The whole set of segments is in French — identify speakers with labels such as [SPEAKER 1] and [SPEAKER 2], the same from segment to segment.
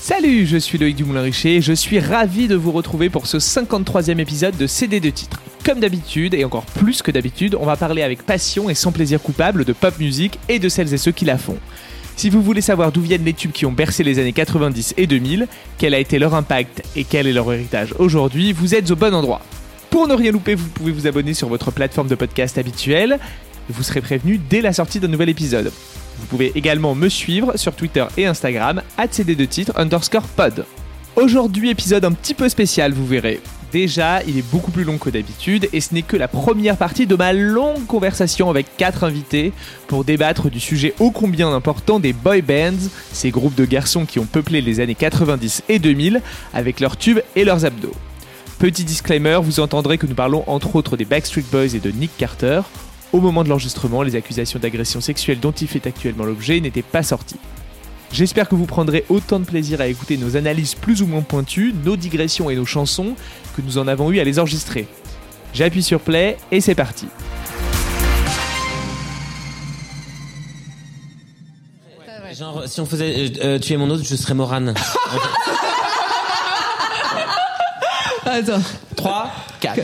[SPEAKER 1] Salut, je suis Loïc Dumoulin-Richer et je suis ravi de vous retrouver pour ce 53e épisode de CD de titres. Comme d'habitude, et encore plus que d'habitude, on va parler avec passion et sans plaisir coupable de pop music et de celles et ceux qui la font. Si vous voulez savoir d'où viennent les tubes qui ont bercé les années 90 et 2000, quel a été leur impact et quel est leur héritage aujourd'hui, vous êtes au bon endroit. Pour ne rien louper, vous pouvez vous abonner sur votre plateforme de podcast habituelle. Vous serez prévenu dès la sortie d'un nouvel épisode. Vous pouvez également me suivre sur Twitter et Instagram, cd 2 titres underscore pod. Aujourd'hui, épisode un petit peu spécial, vous verrez. Déjà, il est beaucoup plus long que d'habitude et ce n'est que la première partie de ma longue conversation avec quatre invités pour débattre du sujet ô combien important des boy bands, ces groupes de garçons qui ont peuplé les années 90 et 2000 avec leurs tubes et leurs abdos. Petit disclaimer, vous entendrez que nous parlons entre autres des Backstreet Boys et de Nick Carter. Au moment de l'enregistrement, les accusations d'agression sexuelle dont il fait actuellement l'objet n'étaient pas sorties. J'espère que vous prendrez autant de plaisir à écouter nos analyses plus ou moins pointues, nos digressions et nos chansons que nous en avons eu à les enregistrer. J'appuie sur play et c'est parti.
[SPEAKER 2] Genre, si on faisait euh, euh, tuer mon autre, je serais Morane.
[SPEAKER 3] Attends.
[SPEAKER 2] 3, 4.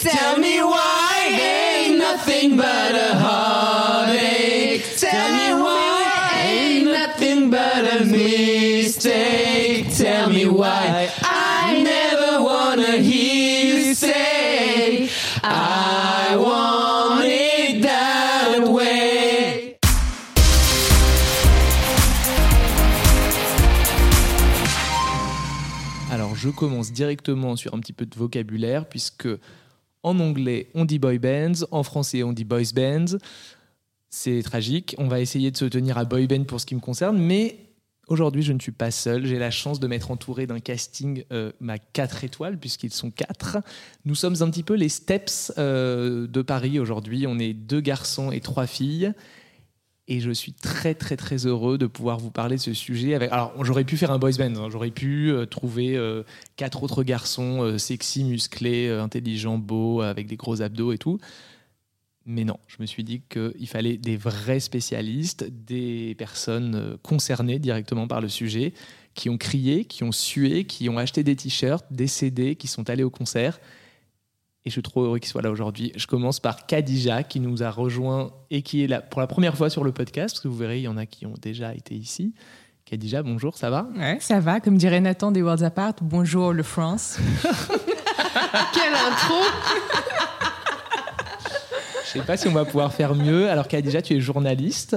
[SPEAKER 3] Tell me why ain't nothing but a heartache. Tell me why ain't nothing but a mistake. Tell me why I never wanna hear you say I want it that way.
[SPEAKER 1] Alors je commence directement sur un petit peu de vocabulaire puisque en anglais on dit boy bands, en français on dit boys bands. C'est tragique. On va essayer de se tenir à boy band pour ce qui me concerne, mais aujourd'hui je ne suis pas seul. J'ai la chance de m'être entouré d'un casting euh, ma 4 étoiles puisqu'ils sont 4. Nous sommes un petit peu les steps euh, de Paris aujourd'hui. On est deux garçons et trois filles. Et je suis très très très heureux de pouvoir vous parler de ce sujet. Avec... Alors j'aurais pu faire un boys band, hein. j'aurais pu euh, trouver euh, quatre autres garçons euh, sexy, musclés, euh, intelligents, beaux, avec des gros abdos et tout. Mais non, je me suis dit qu'il fallait des vrais spécialistes, des personnes euh, concernées directement par le sujet, qui ont crié, qui ont sué, qui ont acheté des t-shirts, des CD, qui sont allés au concert. Et je suis trop heureux qu'ils soient là aujourd'hui. Je commence par Khadija qui nous a rejoint et qui est là pour la première fois sur le podcast, parce que vous verrez, il y en a qui ont déjà été ici. Khadija, bonjour, ça va
[SPEAKER 4] Ça va, comme dirait Nathan des Worlds Apart, bonjour le France.
[SPEAKER 3] Quelle intro
[SPEAKER 1] Je sais pas si on va pouvoir faire mieux. Alors Khadija, tu es journaliste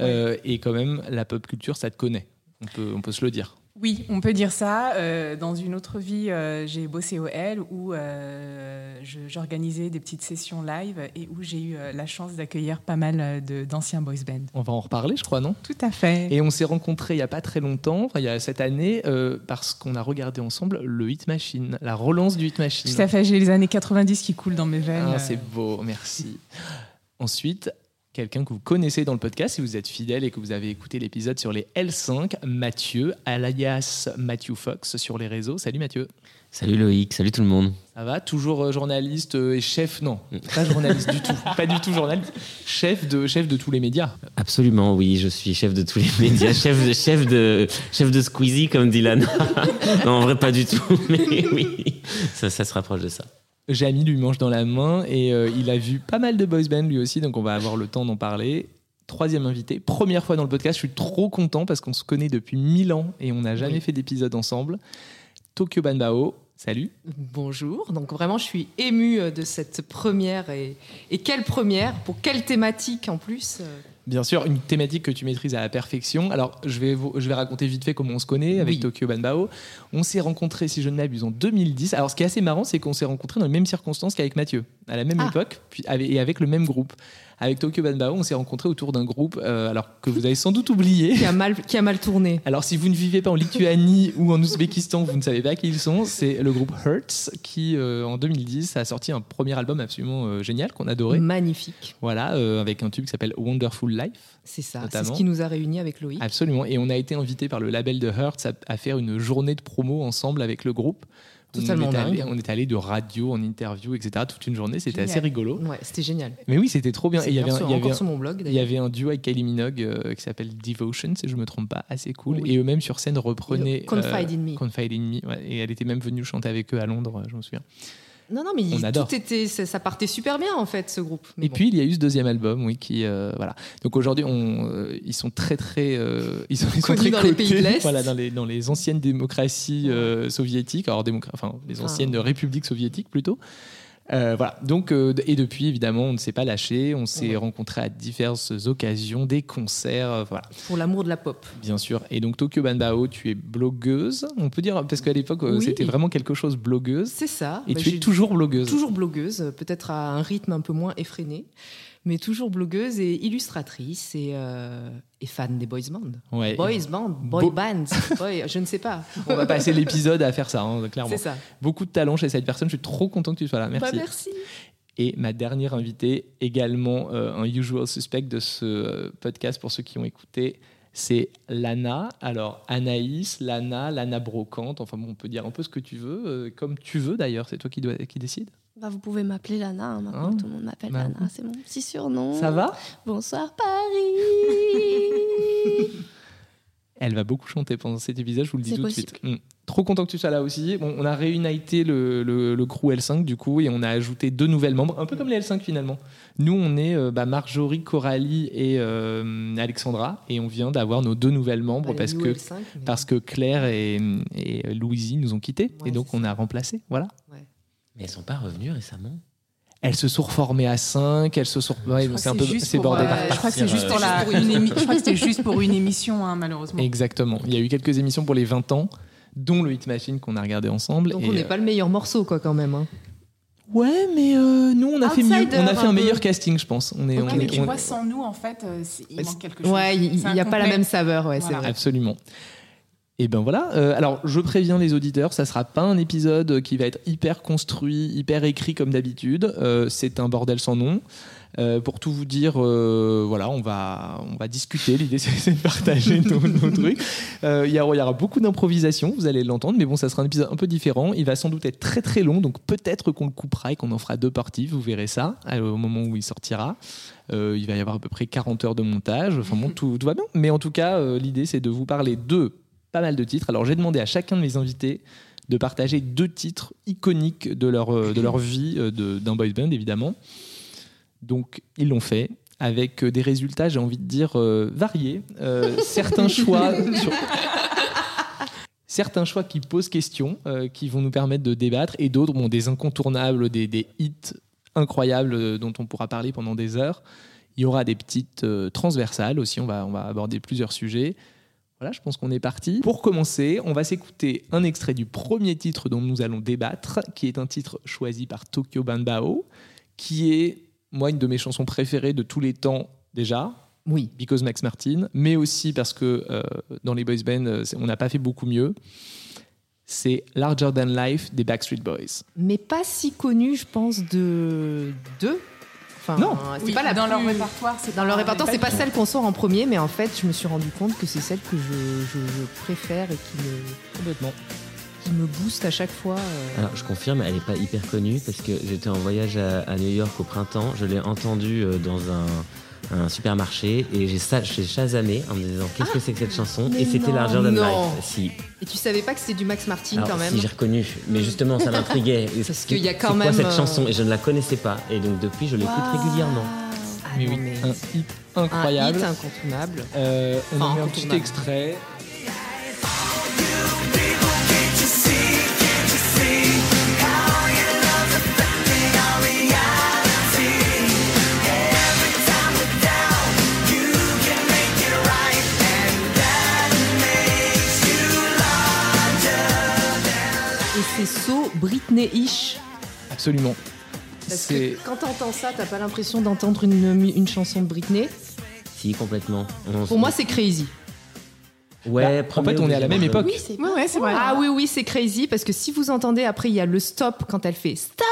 [SPEAKER 1] euh, et quand même la pop culture, ça te connaît. On peut, on peut se le dire.
[SPEAKER 4] Oui, on peut dire ça. Euh, dans une autre vie, euh, j'ai bossé au L où euh, je- j'organisais des petites sessions live et où j'ai eu euh, la chance d'accueillir pas mal euh, de- d'anciens boys band.
[SPEAKER 1] On va en reparler, je crois, non
[SPEAKER 4] Tout à fait.
[SPEAKER 1] Et on s'est rencontrés il y a pas très longtemps, enfin, il y a cette année, euh, parce qu'on a regardé ensemble le Hit Machine, la relance du Hit Machine.
[SPEAKER 4] Tout à fait, j'ai les années 90 qui coulent dans mes veines.
[SPEAKER 1] Ah,
[SPEAKER 4] euh,
[SPEAKER 1] c'est beau, merci. Ensuite, quelqu'un que vous connaissez dans le podcast, si vous êtes fidèle et que vous avez écouté l'épisode sur les L5, Mathieu, alias Mathieu Fox sur les réseaux. Salut Mathieu.
[SPEAKER 2] Salut Loïc, salut tout le monde.
[SPEAKER 1] Ça va Toujours euh, journaliste euh, et chef Non, pas journaliste du tout. Pas du tout journaliste. Chef de, chef de tous les médias.
[SPEAKER 2] Absolument, oui, je suis chef de tous les médias, chef de, chef de, chef de Squeezie, comme dit Lana. non, en vrai, pas du tout, mais oui, ça, ça se rapproche de ça.
[SPEAKER 1] Jamy lui mange dans la main et euh, il a vu pas mal de boys band lui aussi, donc on va avoir le temps d'en parler. Troisième invité, première fois dans le podcast, je suis trop content parce qu'on se connaît depuis mille ans et on n'a jamais fait d'épisode ensemble. Tokyo Banbao, salut.
[SPEAKER 3] Bonjour, donc vraiment je suis émue euh, de cette première et, et quelle première, pour quelle thématique en plus euh.
[SPEAKER 1] Bien sûr, une thématique que tu maîtrises à la perfection. Alors, je vais, vous- je vais raconter vite fait comment on se connaît avec
[SPEAKER 3] Oui.
[SPEAKER 1] Tokyo Banbao. On s'est rencontrés, si je ne m'abuse, en 2010. Alors, ce qui est assez marrant, c'est qu'on s'est rencontrés dans les mêmes circonstances qu'avec Mathieu, à la même
[SPEAKER 3] Ah.
[SPEAKER 1] époque, puis avec- et avec le même groupe. Avec Tokyo Banbao, on s'est rencontrés autour d'un groupe, euh, alors que vous avez sans doute oublié.
[SPEAKER 3] qui a mal, qui a mal tourné.
[SPEAKER 1] Alors, si vous ne vivez pas en Lituanie ou en Ouzbékistan, vous ne savez pas qui ils sont. C'est le groupe Hertz qui, euh, en 2010, a sorti un premier album absolument euh, génial qu'on
[SPEAKER 3] Mm.
[SPEAKER 1] adorait.
[SPEAKER 3] Magnifique,
[SPEAKER 1] Voilà, euh, avec un tube qui s'appelle Wonderful Life.
[SPEAKER 3] c'est ça, c'est
[SPEAKER 1] Notamment.
[SPEAKER 3] ce qui nous a réunis avec Loïc.
[SPEAKER 1] Absolument. Et on a été invité par le label de Hertz à, à faire une journée de promo ensemble avec le groupe
[SPEAKER 3] Totalement
[SPEAKER 1] on, est allé,
[SPEAKER 3] dingue.
[SPEAKER 1] on est allé de radio en interview, etc. Toute une journée, c'était
[SPEAKER 4] Génial.
[SPEAKER 1] assez rigolo.
[SPEAKER 3] Ouais, c'était génial.
[SPEAKER 1] Mais oui, c'était trop bien. Et
[SPEAKER 3] C'est
[SPEAKER 1] il y avait, un-
[SPEAKER 3] sur-
[SPEAKER 1] il y avait
[SPEAKER 3] encore
[SPEAKER 1] un-
[SPEAKER 3] sur mon blog
[SPEAKER 1] il y
[SPEAKER 3] d'ailleurs.
[SPEAKER 1] avait un duo avec Kylie Minogue euh, qui s'appelle Devotion, si je me trompe pas, assez cool.
[SPEAKER 3] Oui.
[SPEAKER 1] Et eux-mêmes sur scène reprenaient.
[SPEAKER 3] Le Confide
[SPEAKER 1] euh,
[SPEAKER 3] in Me.
[SPEAKER 1] Confide in Me. ouais. et elle était même venue chanter avec eux à Londres, euh, je me souviens.
[SPEAKER 3] Non, non, mais
[SPEAKER 1] On
[SPEAKER 3] il-
[SPEAKER 1] adore.
[SPEAKER 3] tout était, ça, ça partait super bien en fait ce groupe. Mais
[SPEAKER 1] et
[SPEAKER 3] bon.
[SPEAKER 1] puis il y a eu ce deuxième album, oui, qui euh, voilà. Donc aujourd'hui, on, euh, ils sont très très, euh, ils sont, ils sont très
[SPEAKER 3] Connus dans les
[SPEAKER 1] cotés,
[SPEAKER 3] pays de l'Est.
[SPEAKER 1] voilà, dans les dans les anciennes démocraties euh, soviétiques, alors démocra- enfin les
[SPEAKER 3] Enfin.
[SPEAKER 1] anciennes républiques soviétiques plutôt. Euh, voilà. Donc euh, et depuis évidemment, on ne s'est pas lâché, on s'est
[SPEAKER 3] Ouais.
[SPEAKER 1] rencontrés à diverses occasions, des concerts, euh, voilà,
[SPEAKER 3] pour l'amour de la pop.
[SPEAKER 1] bien sûr. Et donc Tokyo Banbao, tu es blogueuse, on peut dire parce qu'à l'époque euh,
[SPEAKER 3] Oui.
[SPEAKER 1] c'était vraiment quelque chose blogueuse.
[SPEAKER 3] C'est ça.
[SPEAKER 1] Et
[SPEAKER 3] Bah,
[SPEAKER 1] tu es
[SPEAKER 3] j'ai-
[SPEAKER 1] toujours blogueuse.
[SPEAKER 3] toujours blogueuse, euh, peut-être à un rythme un peu moins effréné, mais toujours blogueuse et illustratrice et, euh, et fan des boys band.
[SPEAKER 1] Ouais.
[SPEAKER 3] Boys band, boy
[SPEAKER 1] Bo-
[SPEAKER 3] bands, boy- je ne sais pas.
[SPEAKER 1] On va passer l'épisode à faire ça, hein, clairement.
[SPEAKER 3] C'est ça.
[SPEAKER 1] beaucoup de talent chez cette personne. Je suis trop content que tu sois là. Merci.
[SPEAKER 3] Bah, merci.
[SPEAKER 1] Et ma dernière invitée, également euh, un usual suspect de ce euh, podcast pour ceux qui ont écouté, c'est Lana. Alors Anaïs, Lana, Lana Brocante, enfin bon, on peut dire un peu ce que tu veux, euh, comme tu veux d'ailleurs, c'est toi qui, dois, qui décides.
[SPEAKER 5] Bah, vous pouvez m'appeler Lana, hein, maintenant
[SPEAKER 1] Hein
[SPEAKER 5] tout le monde m'appelle
[SPEAKER 1] Bah,
[SPEAKER 5] Lana, c'est mon petit surnom.
[SPEAKER 1] Ça va
[SPEAKER 5] Bonsoir Paris
[SPEAKER 1] Elle va beaucoup chanter pendant cet épisode, je vous le dis
[SPEAKER 5] C'est
[SPEAKER 1] tout de suite. Mm. Trop content que tu sois là aussi. Bon, on a réunité le, le, le crew L5 du coup et on a ajouté deux nouvelles membres, un peu comme les L5 finalement. Nous, on est euh, bah, Marjorie, Coralie et euh, Alexandra et on vient d'avoir nos deux nouvelles membres
[SPEAKER 3] Bah,
[SPEAKER 1] parce que, parce que Claire et, et Louisie nous ont quittés
[SPEAKER 3] Ouais,
[SPEAKER 1] et donc
[SPEAKER 3] c'est
[SPEAKER 1] on a remplacé. Voilà.
[SPEAKER 2] Mais elles sont pas revenues récemment.
[SPEAKER 1] Elles se sont reformées à 5, elles se sont. ouais,
[SPEAKER 4] crois
[SPEAKER 1] c'est
[SPEAKER 4] que
[SPEAKER 1] un peu.
[SPEAKER 4] juste
[SPEAKER 1] C'est
[SPEAKER 4] pour,
[SPEAKER 1] bordé.
[SPEAKER 4] euh, je crois que c'est
[SPEAKER 2] Partir,
[SPEAKER 4] juste
[SPEAKER 2] euh,
[SPEAKER 4] pour la-
[SPEAKER 3] juste pour une-
[SPEAKER 4] une émi- je crois que c'était juste pour une émission, hein, malheureusement.
[SPEAKER 1] Exactement. Il y a eu quelques émissions pour les 20 ans, dont le Hit Machine qu'on a regardé ensemble.
[SPEAKER 3] Donc
[SPEAKER 1] et,
[SPEAKER 3] on n'est
[SPEAKER 1] euh,
[SPEAKER 3] pas le meilleur morceau quoi quand même. hein.
[SPEAKER 1] Ouais, mais euh, nous, on a fait mieux.
[SPEAKER 3] Outsider,
[SPEAKER 1] On a fait un
[SPEAKER 3] un peu.
[SPEAKER 1] meilleur casting, je pense. On est,
[SPEAKER 3] Ok,
[SPEAKER 1] on
[SPEAKER 4] mais
[SPEAKER 1] est-
[SPEAKER 4] tu
[SPEAKER 1] on-
[SPEAKER 4] vois, sans nous, en fait, euh, c'est- il manque quelque chose.
[SPEAKER 3] Ouais, il
[SPEAKER 4] C'est
[SPEAKER 3] n'y a pas la
[SPEAKER 4] incomplet.
[SPEAKER 3] même saveur, ouais,
[SPEAKER 4] Voilà.
[SPEAKER 3] c'est vrai.
[SPEAKER 1] Absolument. Et ben voilà. Euh, alors, je préviens les auditeurs, ça sera pas un épisode qui va être hyper construit, hyper écrit comme d'habitude. Euh, c'est un bordel sans nom. Euh, pour tout vous dire, euh, voilà, on va, on va discuter. L'idée, c'est c'est de partager nos, nos trucs. Euh, Il y, aura- il y aura beaucoup d'improvisation, vous allez l'entendre, mais bon, ça sera un épisode un peu différent. Il va sans doute être très très long, donc peut-être qu'on le coupera et qu'on en fera deux parties. Vous verrez ça euh, au moment où il sortira. Euh, il va y avoir à peu près 40 heures de montage. Enfin bon, tout, tout va bien. Mais en tout cas, euh, l'idée, c'est de vous parler de pas mal de titres. Alors, j'ai demandé à chacun de mes invités de partager deux titres iconiques de leur, euh, de leur vie, euh, de- d'un boy band, évidemment. Donc, ils l'ont fait avec euh, des résultats, j'ai envie de dire, euh, variés. Euh, certains choix... sur- Certains choix qui posent question, euh, qui vont nous permettre de débattre, et d'autres, bon, des incontournables, des, des hits incroyables euh, dont on pourra parler pendant des heures. Il y aura des petites euh, transversales aussi, on va, on va aborder plusieurs sujets. Voilà, je pense qu'on est parti. Pour commencer, on va s'écouter un extrait du premier titre dont nous allons débattre, qui est un titre choisi par Tokyo Banbao, qui est, moi, une de mes chansons préférées de tous les temps déjà,
[SPEAKER 3] Oui.
[SPEAKER 1] Because Max Martin, mais aussi parce que euh, dans les boys bands, euh, c'est- on n'a pas fait beaucoup mieux. C'est Larger Than Life des Backstreet Boys.
[SPEAKER 3] Mais pas si connu je pense de deux. Enfin,
[SPEAKER 1] Non.
[SPEAKER 3] c'est
[SPEAKER 4] Oui,
[SPEAKER 3] pas la
[SPEAKER 4] dans leur
[SPEAKER 3] plus-
[SPEAKER 4] répertoire. c'est
[SPEAKER 3] Dans
[SPEAKER 4] pas-
[SPEAKER 1] Ah,
[SPEAKER 3] leur répertoire, c'est pas celle qu'on sort en premier, mais en fait, je me suis rendu compte que c'est celle que je, je- je préfère et qui me,
[SPEAKER 1] Complètement.
[SPEAKER 3] qui me booste à chaque fois. euh.
[SPEAKER 2] Alors je confirme, elle n'est pas hyper connue parce que j'étais en voyage à, à New York au printemps. Je l'ai entendue euh, dans un, un supermarché et j'ai sa- j'ai chasamé en me disant qu'est-ce que c'est que cette chanson
[SPEAKER 3] Ah mais
[SPEAKER 2] et c'était
[SPEAKER 3] non.
[SPEAKER 2] Larger Than
[SPEAKER 3] Non.
[SPEAKER 2] Life. Si.
[SPEAKER 3] Et tu savais pas que c'était du Max
[SPEAKER 2] Ah.
[SPEAKER 3] Martin
[SPEAKER 2] Alors,
[SPEAKER 3] quand même
[SPEAKER 2] Si j'ai reconnu, mais justement ça m'intriguait. Parce
[SPEAKER 3] qu'il y a quand
[SPEAKER 2] quoi
[SPEAKER 3] même,
[SPEAKER 2] cette
[SPEAKER 3] euh,
[SPEAKER 2] chanson et je ne la connaissais pas et donc depuis je l'écoute
[SPEAKER 5] Waouh.
[SPEAKER 2] régulièrement.
[SPEAKER 3] Ah
[SPEAKER 1] Mais
[SPEAKER 3] non,
[SPEAKER 1] oui,
[SPEAKER 3] mais
[SPEAKER 1] un hit incroyable.
[SPEAKER 3] Un hit incontournable.
[SPEAKER 1] Euh, on en
[SPEAKER 3] Enfin,
[SPEAKER 1] met un petit
[SPEAKER 3] incontournable.
[SPEAKER 1] extrait.
[SPEAKER 3] Et c'est so Britney-ish.
[SPEAKER 1] Absolument.
[SPEAKER 3] Parce
[SPEAKER 1] C'est
[SPEAKER 3] que quand t'entends ça, t'as pas l'impression d'entendre une, une chanson de Britney.
[SPEAKER 2] Si complètement. On-
[SPEAKER 3] Pour moi, c'est crazy.
[SPEAKER 2] ouais.
[SPEAKER 1] Bah, en fait, on est à la même
[SPEAKER 2] euh,
[SPEAKER 1] époque.
[SPEAKER 5] Oui, c'est
[SPEAKER 4] Ouais, ouais, c'est vrai.
[SPEAKER 3] Ah oui, oui, c'est crazy parce que si vous entendez après, il y a le stop quand elle fait stop.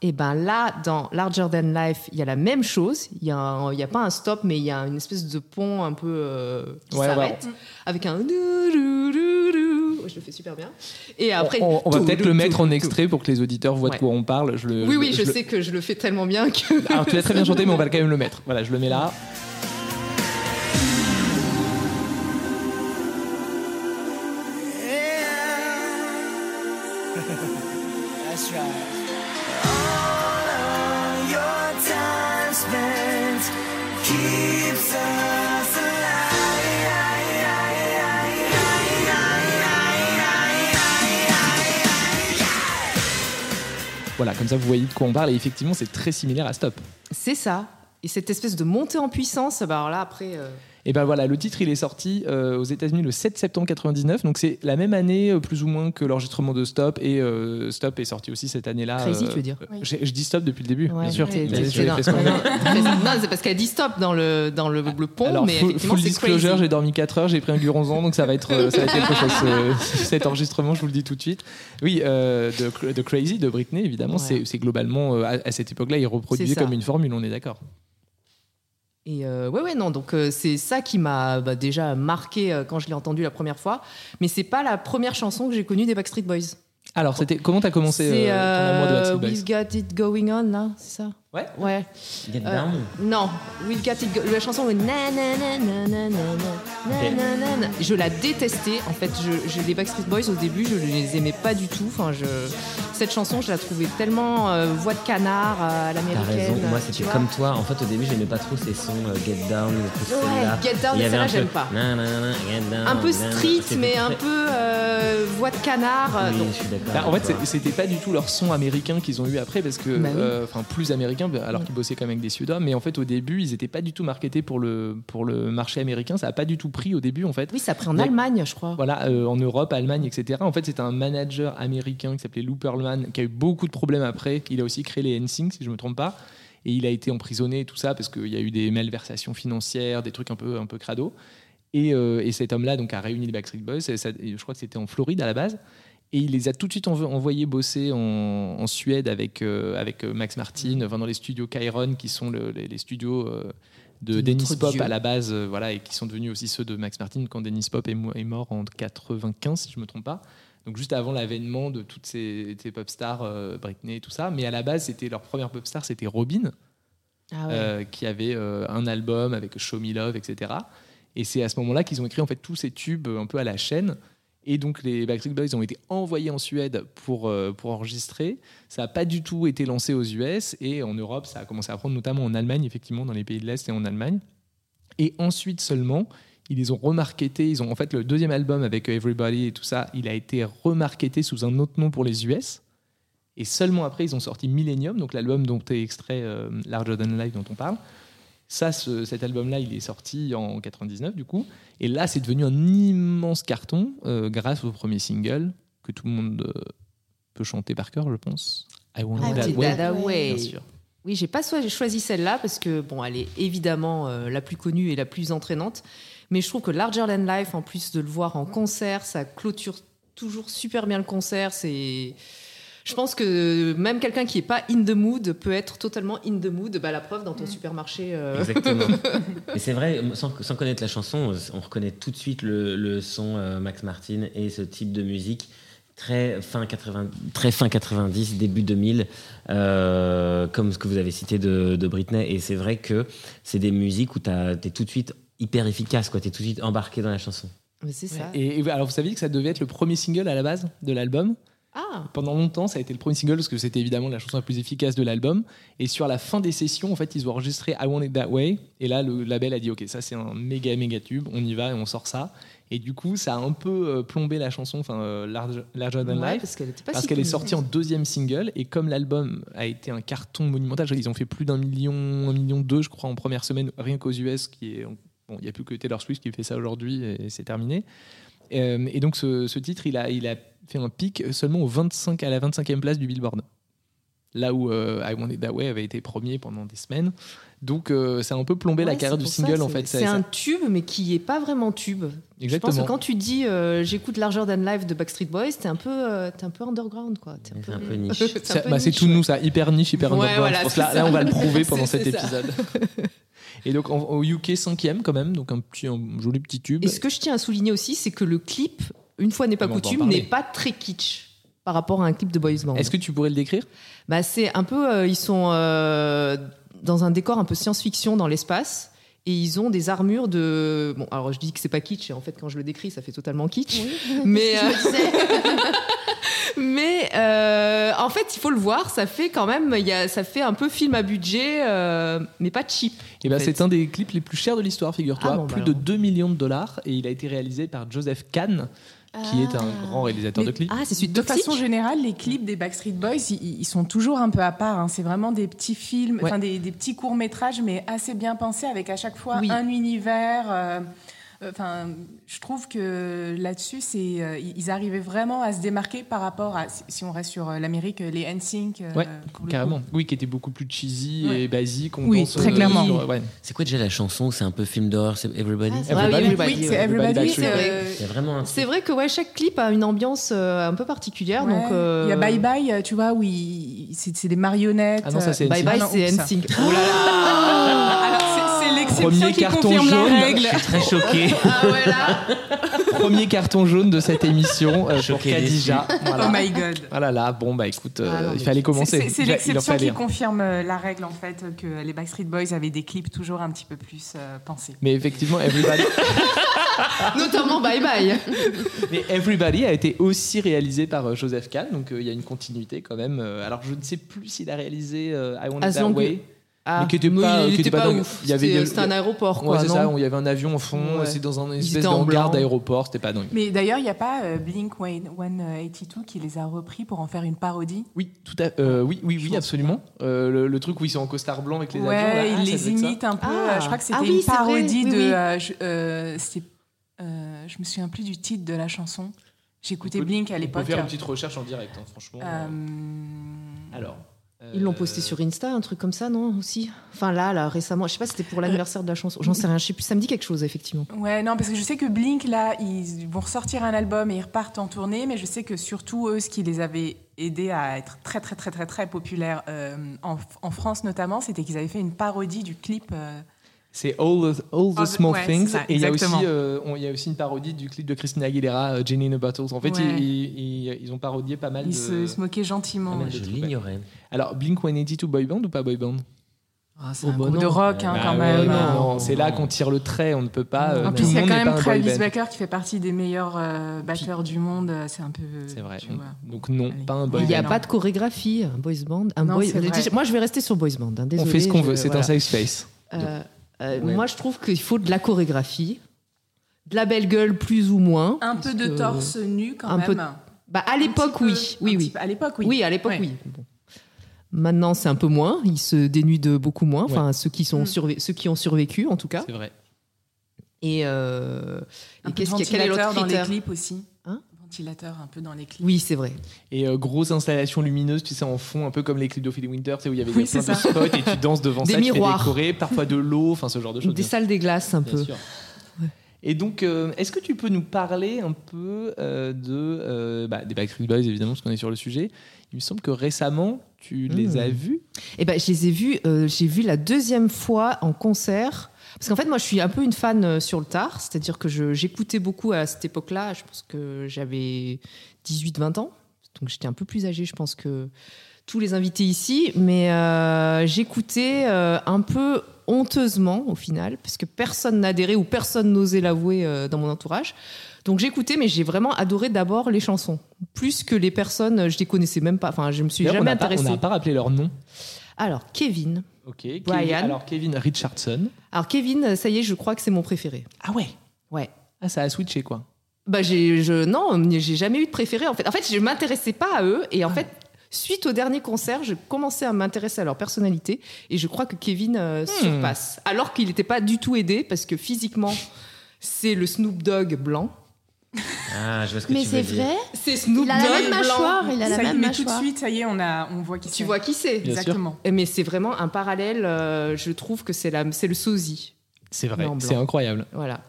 [SPEAKER 3] Et ben là, dans Larger Than Life, il y a la même chose. Il y a, un- il y a pas un stop, mais il y a une espèce de pont un peu euh, qui
[SPEAKER 1] Ouais,
[SPEAKER 3] s'arrête avec un dou- dou- dou- dou je le fais super bien. Et après,
[SPEAKER 1] on, on va
[SPEAKER 3] tout,
[SPEAKER 1] peut-être
[SPEAKER 3] tout,
[SPEAKER 1] le mettre
[SPEAKER 3] tout,
[SPEAKER 1] en
[SPEAKER 3] tout.
[SPEAKER 1] extrait pour que les auditeurs voient de
[SPEAKER 3] Ouais.
[SPEAKER 1] quoi on parle. Je le,
[SPEAKER 3] Oui, oui,
[SPEAKER 1] le-
[SPEAKER 3] je,
[SPEAKER 1] le-
[SPEAKER 3] sais que je le fais tellement bien que.
[SPEAKER 1] Alors tu l'as très bien chanté, mais on va quand même le mettre. Voilà, je le mets là.
[SPEAKER 6] That's right. All of your time spent keeps us
[SPEAKER 1] Voilà, comme ça vous voyez de quoi on parle. Et effectivement, c'est très similaire à Stop.
[SPEAKER 3] C'est ça. Et cette espèce de montée en puissance, bah alors là, après. euh,
[SPEAKER 1] Et ben voilà, le titre il est sorti euh, aux États-Unis le 7 septembre 99, donc c'est la même année euh, plus ou moins que l'enregistrement de Stop et euh, Stop est sorti aussi cette année-là.
[SPEAKER 3] Crazy, tu veux dire
[SPEAKER 1] euh, j'ai- Je dis Stop depuis le début, bien sûr.
[SPEAKER 3] t'es-
[SPEAKER 1] Bien
[SPEAKER 3] t'es-
[SPEAKER 1] sûr, j'ai
[SPEAKER 3] t'es dans-
[SPEAKER 1] fait ce qu'on veut.
[SPEAKER 3] Non, c'est parce qu'elle dit stop dans le, dans le, le pont,
[SPEAKER 1] Alors,
[SPEAKER 3] mais
[SPEAKER 1] full,
[SPEAKER 3] effectivement,
[SPEAKER 1] full
[SPEAKER 3] c'est
[SPEAKER 1] disclosure,
[SPEAKER 3] crazy.
[SPEAKER 1] j'ai dormi 4 heures, j'ai pris un guronzon, donc ça va être, euh, ça va être quelque chose. euh, cet enregistrement, je vous le dis tout de suite. Oui, euh, de, Cra- de Crazy, de Britney, évidemment,
[SPEAKER 3] Ouais.
[SPEAKER 1] c'est c'est globalement, euh, à, à cette époque-là, il reproduisait
[SPEAKER 3] C'est ça.
[SPEAKER 1] comme une formule, on est d'accord.
[SPEAKER 3] Et euh, ouais, ouais, non. Donc euh, c'est ça qui m'a bah, déjà marqué euh, quand je l'ai entendu la première fois. Mais c'est pas la première chanson que j'ai connue des Backstreet Boys.
[SPEAKER 1] Alors, c'était comment t'as commencé euh, ton amour de
[SPEAKER 3] euh,
[SPEAKER 1] Backstreet Boys
[SPEAKER 3] We've Got It Going On, là, c'est ça
[SPEAKER 1] Ouais.
[SPEAKER 3] Ouais.
[SPEAKER 2] Get
[SPEAKER 3] Euh,
[SPEAKER 2] down.
[SPEAKER 3] non, We've Got It Go- La chanson, ouais, na, na, na, na, na, na, na, na, na, na, na. Je la détestais. En fait, je, je- les Backstreet Boys, au début, je les aimais pas du tout. Enfin, je, cette chanson, je la trouvais tellement euh, voix de canard euh, à
[SPEAKER 2] T'as
[SPEAKER 3] l'américaine.
[SPEAKER 2] raison, moi
[SPEAKER 3] tu
[SPEAKER 2] c'était
[SPEAKER 3] vois.
[SPEAKER 2] comme toi. En fait, au début, j'aimais pas trop ces sons euh, Get Down, tout
[SPEAKER 3] Ouais,
[SPEAKER 2] celle-là.
[SPEAKER 3] Get Down,
[SPEAKER 2] Il y avait
[SPEAKER 3] celle-là,
[SPEAKER 2] un peu
[SPEAKER 3] j'aime pas.
[SPEAKER 2] nanana, Get Down,
[SPEAKER 3] un peu
[SPEAKER 2] nanana.
[SPEAKER 3] street,
[SPEAKER 2] C'était
[SPEAKER 3] mais
[SPEAKER 2] très-
[SPEAKER 3] un peu euh, voix de canard. euh,
[SPEAKER 2] Oui,
[SPEAKER 3] donc,
[SPEAKER 2] je suis d'accord.
[SPEAKER 1] Bah, en fait,
[SPEAKER 2] avec toi.
[SPEAKER 1] c'est- c'était pas du tout leur son américain qu'ils ont eu après, parce que,
[SPEAKER 3] Bah oui.
[SPEAKER 1] euh, enfin, plus américain, alors qu'ils bossaient quand même avec des Suédois, mais en fait, au début, ils étaient pas du tout marketés pour le, pour le marché américain, ça a pas du tout pris au début, en fait.
[SPEAKER 3] Oui, ça pris en
[SPEAKER 1] Ouais.
[SPEAKER 3] Allemagne, je crois.
[SPEAKER 1] Voilà, euh, en Europe, Allemagne, etc. En fait, c'était un manager américain qui s'appelait Lou Pearlman, qui a eu beaucoup de problèmes après. Il a aussi créé les NSYNC, si je me trompe pas. Et il a été emprisonné, tout ça, parce qu'il y a eu des malversations financières, des trucs un peu, un peu crado. Et, euh, et cet homme-là donc a réuni les Backstreet Boys. Et ça- et je crois que c'était en Floride à la base. Et il les a tout de suite env- envoyés bosser en, en Suède avec, euh, avec euh, Max Martin, enfin, dans les studios Chiron, qui sont le- les, les studios euh, de
[SPEAKER 3] De
[SPEAKER 1] Dennis
[SPEAKER 3] notre
[SPEAKER 1] Pop
[SPEAKER 3] Dieu.
[SPEAKER 1] à la base, euh, voilà, et qui sont devenus aussi ceux de Max Martin quand Dennis Pop est, mo- est mort en 95, si je ne me trompe pas. Donc juste avant l'avènement de toutes ces, ces pop stars, euh, Britney et tout ça. Mais à la base, c'était leur première pop star, c'était Robin.
[SPEAKER 3] Ah ouais.
[SPEAKER 1] Euh, qui avait euh, un album avec Show Me Love, etc. Et c'est à ce moment-là qu'ils ont écrit en fait tous ces tubes euh, un peu à la chaîne. Et donc les Backstreet Boys ont été envoyés en Suède pour, euh, pour enregistrer. Ça n'a pas du tout été lancé aux US et en Europe, ça a commencé à prendre notamment en Allemagne, effectivement, dans les pays de l'Est et en Allemagne. Et ensuite seulement, ils les ont remarketés. Ils ont en fait le deuxième album avec Everybody et tout ça. Il a été remarketé sous un autre nom pour les US. Et seulement après, ils ont sorti Millennium, donc l'album dont est extrait euh, Larger Than Life dont on parle. Ça, ce- cet album-là, il est sorti en 99 du coup. Et là, c'est devenu un immense carton euh, grâce au premier single que tout le monde euh, peut chanter par cœur, je pense. I Want
[SPEAKER 3] I
[SPEAKER 1] It That
[SPEAKER 3] Want It
[SPEAKER 1] Way.
[SPEAKER 3] That Way.
[SPEAKER 1] Bien sûr.
[SPEAKER 3] Oui, j'ai pas soi- choisi celle-là parce que bon, elle est évidemment euh, la plus connue et la plus entraînante. Mais je trouve que Larger Than Life, en plus de le voir en concert, ça clôture toujours super bien le concert. C'est, je pense que même quelqu'un qui est pas in the mood peut être totalement in the mood. Bah, la preuve dans ton supermarché. euh,
[SPEAKER 2] Exactement. Mais c'est vrai, sans, sans connaître la chanson, on reconnaît tout de suite le, le son euh, Max Martin et ce type de musique très fin 80, très fin 90, début 2000, euh, comme ce que vous avez cité de, de Britney. Et c'est vrai que c'est des musiques où t'as- t'es tout de suite hyper efficace, quoi. T'es tout de suite embarqué dans la chanson.
[SPEAKER 3] Mais c'est ça.
[SPEAKER 1] Et, et alors, vous saviez que ça devait être le premier single à la base de l'album
[SPEAKER 3] Ah,
[SPEAKER 1] Pendant longtemps, ça a été le premier single parce que c'était évidemment la chanson la plus efficace de l'album. Et sur la fin des sessions, en fait, ils ont enregistré I Want It That Way. Et là, le label a dit Ok, ça c'est un méga méga tube, on y va et on sort ça. Et du coup, ça a un peu euh, plombé la chanson, enfin, euh, Larger, Larger Than
[SPEAKER 3] ouais,
[SPEAKER 1] Life.
[SPEAKER 3] parce qu'elle était pas
[SPEAKER 1] Parce
[SPEAKER 3] si
[SPEAKER 1] qu'elle est
[SPEAKER 3] connue.
[SPEAKER 1] sortie en deuxième single et comme l'album a été un carton monumental, je- ils ont fait plus d'un million, un million deux, je crois, en première semaine, rien qu'aux US, qui est bon, il n'y a plus que Taylor Swift qui fait ça aujourd'hui et c'est terminé. Euh, et donc ce, ce titre, il a, il a fait un pic seulement au 25 à la 25e place du Billboard. Là où euh, I Want It That Way avait été premier pendant des semaines. Donc euh, ça a un peu plombé la
[SPEAKER 3] Ouais,
[SPEAKER 1] carrière
[SPEAKER 3] c'est
[SPEAKER 1] du
[SPEAKER 3] pour
[SPEAKER 1] single
[SPEAKER 3] ça,
[SPEAKER 1] en
[SPEAKER 3] c'est-
[SPEAKER 1] fait. Ça-
[SPEAKER 3] C'est
[SPEAKER 1] ça-
[SPEAKER 3] un tube, mais qui est pas vraiment tube.
[SPEAKER 1] Exactement.
[SPEAKER 3] Je pense que quand tu dis euh, j'écoute Larger Than Life de Backstreet Boys, t'es un peu, euh, t'es un peu underground quoi. T'es
[SPEAKER 2] C'est un peu
[SPEAKER 5] Mm.
[SPEAKER 3] peu-
[SPEAKER 2] niche.
[SPEAKER 3] C'est un
[SPEAKER 1] Ça-
[SPEAKER 3] peu
[SPEAKER 1] bah, c'est
[SPEAKER 3] niche,
[SPEAKER 1] tout
[SPEAKER 3] ouais.
[SPEAKER 1] nous, ça, hyper niche, hyper
[SPEAKER 3] Ouais,
[SPEAKER 1] underground.
[SPEAKER 3] voilà,
[SPEAKER 1] Je pense
[SPEAKER 3] c'est
[SPEAKER 1] là,
[SPEAKER 3] ça.
[SPEAKER 1] là, on va le prouver pendant
[SPEAKER 3] C'est-
[SPEAKER 1] cet
[SPEAKER 3] c'est ça.
[SPEAKER 1] épisode. Et donc, en- au UK, cinquième quand même, donc un, petit, un joli petit tube.
[SPEAKER 3] Et ce que je tiens à souligner aussi, c'est que le clip une fois n'est pas
[SPEAKER 1] Mais on va en
[SPEAKER 3] coutume,
[SPEAKER 1] parler.
[SPEAKER 3] n'est pas très kitsch par rapport à un clip de boys band.
[SPEAKER 1] Est-ce que tu pourrais le décrire
[SPEAKER 3] Bah, c'est un peu, euh, ils sont euh, dans un décor un peu science-fiction dans l'espace. Et ils ont des armures de. Bon, alors je dis que c'est pas kitsch, et en fait, quand je le décris, ça fait totalement kitsch. Mais, euh,
[SPEAKER 5] Je me disais,
[SPEAKER 3] Mais euh, en fait, il faut le voir, ça fait quand même. il Y a, ça fait un peu film à budget, euh, mais pas cheap.
[SPEAKER 1] Eh ben,
[SPEAKER 3] En fait.
[SPEAKER 1] c'est un des clips les plus chers de l'histoire, figure-toi.
[SPEAKER 3] Ah bon, bah
[SPEAKER 1] plus de
[SPEAKER 3] alors.
[SPEAKER 1] 2 millions de dollars. Et il a été réalisé par Joseph Kahn, qui est un
[SPEAKER 5] Ah.
[SPEAKER 1] grand réalisateur de
[SPEAKER 4] Mais-
[SPEAKER 1] clips.
[SPEAKER 3] Ah, c'est celui
[SPEAKER 4] De façon générale, les clips des Backstreet Boys, ils, ils sont toujours un peu à part. hein. C'est vraiment des petits films,
[SPEAKER 1] Ouais.
[SPEAKER 4] enfin des, des petits courts métrages, mais assez bien pensés, avec à chaque fois
[SPEAKER 3] Oui.
[SPEAKER 4] un univers. euh, euh, Enfin, je trouve que là-dessus, c'est euh, ils ils arrivaient vraiment à se démarquer par rapport à, si- si on reste sur euh, l'Amérique, les NSYNC. euh,
[SPEAKER 1] Ouais,
[SPEAKER 4] pour le
[SPEAKER 1] Carrément. Oui, qui était beaucoup plus cheesy
[SPEAKER 4] Ouais.
[SPEAKER 1] et basique. On
[SPEAKER 4] Oui,
[SPEAKER 1] pense,
[SPEAKER 4] très clairement.
[SPEAKER 1] sur- ouais.
[SPEAKER 2] C'est quoi déjà la chanson C'est un peu film d'horreur, c'est Everybody
[SPEAKER 5] Ah, c'est
[SPEAKER 4] coup.
[SPEAKER 1] Everybody.
[SPEAKER 3] Ah oui,
[SPEAKER 4] Oui,
[SPEAKER 3] Everybody,
[SPEAKER 4] c'est
[SPEAKER 3] ouais.
[SPEAKER 4] Everybody.
[SPEAKER 1] Everybody,
[SPEAKER 4] euh,
[SPEAKER 2] Il y a vraiment un
[SPEAKER 3] C'est vrai que ouais, chaque clip a une ambiance euh, un peu particulière.
[SPEAKER 4] ouais.
[SPEAKER 3] Donc, euh,
[SPEAKER 4] Il y a Bye Bye, euh, tu vois, où il- c'est c'est des marionnettes.
[SPEAKER 1] Ah non, ça,
[SPEAKER 4] euh,
[SPEAKER 1] c'est
[SPEAKER 3] Bye
[SPEAKER 1] NSYNC.
[SPEAKER 3] Bye,
[SPEAKER 4] Ah non,
[SPEAKER 3] c'est
[SPEAKER 4] oups.
[SPEAKER 3] NSYNC. Oh là là
[SPEAKER 4] Alors, c'est- c'est l'exception
[SPEAKER 1] Premier
[SPEAKER 4] qui
[SPEAKER 1] carton
[SPEAKER 4] confirme
[SPEAKER 1] jaune.
[SPEAKER 4] la règle.
[SPEAKER 2] Je suis
[SPEAKER 5] Oh.
[SPEAKER 2] très choqué.
[SPEAKER 3] Ah ouais, là
[SPEAKER 1] Premier carton jaune de cette émission euh, pour
[SPEAKER 2] Choqué,
[SPEAKER 1] Khadija.
[SPEAKER 4] Oh
[SPEAKER 1] Voilà.
[SPEAKER 4] my god.
[SPEAKER 1] Ah là là, bon bah écoute, euh,
[SPEAKER 3] Ah non, mais
[SPEAKER 1] il fallait commencer.
[SPEAKER 4] C'est- C'est c'est
[SPEAKER 1] Il a- il leur
[SPEAKER 4] l'exception
[SPEAKER 1] fallait
[SPEAKER 4] qui
[SPEAKER 1] un.
[SPEAKER 4] confirme euh, la règle, en fait, euh, que les Backstreet Boys avaient des clips toujours un petit peu plus euh, pensés.
[SPEAKER 1] Mais effectivement, Everybody,
[SPEAKER 3] Notamment Bye Bye.
[SPEAKER 1] mais Everybody a été aussi réalisé par euh, Joseph Kahn, donc euh, il y a une continuité quand même. Euh, alors je ne sais plus s'il a réalisé euh, I Want It
[SPEAKER 3] As
[SPEAKER 1] That
[SPEAKER 3] long
[SPEAKER 1] Way.
[SPEAKER 3] Ah,
[SPEAKER 1] Mais qui était
[SPEAKER 3] mais
[SPEAKER 1] pas-
[SPEAKER 3] il
[SPEAKER 1] qui était
[SPEAKER 3] était
[SPEAKER 1] pas
[SPEAKER 3] pas
[SPEAKER 1] dingue.
[SPEAKER 3] ouf.
[SPEAKER 1] Il y avait
[SPEAKER 3] C'était
[SPEAKER 1] des-
[SPEAKER 3] c'était un aéroport,
[SPEAKER 1] Ouais,
[SPEAKER 3] quoi.
[SPEAKER 1] c'est
[SPEAKER 3] non
[SPEAKER 1] ça, où il y avait un avion au fond,
[SPEAKER 3] Ouais.
[SPEAKER 1] c'est dans un
[SPEAKER 3] Ils
[SPEAKER 1] espèce
[SPEAKER 3] étaient en
[SPEAKER 1] d'hangar
[SPEAKER 3] blanc.
[SPEAKER 1] d'aéroport, c'était pas dingue.
[SPEAKER 4] Mais d'ailleurs, il n'y a pas euh, Blink Wayne 182 qui les a repris pour en faire une parodie.
[SPEAKER 1] Oui, tout à, euh, oui, oui, oui, absolument. Euh, le, le truc où ils sont en costard blanc avec les avions. là,
[SPEAKER 4] Ouais,
[SPEAKER 1] ah, ça
[SPEAKER 4] ils
[SPEAKER 1] devait
[SPEAKER 4] les
[SPEAKER 1] être ça.
[SPEAKER 4] imitent un peu.
[SPEAKER 3] Ah.
[SPEAKER 4] euh, Je crois que c'était
[SPEAKER 5] Ah oui,
[SPEAKER 4] une
[SPEAKER 5] c'est vrai,
[SPEAKER 4] parodie
[SPEAKER 5] oui,
[SPEAKER 4] de.
[SPEAKER 5] oui.
[SPEAKER 4] euh, je, euh, c'était- euh, je me souviens plus du titre de la chanson.
[SPEAKER 1] On
[SPEAKER 4] J'écoutais
[SPEAKER 1] peut-
[SPEAKER 4] Blink à
[SPEAKER 1] On
[SPEAKER 4] l'époque.
[SPEAKER 1] peut faire une petite recherche en direct, hein, franchement.
[SPEAKER 4] Euh,
[SPEAKER 1] Alors. euh,
[SPEAKER 3] Ils l'ont posté sur Insta, un truc comme ça, non Aussi Enfin là, là, récemment, je sais pas si c'était pour l'anniversaire de la chanson, j'en sais rien, je sais plus, ça me dit quelque chose, effectivement.
[SPEAKER 4] Ouais, non, parce que je sais que Blink, là, ils vont ressortir un album et ils repartent en tournée, mais je sais que surtout, eux, ce qui les avait aidés à être très, très, très, très, très populaires euh, en, en France notamment, c'était qu'ils avaient fait une parodie du clip. euh,
[SPEAKER 1] C'est All the, All the
[SPEAKER 4] All the-
[SPEAKER 1] Small
[SPEAKER 4] ouais,
[SPEAKER 1] Things.
[SPEAKER 4] c'est ça,
[SPEAKER 1] et il y, a aussi,
[SPEAKER 4] exactement.
[SPEAKER 1] euh, on- il y a aussi une parodie du clip de Christina Aguilera, euh, Jenny in a Bottle. En fait,
[SPEAKER 4] Ouais.
[SPEAKER 1] ils, ils- ils ont parodié pas mal
[SPEAKER 4] ils
[SPEAKER 1] de.
[SPEAKER 4] se, se moquaient gentiment.
[SPEAKER 1] Ah, mais
[SPEAKER 2] Je
[SPEAKER 1] Ouais.
[SPEAKER 2] l'ignorais.
[SPEAKER 1] Alors, Blink 182 Boy Band ou pas Boy Band
[SPEAKER 3] Ah,
[SPEAKER 4] C'est un groupe de rock, hein,
[SPEAKER 2] Bah
[SPEAKER 4] quand
[SPEAKER 1] ouais,
[SPEAKER 4] même.
[SPEAKER 1] non,
[SPEAKER 4] hein.
[SPEAKER 1] non, C'est là qu'on tire le trait, on ne peut pas. euh,
[SPEAKER 4] en
[SPEAKER 1] tout
[SPEAKER 4] plus,
[SPEAKER 1] le
[SPEAKER 4] il y a
[SPEAKER 1] monde
[SPEAKER 4] quand
[SPEAKER 1] n'est pas
[SPEAKER 4] même
[SPEAKER 1] un boy
[SPEAKER 4] Travis
[SPEAKER 1] band.
[SPEAKER 4] Baker qui fait partie des meilleurs euh, batteurs du monde. euh, C'est un peu. euh,
[SPEAKER 1] C'est vrai.
[SPEAKER 4] tu vois.
[SPEAKER 1] Donc, non,
[SPEAKER 4] Allez.
[SPEAKER 1] pas un boy
[SPEAKER 3] Il n'y a
[SPEAKER 1] band.
[SPEAKER 3] pas de chorégraphie, un boys band. Un
[SPEAKER 4] Non,
[SPEAKER 3] boy-
[SPEAKER 4] c'est vrai.
[SPEAKER 3] Moi, je vais rester sur boys band. hein,
[SPEAKER 1] On
[SPEAKER 3] désolée,
[SPEAKER 1] fait ce qu'on
[SPEAKER 3] je-
[SPEAKER 1] veut, c'est
[SPEAKER 3] voilà.
[SPEAKER 1] un safe space.
[SPEAKER 3] Euh, euh,
[SPEAKER 2] Ouais.
[SPEAKER 3] Moi, je trouve qu'il faut de la chorégraphie, de la belle gueule plus ou moins.
[SPEAKER 4] Un peu
[SPEAKER 3] parce
[SPEAKER 4] de
[SPEAKER 3] que-
[SPEAKER 4] torse nu, quand
[SPEAKER 3] un
[SPEAKER 4] même.
[SPEAKER 3] peu-
[SPEAKER 4] Un
[SPEAKER 3] Bah, à
[SPEAKER 4] petit
[SPEAKER 3] l'époque,
[SPEAKER 4] peu,
[SPEAKER 3] oui.
[SPEAKER 4] un
[SPEAKER 3] Oui,
[SPEAKER 4] petit
[SPEAKER 3] oui.
[SPEAKER 4] peu. À l'époque, oui.
[SPEAKER 3] Oui, à l'époque,
[SPEAKER 4] Ouais.
[SPEAKER 3] oui. Bon. Maintenant, c'est un peu moins. Ils se dénudent beaucoup moins. Enfin, ceux, qui sont
[SPEAKER 4] Mm.
[SPEAKER 3] survé- ceux qui ont survécu, en tout cas.
[SPEAKER 1] C'est vrai.
[SPEAKER 3] Et, euh,
[SPEAKER 4] Un
[SPEAKER 3] et
[SPEAKER 4] peu de
[SPEAKER 3] qu'est-ce qu'il y a Quel est l'autre
[SPEAKER 4] ventilateur dans les
[SPEAKER 3] critère
[SPEAKER 4] clips aussi.
[SPEAKER 3] Hein
[SPEAKER 4] Ventilateur un peu dans les clips.
[SPEAKER 3] Oui, c'est vrai.
[SPEAKER 1] Et euh, grosse installation lumineuse, tu sais, en fond, un peu comme les clips d'Ophélie Winter, tu sais, où il y avait
[SPEAKER 4] Oui,
[SPEAKER 1] des plein
[SPEAKER 4] c'est
[SPEAKER 1] de
[SPEAKER 4] ça.
[SPEAKER 1] spots et tu danses devant
[SPEAKER 3] Des
[SPEAKER 1] ça, tu fais
[SPEAKER 3] miroirs.
[SPEAKER 1] décorer, parfois de l'eau, enfin ce genre de choses.
[SPEAKER 3] Des
[SPEAKER 1] bien
[SPEAKER 3] salles des glaces, un
[SPEAKER 1] Bien
[SPEAKER 3] peu.
[SPEAKER 1] sûr. Et donc, euh, est-ce que tu peux nous parler un peu euh, de, euh, bah, des Backstreet Boys, évidemment, parce qu'on est sur le sujet Il me semble que récemment, tu
[SPEAKER 3] Mmh.
[SPEAKER 1] les as vus.
[SPEAKER 3] Eh ben, je les ai vus. euh, j'ai vu la deuxième fois en concert. Parce qu'en fait, moi, je suis un peu une fan euh, sur le tard. C'est-à-dire que je- j'écoutais beaucoup à cette époque-là. Je pense que j'avais 18-20 ans. Donc, j'étais un peu plus âgée, je pense, que tous les invités ici. Mais euh, j'écoutais euh, un peu honteusement, au final, parce que personne n'adhérait ou personne n'osait l'avouer euh, dans mon entourage. Donc, j'écoutais, mais j'ai vraiment adoré d'abord les chansons. Plus que les personnes, euh, je les connaissais même pas. Enfin, je me suis
[SPEAKER 1] D'ailleurs, on
[SPEAKER 3] jamais
[SPEAKER 1] n'a pas, on
[SPEAKER 3] intéressée.
[SPEAKER 1] n'a pas rappelé leur nom.
[SPEAKER 3] Alors, Kevin.
[SPEAKER 1] Ok. Kevin-
[SPEAKER 3] Brian.
[SPEAKER 1] alors, Kevin Richardson.
[SPEAKER 3] Alors Kevin, ça y est, je crois que c'est mon préféré.
[SPEAKER 1] Ah ouais
[SPEAKER 3] Ouais.
[SPEAKER 1] Ah, ça a switché, quoi.
[SPEAKER 3] Bah j'ai, je, non, j'ai jamais eu de préféré en fait. En fait, je m'intéressais pas à eux et en fait, suite au dernier concert, je commençais à m'intéresser à leur personnalité et je crois que Kevin euh, surpasse. Alors qu'il n'était pas du tout aidé parce que physiquement, c'est le Snoop Dogg blanc.
[SPEAKER 2] Ah, je vois ce que
[SPEAKER 5] Mais
[SPEAKER 2] tu veux
[SPEAKER 5] c'est
[SPEAKER 2] dire.
[SPEAKER 5] vrai,
[SPEAKER 3] C'est Snoop
[SPEAKER 5] il a la
[SPEAKER 3] Dogg
[SPEAKER 5] même
[SPEAKER 3] blanc.
[SPEAKER 5] mâchoire, il a la
[SPEAKER 4] ça, y est,
[SPEAKER 5] même
[SPEAKER 4] mais tout de
[SPEAKER 5] mâchoire.
[SPEAKER 4] suite, ça y est, on, a, on voit qui
[SPEAKER 3] Tu
[SPEAKER 4] c'est.
[SPEAKER 3] vois qui c'est Eh,
[SPEAKER 1] Bien sûr.
[SPEAKER 4] Exactement.
[SPEAKER 3] Mais c'est vraiment un parallèle. euh, je trouve que c'est la, c'est le sosie.
[SPEAKER 1] C'est vrai,
[SPEAKER 3] Non, blanc.
[SPEAKER 1] c'est incroyable.
[SPEAKER 3] Voilà.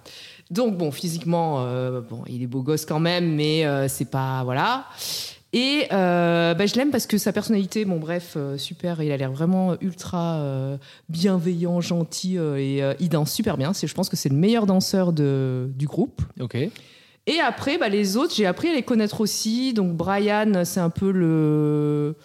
[SPEAKER 3] Donc bon, physiquement, euh, bon, il est beau gosse quand même, mais euh, c'est pas voilà. Et euh, bah, je l'aime parce que sa personnalité, bon bref, euh, super. Il a l'air vraiment ultra euh, bienveillant, gentil euh, et euh, il danse super bien. C'est, je pense que c'est le meilleur danseur de, du groupe.
[SPEAKER 1] Ok.
[SPEAKER 3] Et après, bah, les autres, j'ai appris à les connaître aussi. Donc Brian, c'est un peu le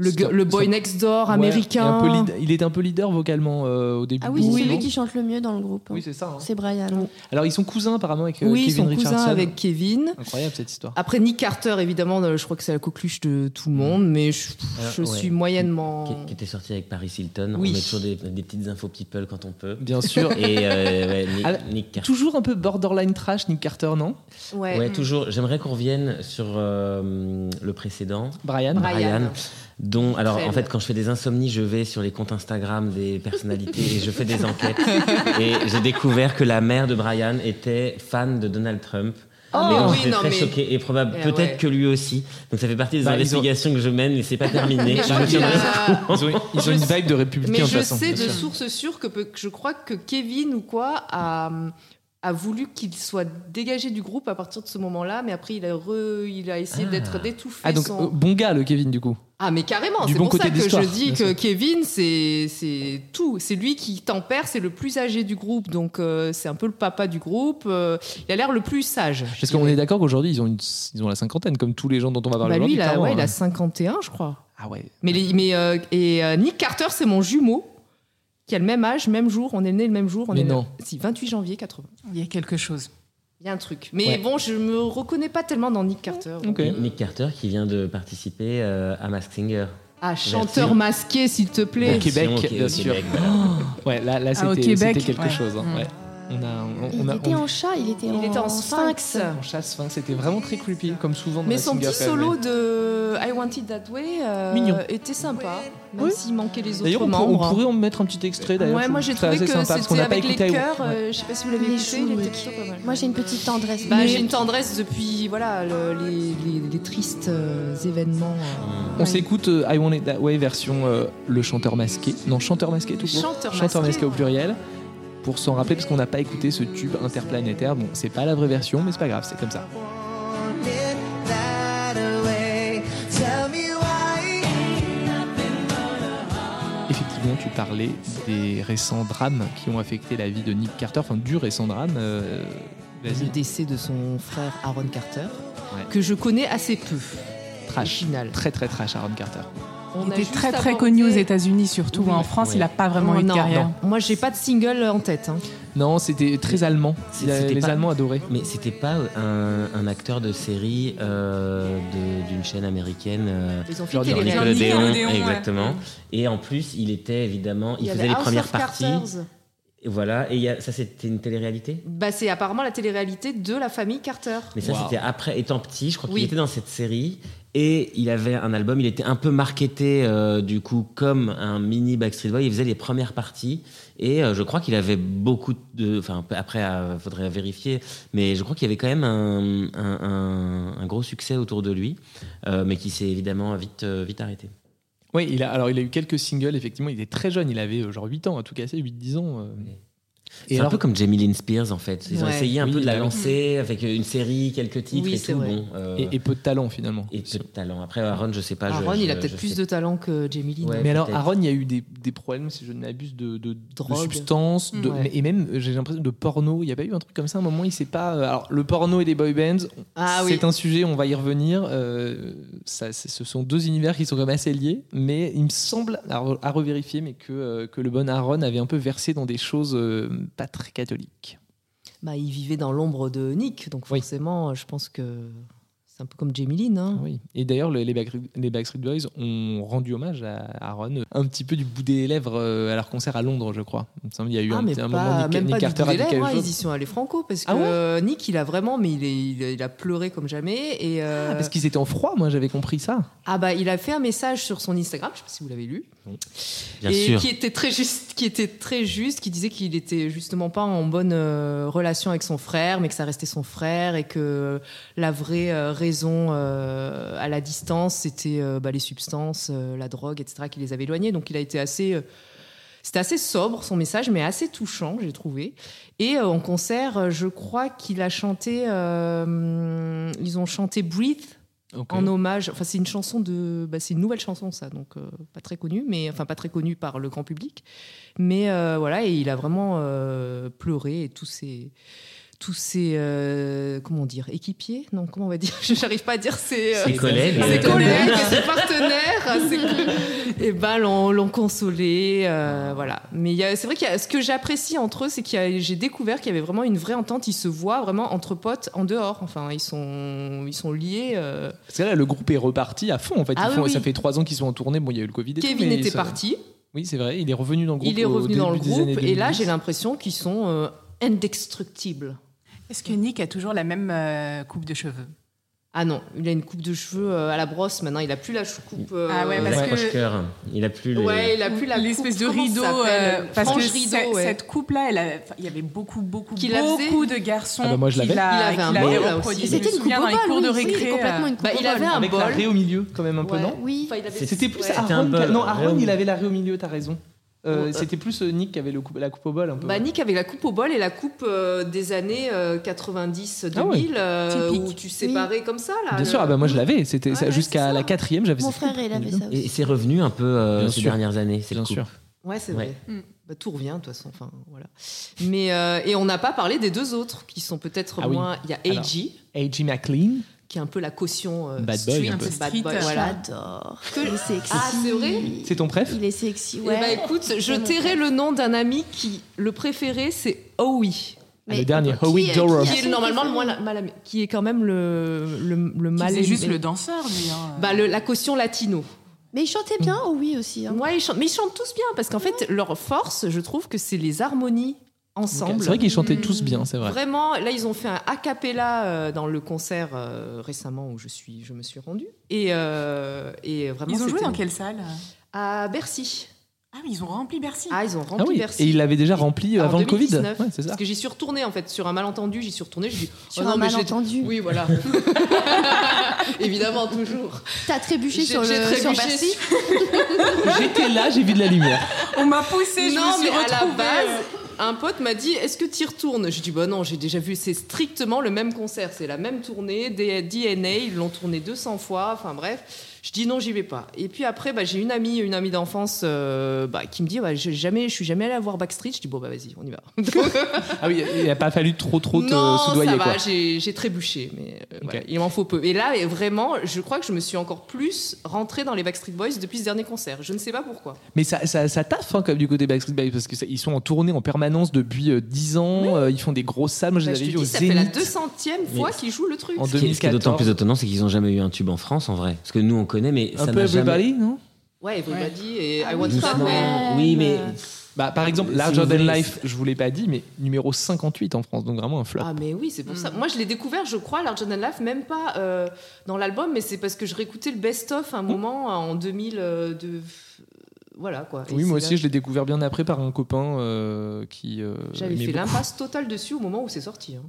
[SPEAKER 3] le,
[SPEAKER 1] C'est un-
[SPEAKER 3] gu- le boy
[SPEAKER 1] c'est un-
[SPEAKER 3] next door
[SPEAKER 1] Ouais,
[SPEAKER 3] américain.
[SPEAKER 1] et un peu lead- il est un peu leader vocalement euh, au début.
[SPEAKER 5] Ah oui,
[SPEAKER 1] du
[SPEAKER 5] c'est
[SPEAKER 1] film,
[SPEAKER 5] celui
[SPEAKER 1] non
[SPEAKER 5] qui chante le mieux dans le groupe. hein.
[SPEAKER 1] Oui, c'est ça. hein.
[SPEAKER 5] c'est Brian.
[SPEAKER 3] Oui.
[SPEAKER 1] Alors, ils sont cousins apparemment avec euh,
[SPEAKER 3] oui,
[SPEAKER 1] Kevin
[SPEAKER 3] son
[SPEAKER 1] Richardson.
[SPEAKER 3] cousin avec Kevin.
[SPEAKER 1] Incroyable cette histoire.
[SPEAKER 3] Après Nick Carter, évidemment, euh, je crois que c'est la coqueluche de tout le
[SPEAKER 1] Mm.
[SPEAKER 3] monde, mais je,
[SPEAKER 2] Euh,
[SPEAKER 3] je
[SPEAKER 2] ouais.
[SPEAKER 3] suis moyennement.
[SPEAKER 2] qui, qui était sorti avec Paris Hilton.
[SPEAKER 3] Oui.
[SPEAKER 2] On met toujours des, des petites infos people quand on peut.
[SPEAKER 1] Bien sûr.
[SPEAKER 2] Et euh, ouais, Nick,
[SPEAKER 1] Alors,
[SPEAKER 2] Nick Carter.
[SPEAKER 1] Toujours un peu borderline trash, Nick Carter, non
[SPEAKER 3] Ouais. mm.
[SPEAKER 2] Ouais, toujours. J'aimerais qu'on revienne sur euh, le précédent.
[SPEAKER 1] Brian.
[SPEAKER 3] Brian.
[SPEAKER 2] Brian. Dont, alors,
[SPEAKER 3] Très
[SPEAKER 2] en
[SPEAKER 3] bien.
[SPEAKER 2] fait, quand je fais des insomnies, je vais sur les comptes Instagram des personnalités et je fais des enquêtes. et j'ai découvert que la mère de Brian était fan de Donald Trump.
[SPEAKER 3] Oh,
[SPEAKER 2] et donc,
[SPEAKER 3] oui,
[SPEAKER 2] j'étais
[SPEAKER 3] non,
[SPEAKER 2] très
[SPEAKER 3] mais-
[SPEAKER 2] choqué. Et probable,
[SPEAKER 3] Eh
[SPEAKER 2] peut-être
[SPEAKER 3] ouais.
[SPEAKER 2] que lui aussi. Donc, ça fait partie des
[SPEAKER 1] Bah, ils ont-
[SPEAKER 2] investigations que je mène, mais c'est pas terminé.
[SPEAKER 3] Mais
[SPEAKER 2] Je
[SPEAKER 3] je crois
[SPEAKER 2] me
[SPEAKER 3] qu'il
[SPEAKER 2] tiendrai au
[SPEAKER 3] a-
[SPEAKER 1] Ils ont, ils ont une vibe de républicain
[SPEAKER 3] Mais
[SPEAKER 1] de
[SPEAKER 3] je
[SPEAKER 1] toute façon,
[SPEAKER 3] sais
[SPEAKER 1] bien
[SPEAKER 3] de
[SPEAKER 1] sûr.
[SPEAKER 3] source sûre que, peu- que je crois que Kevin ou quoi a, a voulu qu'il soit dégagé du groupe à partir de ce moment-là, mais après il a, re- il a essayé
[SPEAKER 2] Ah.
[SPEAKER 3] d'être d'étouffer
[SPEAKER 1] Ah, donc
[SPEAKER 3] son-
[SPEAKER 1] euh, bon gars, le Kevin, du coup.
[SPEAKER 3] Ah mais carrément,
[SPEAKER 1] du
[SPEAKER 3] c'est
[SPEAKER 1] bon
[SPEAKER 3] pour
[SPEAKER 1] côté
[SPEAKER 3] ça
[SPEAKER 1] de
[SPEAKER 3] que je
[SPEAKER 1] l'histoire,
[SPEAKER 3] dis
[SPEAKER 1] bien
[SPEAKER 3] que
[SPEAKER 1] sûr.
[SPEAKER 3] Kevin c'est c'est tout, c'est lui qui tempère, c'est le plus âgé du groupe, donc euh, c'est un peu le papa du groupe. euh, il a l'air le plus sage. je
[SPEAKER 1] Parce qu'on
[SPEAKER 3] dirais.
[SPEAKER 1] est d'accord qu'aujourd'hui, ils, ont une- ils ont la cinquantaine, comme tous les gens dont on va parler
[SPEAKER 3] Bah,
[SPEAKER 1] aujourd'hui.
[SPEAKER 3] lui il a,
[SPEAKER 1] clairement,
[SPEAKER 3] ouais, il a
[SPEAKER 1] hein.
[SPEAKER 3] 51 je crois.
[SPEAKER 1] Ah ouais.
[SPEAKER 3] Mais, les- mais euh, et euh, Nick Carter, c'est mon jumeau qui a le même âge, même jour. On est né le même jour. On
[SPEAKER 1] Mais
[SPEAKER 3] est
[SPEAKER 1] non.
[SPEAKER 3] Si, 28 janvier 80.
[SPEAKER 4] Il y a quelque chose.
[SPEAKER 3] Il y a un truc. Mais
[SPEAKER 1] Ouais.
[SPEAKER 3] bon, je me reconnais pas tellement dans Nick Carter. donc,
[SPEAKER 1] Ok.
[SPEAKER 3] euh,
[SPEAKER 2] Nick- Nick Carter qui vient de participer euh, à Mask Singer.
[SPEAKER 3] Ah, chanteur
[SPEAKER 2] Version.
[SPEAKER 3] masqué, s'il te plaît.
[SPEAKER 1] Au Québec,
[SPEAKER 2] Version, ok,
[SPEAKER 1] bien
[SPEAKER 2] au
[SPEAKER 1] sûr. Oh.
[SPEAKER 2] Québec, voilà.
[SPEAKER 1] Ouais, là, là
[SPEAKER 4] Ah, au
[SPEAKER 1] c'était
[SPEAKER 4] Québec,
[SPEAKER 1] c'était quelque
[SPEAKER 4] ouais.
[SPEAKER 1] chose. hein,
[SPEAKER 4] Mm.
[SPEAKER 1] ouais. On a, on,
[SPEAKER 5] Il
[SPEAKER 1] on a-
[SPEAKER 5] était
[SPEAKER 1] on-
[SPEAKER 5] en chat, il était,
[SPEAKER 3] Il
[SPEAKER 5] en...
[SPEAKER 3] était en sphinx.
[SPEAKER 1] en chasse fin, c'était vraiment très creepy, comme souvent. dans
[SPEAKER 3] Mais
[SPEAKER 1] la
[SPEAKER 3] son
[SPEAKER 1] Singer
[SPEAKER 3] petit
[SPEAKER 1] Family.
[SPEAKER 3] solo de euh, I Want It That Way euh,
[SPEAKER 1] Mignon.
[SPEAKER 3] était sympa, même
[SPEAKER 1] Oui.
[SPEAKER 3] s'il manquait les autres
[SPEAKER 1] D'ailleurs, on, pour- on
[SPEAKER 3] membres. hein.
[SPEAKER 1] pourrait en mettre un petit extrait. D'ailleurs,
[SPEAKER 3] Ouais,
[SPEAKER 1] je
[SPEAKER 3] moi
[SPEAKER 1] trouve
[SPEAKER 3] j'ai
[SPEAKER 1] ça
[SPEAKER 3] trouvé que
[SPEAKER 1] assez sympa, parce qu'on
[SPEAKER 3] c'était
[SPEAKER 1] n'a pas
[SPEAKER 3] avec les
[SPEAKER 1] écouté.
[SPEAKER 3] cœurs,
[SPEAKER 1] Ouais.
[SPEAKER 3] euh, je sais pas si vous l'avez
[SPEAKER 5] Les
[SPEAKER 3] écouté, il était
[SPEAKER 5] choux,
[SPEAKER 3] plutôt pas mal.
[SPEAKER 5] Moi j'ai une petite tendresse.
[SPEAKER 3] Bah,
[SPEAKER 5] Mais-
[SPEAKER 3] j'ai une tendresse depuis voilà le- les, les- les tristes euh, événements. euh.
[SPEAKER 1] On s'écoute euh, I Want It That Way version euh, le chanteur masqué. Non, chanteur masqué tout court.
[SPEAKER 3] Chanteur
[SPEAKER 1] Chanteur masqué
[SPEAKER 3] masqué,
[SPEAKER 1] au pluriel. Pour s'en rappeler, parce qu'on n'a pas écouté ce tube interplanétaire. Bon, c'est pas la vraie version, mais c'est pas grave, c'est comme ça.
[SPEAKER 6] want it that way. Tell me why.
[SPEAKER 1] Effectivement, tu parlais des récents drames qui ont affecté la vie de Nick Carter, enfin du récent drame. euh,
[SPEAKER 3] le
[SPEAKER 1] Vas-y,
[SPEAKER 3] décès de son frère Aaron Carter,
[SPEAKER 1] Ouais.
[SPEAKER 3] que je connais assez peu. Au
[SPEAKER 1] trash.
[SPEAKER 3] final.
[SPEAKER 1] Très très trash, Aaron Carter.
[SPEAKER 3] On
[SPEAKER 4] Il
[SPEAKER 3] a
[SPEAKER 4] était
[SPEAKER 3] juste
[SPEAKER 4] très très
[SPEAKER 3] abordé-
[SPEAKER 4] connu aux États-Unis surtout.
[SPEAKER 3] Oui.
[SPEAKER 4] En France,
[SPEAKER 2] Ouais.
[SPEAKER 4] il n'a pas vraiment
[SPEAKER 3] Non,
[SPEAKER 4] eu de
[SPEAKER 3] non,
[SPEAKER 4] carrière.
[SPEAKER 3] non. Moi, j'ai pas de single en tête. hein.
[SPEAKER 1] Non, c'était très allemand.
[SPEAKER 2] C'était
[SPEAKER 1] Euh, Les
[SPEAKER 2] pas-
[SPEAKER 1] Allemands adoraient.
[SPEAKER 2] Mais c'était pas euh, un, un acteur de série euh, de- d'une chaîne américaine. euh,
[SPEAKER 3] Ils ont fait
[SPEAKER 1] Genre
[SPEAKER 3] les
[SPEAKER 1] Nickelodeon.
[SPEAKER 4] Nickelodeon, ouais.
[SPEAKER 2] exactement. Et en plus, il était évidemment, il, faisait les premières parties. Et voilà, et il y a- ça c'était une télé-réalité.
[SPEAKER 3] Bah, c'est apparemment la télé-réalité de la famille Carter.
[SPEAKER 2] Mais ça
[SPEAKER 1] Wow.
[SPEAKER 2] c'était après, étant petit, je crois
[SPEAKER 3] Oui.
[SPEAKER 2] qu'il était dans cette série et il avait un album. Il était un peu marketé euh, du coup comme un mini Backstreet Boy. Il faisait les premières parties et euh, je crois qu'il avait beaucoup de, enfin après euh, faudrait vérifier, mais je crois qu'il y avait quand même un, un- un- un gros succès autour de lui, euh, mais qui s'est évidemment vite euh, vite arrêté.
[SPEAKER 1] Oui, il a, alors il a eu quelques singles, effectivement. Il était très jeune, il avait euh, genre 8 ans, à tout casser, 8-10 ans. euh.
[SPEAKER 2] Oui.
[SPEAKER 1] Et
[SPEAKER 2] C'est un
[SPEAKER 1] alors,
[SPEAKER 2] peu comme Jamie Lynn Spears en fait. Ils ont
[SPEAKER 3] Ouais.
[SPEAKER 2] essayé un
[SPEAKER 1] Oui,
[SPEAKER 2] peu de la
[SPEAKER 1] bah oui.
[SPEAKER 2] lancer avec euh, une série, quelques titres
[SPEAKER 3] Oui,
[SPEAKER 2] et
[SPEAKER 3] c'est
[SPEAKER 2] tout.
[SPEAKER 3] vrai.
[SPEAKER 2] Bon, euh,
[SPEAKER 1] et, et peu de talent, finalement.
[SPEAKER 2] et peu de talent. Après Aaron, je sais pas. Ah, je-
[SPEAKER 3] Ah, Aaron, il a
[SPEAKER 2] je-
[SPEAKER 3] peut-être
[SPEAKER 2] je
[SPEAKER 3] plus
[SPEAKER 2] sais
[SPEAKER 3] de talent que Jamie Lynn.
[SPEAKER 2] Ouais.
[SPEAKER 1] Mais alors,
[SPEAKER 2] peut-être.
[SPEAKER 1] Aaron, il y a eu des, des problèmes, si je ne m'abuse, de, de, de
[SPEAKER 3] Drogue.
[SPEAKER 1] substances, de-
[SPEAKER 3] Ouais.
[SPEAKER 1] mais- et même, euh, j'ai l'impression, de porno. Il n'y a pas eu un truc comme ça à un moment, il s'est pas. euh, Alors, le porno et les boy bands, on-
[SPEAKER 3] Ah oui.
[SPEAKER 1] c'est un sujet, on va y revenir. euh, ça, c'est- ce sont deux univers qui sont quand même assez liés, mais il me semble, à, re- à revérifier, mais que, euh, que le bon Aaron avait un peu versé dans des choses euh, pas très catholiques.
[SPEAKER 3] Bah, il vivait dans l'ombre de Nick, donc
[SPEAKER 1] Oui.
[SPEAKER 3] forcément, je pense que c'est un peu comme Jamie Lynn. hein.
[SPEAKER 1] Oui. Et d'ailleurs, le- les, Backstreet- les Backstreet Boys ont rendu hommage à Aaron euh, un petit peu du bout des lèvres euh, à leur concert à Londres, je crois. Il me semble, il y a eu
[SPEAKER 3] Ah,
[SPEAKER 1] un,
[SPEAKER 3] mais
[SPEAKER 1] petit- un
[SPEAKER 3] pas-
[SPEAKER 1] moment, Nick,
[SPEAKER 3] même
[SPEAKER 1] Nick
[SPEAKER 3] pas
[SPEAKER 1] Carter
[SPEAKER 3] du
[SPEAKER 1] a
[SPEAKER 3] tout
[SPEAKER 1] dit
[SPEAKER 3] des
[SPEAKER 1] quelque
[SPEAKER 3] lèvres, hein,
[SPEAKER 1] chose.
[SPEAKER 3] Ils y sont allés franco parce que
[SPEAKER 1] Ah ouais
[SPEAKER 3] euh, Nick, il a vraiment, mais il, est- il a- il a pleuré comme jamais. Et euh,
[SPEAKER 1] Ah, Parce qu'ils étaient en froid, moi j'avais compris ça.
[SPEAKER 3] ah bah, il a fait un message sur son Instagram, je sais pas si vous l'avez lu,
[SPEAKER 2] Bien
[SPEAKER 3] et
[SPEAKER 2] sûr.
[SPEAKER 3] qui était très juste, qui était très juste, qui disait qu'il était justement pas en bonne euh, relation avec son frère, mais que ça restait son frère et que la vraie euh, raison euh, à la distance, c'était euh, bah, les substances, euh, la drogue, etc., qui les avait éloignés. Donc il a été assez euh, c'était assez sobre son message, mais assez touchant, j'ai trouvé. Et euh, en concert, euh, je crois qu'il a chanté. euh, ils ont chanté Breathe en hommage. Enfin, c'est une chanson de. bah, c'est une nouvelle chanson, ça, donc euh, pas très connue, mais enfin pas très connue par le grand public. Mais euh, voilà, et il a vraiment euh, pleuré et tous ses tous ses euh, comment dire équipiers non comment on va dire je n'arrive pas à dire ses, euh,
[SPEAKER 2] Ses collègues.
[SPEAKER 3] ses
[SPEAKER 2] euh,
[SPEAKER 3] collègues et ses partenaires c'est que- eh ben l'ont l'ont consolé euh, voilà mais il y a- c'est vrai qu'il y a- ce que j'apprécie entre eux c'est que j'ai découvert qu'il y avait vraiment une vraie entente ils se voient vraiment entre potes en dehors enfin ils sont ils sont liés euh.
[SPEAKER 1] Parce que là, le groupe est reparti à fond. En fait,
[SPEAKER 3] Ah
[SPEAKER 1] Ils font-
[SPEAKER 3] oui, oui.
[SPEAKER 1] ça fait trois ans qu'ils sont en tournée. Bon, il y a eu le Covid. et tout,
[SPEAKER 3] Kevin
[SPEAKER 1] mais
[SPEAKER 3] était
[SPEAKER 1] ça-
[SPEAKER 3] parti
[SPEAKER 1] Oui, c'est vrai. Il est revenu dans le groupe.
[SPEAKER 3] il est
[SPEAKER 1] au
[SPEAKER 3] revenu dans le
[SPEAKER 1] début des années
[SPEAKER 3] groupe et là
[SPEAKER 1] 2010.
[SPEAKER 3] j'ai l'impression qu'ils sont euh, indestructibles
[SPEAKER 4] Est-ce que Nick a toujours la même euh, coupe de cheveux
[SPEAKER 3] ah non, il a une coupe de cheveux euh, à la brosse maintenant, il a plus la coupe euh,
[SPEAKER 4] Ah ouais, parce
[SPEAKER 2] les
[SPEAKER 4] que-
[SPEAKER 2] accroche-cœurs. Il a plus les-
[SPEAKER 3] Ouais, il a plus la
[SPEAKER 4] l'espèce
[SPEAKER 3] coupe,
[SPEAKER 4] de
[SPEAKER 3] comment ça
[SPEAKER 4] rideau
[SPEAKER 3] s'appelle
[SPEAKER 4] euh, parce que
[SPEAKER 3] Frange
[SPEAKER 4] ce-
[SPEAKER 3] rideau, ouais.
[SPEAKER 4] cette coupe là il y avait beaucoup beaucoup
[SPEAKER 3] Qui la
[SPEAKER 4] beaucoup de garçons
[SPEAKER 1] Ah bah moi, je
[SPEAKER 4] qui
[SPEAKER 1] l'avais.
[SPEAKER 4] la-
[SPEAKER 3] Il avait un
[SPEAKER 4] qui l'avaient
[SPEAKER 3] bol, là
[SPEAKER 4] reproduit.
[SPEAKER 3] aussi.
[SPEAKER 4] Je me
[SPEAKER 5] C'était une coupe
[SPEAKER 4] souviens
[SPEAKER 5] au
[SPEAKER 4] dans les cours
[SPEAKER 5] bol,
[SPEAKER 4] de
[SPEAKER 5] oui,
[SPEAKER 4] récré,
[SPEAKER 5] c'était
[SPEAKER 4] euh,
[SPEAKER 5] complètement une coupe
[SPEAKER 3] Bah,
[SPEAKER 5] au
[SPEAKER 3] il
[SPEAKER 5] bol.
[SPEAKER 3] avait un
[SPEAKER 1] Ah, Avec
[SPEAKER 3] bol.
[SPEAKER 1] la raie au milieu, quand même un peu,
[SPEAKER 3] Ouais.
[SPEAKER 1] non
[SPEAKER 5] Oui.
[SPEAKER 3] il avait-
[SPEAKER 1] C'était plus
[SPEAKER 3] Ouais.
[SPEAKER 2] C'était un
[SPEAKER 1] Aaron.
[SPEAKER 2] bol,
[SPEAKER 1] non,
[SPEAKER 2] un
[SPEAKER 1] Aaron,
[SPEAKER 2] vrai
[SPEAKER 1] il avait la raie au milieu. T'as raison. Euh,
[SPEAKER 3] Ouais.
[SPEAKER 1] C'était plus euh, Nick qui avait le coup- la coupe au bol un peu.
[SPEAKER 3] Bah,
[SPEAKER 1] ouais.
[SPEAKER 3] Nick avec la coupe au bol et la coupe euh, des années 90-2000
[SPEAKER 1] Ah ouais.
[SPEAKER 3] euh, où
[SPEAKER 4] Typique.
[SPEAKER 3] tu séparais comme ça là.
[SPEAKER 1] Bien
[SPEAKER 3] le-
[SPEAKER 1] sûr, ah bah moi je l'avais. C'était
[SPEAKER 3] Ouais,
[SPEAKER 1] ça-
[SPEAKER 3] ouais, c'est
[SPEAKER 1] jusqu'à
[SPEAKER 3] ça.
[SPEAKER 1] la quatrième, j'avais.
[SPEAKER 5] Mon
[SPEAKER 1] cette coupe.
[SPEAKER 5] frère, il avait ça aussi.
[SPEAKER 2] Et c'est revenu un peu euh,
[SPEAKER 1] Bien
[SPEAKER 2] ces
[SPEAKER 1] sûr.
[SPEAKER 2] dernières années, c'est
[SPEAKER 1] Bien sûr.
[SPEAKER 3] Ouais, c'est
[SPEAKER 2] Ouais.
[SPEAKER 3] vrai.
[SPEAKER 4] Mm.
[SPEAKER 3] Bah, tout revient de toute façon. Enfin, voilà. Mais euh, et on n'a pas parlé des deux autres qui sont peut-être
[SPEAKER 1] Ah oui.
[SPEAKER 3] moins. Il y a
[SPEAKER 1] Alors.
[SPEAKER 3] A.G.
[SPEAKER 1] A.J. McLean.
[SPEAKER 3] qui est un peu la caution euh,
[SPEAKER 1] Bad boy,
[SPEAKER 3] street,
[SPEAKER 1] un
[SPEAKER 4] peu.
[SPEAKER 3] bad
[SPEAKER 4] Street.
[SPEAKER 3] boy, voilà.
[SPEAKER 5] J'adore.
[SPEAKER 3] Que-
[SPEAKER 5] Il est sexy.
[SPEAKER 3] Ah, c'est vrai
[SPEAKER 1] C'est ton préf
[SPEAKER 5] Il est sexy,
[SPEAKER 3] Eh ben,
[SPEAKER 5] ouais.
[SPEAKER 3] écoute, je
[SPEAKER 5] C'est mon
[SPEAKER 3] tairai le nom d'un ami qui le préféré, c'est Howie.
[SPEAKER 1] Ah, le dernier, Howie
[SPEAKER 5] qui-
[SPEAKER 1] Durham.
[SPEAKER 5] Ah, qui
[SPEAKER 3] qui est normalement le moins la- mal ami- qui est quand même le le, le mal
[SPEAKER 4] c'est
[SPEAKER 3] aimé.
[SPEAKER 4] juste le danseur lui hein.
[SPEAKER 3] bah le- la caution latino.
[SPEAKER 5] Mais il chantait
[SPEAKER 1] Mm.
[SPEAKER 5] bien, oh oui aussi. hein.
[SPEAKER 3] Ouais, ils chantent, mais ils chantent tous bien parce qu'en fait leur force, je trouve que c'est les harmonies ensemble.
[SPEAKER 1] C'est vrai qu'ils chantaient tous bien, c'est vrai. Ah
[SPEAKER 3] Vraiment, là ils ont fait un a cappella euh, dans le concert euh, récemment où je suis je me suis rendue et euh, et vraiment
[SPEAKER 4] ils ont joué
[SPEAKER 3] c'était-
[SPEAKER 4] dans quelle salle
[SPEAKER 3] à Bercy.
[SPEAKER 4] ah mais Ah ils ont rempli Bercy
[SPEAKER 3] Ah, ils ont rempli
[SPEAKER 1] Ah oui,
[SPEAKER 3] Bercy.
[SPEAKER 1] et il l'avait déjà rempli
[SPEAKER 3] En
[SPEAKER 1] avant le Covid.
[SPEAKER 3] 2019,
[SPEAKER 1] Ouais, c'est ça.
[SPEAKER 3] Parce que j'y suis retournée en fait sur un malentendu, j'y suis retournée, je dis
[SPEAKER 5] Sur
[SPEAKER 3] oh
[SPEAKER 5] un
[SPEAKER 3] non, mais j'ai-
[SPEAKER 5] malentendu.
[SPEAKER 3] Oui, voilà. Évidemment, toujours.
[SPEAKER 5] T'as trébuché
[SPEAKER 3] J'ai-
[SPEAKER 5] sur le
[SPEAKER 3] j'ai
[SPEAKER 5] sur
[SPEAKER 3] trébuché
[SPEAKER 5] Bercy.
[SPEAKER 1] Ah,
[SPEAKER 3] sur-
[SPEAKER 1] J'étais là, j'ai vu de la lumière.
[SPEAKER 4] on m'a poussé je me
[SPEAKER 3] Non,
[SPEAKER 4] suis
[SPEAKER 3] mais à la
[SPEAKER 4] retrouvée,
[SPEAKER 3] base,
[SPEAKER 4] euh,
[SPEAKER 3] un pote m'a dit Est-ce que tu y retournes J'ai dit Bah non, j'ai déjà vu, c'est strictement le même concert, c'est la même tournée. Des DNA, ils l'ont tourné 200 fois, enfin bref. Je dis Non, j'y vais pas. Et puis après, bah, j'ai une amie, une amie d'enfance euh, bah, qui me dit bah, j'ai jamais, Je suis jamais allée à voir Backstreet. Je dis Bon, bah vas-y, on y va.
[SPEAKER 1] Ah oui, il n'a pas fallu trop trop te
[SPEAKER 3] non,
[SPEAKER 1] soudoyer
[SPEAKER 3] ça
[SPEAKER 1] euh, quoi.
[SPEAKER 3] va, j'ai j'ai trébuché, mais euh,
[SPEAKER 1] Ok.
[SPEAKER 3] voilà, il m'en faut peu. Et là, et vraiment, je crois que je me suis encore plus rentrée dans les Backstreet Boys depuis ce dernier concert. Je ne sais pas pourquoi.
[SPEAKER 1] Mais ça, ça, ça taffe hein, comme du côté Backstreet Boys parce qu'ils sont en tournée en permanence depuis euh, 10 ans. euh, ils font des grosses salles. Moi, je
[SPEAKER 3] Bah,
[SPEAKER 1] les
[SPEAKER 3] je
[SPEAKER 1] avais
[SPEAKER 3] te
[SPEAKER 1] vus
[SPEAKER 3] dis,
[SPEAKER 1] au
[SPEAKER 3] ça fait la
[SPEAKER 1] Zénith.
[SPEAKER 3] 200e fois qu'ils jouent le truc.
[SPEAKER 1] En
[SPEAKER 2] Ce qui est- ce qui est d'autant
[SPEAKER 1] 2014.
[SPEAKER 2] plus étonnant, c'est qu'ils n'ont jamais eu un tube en France en vrai. Parce que nous on connaît, mais
[SPEAKER 1] Un
[SPEAKER 2] ça
[SPEAKER 1] peu
[SPEAKER 2] n'a jamais.
[SPEAKER 1] Everybody, non
[SPEAKER 3] Ouais, Everybody et
[SPEAKER 1] Ah,
[SPEAKER 3] I Want
[SPEAKER 2] Doucement.
[SPEAKER 3] Some. ouais.
[SPEAKER 2] Oui, mais
[SPEAKER 1] Bah, par exemple,
[SPEAKER 2] Si
[SPEAKER 1] Larger
[SPEAKER 2] vous
[SPEAKER 1] Than
[SPEAKER 2] voulez-
[SPEAKER 1] Life, je vous l'ai pas dit, mais numéro 58 en France, donc vraiment un flop.
[SPEAKER 3] Ah mais oui, c'est pour ça. Moi, je l'ai découvert, je crois, Larger Than Life, même pas euh, dans l'album, mais c'est parce que je réécoutais le best-of
[SPEAKER 1] Mm.
[SPEAKER 3] un moment euh, en 2000. euh, de... Voilà quoi. Et
[SPEAKER 1] oui,
[SPEAKER 3] c'est
[SPEAKER 1] moi
[SPEAKER 3] là
[SPEAKER 1] aussi, je l'ai découvert bien après par un copain euh, qui. euh,
[SPEAKER 3] que J'avais
[SPEAKER 1] aimait
[SPEAKER 3] fait
[SPEAKER 1] beaucoup.
[SPEAKER 3] l'impasse totale dessus au moment où c'est sorti. hein.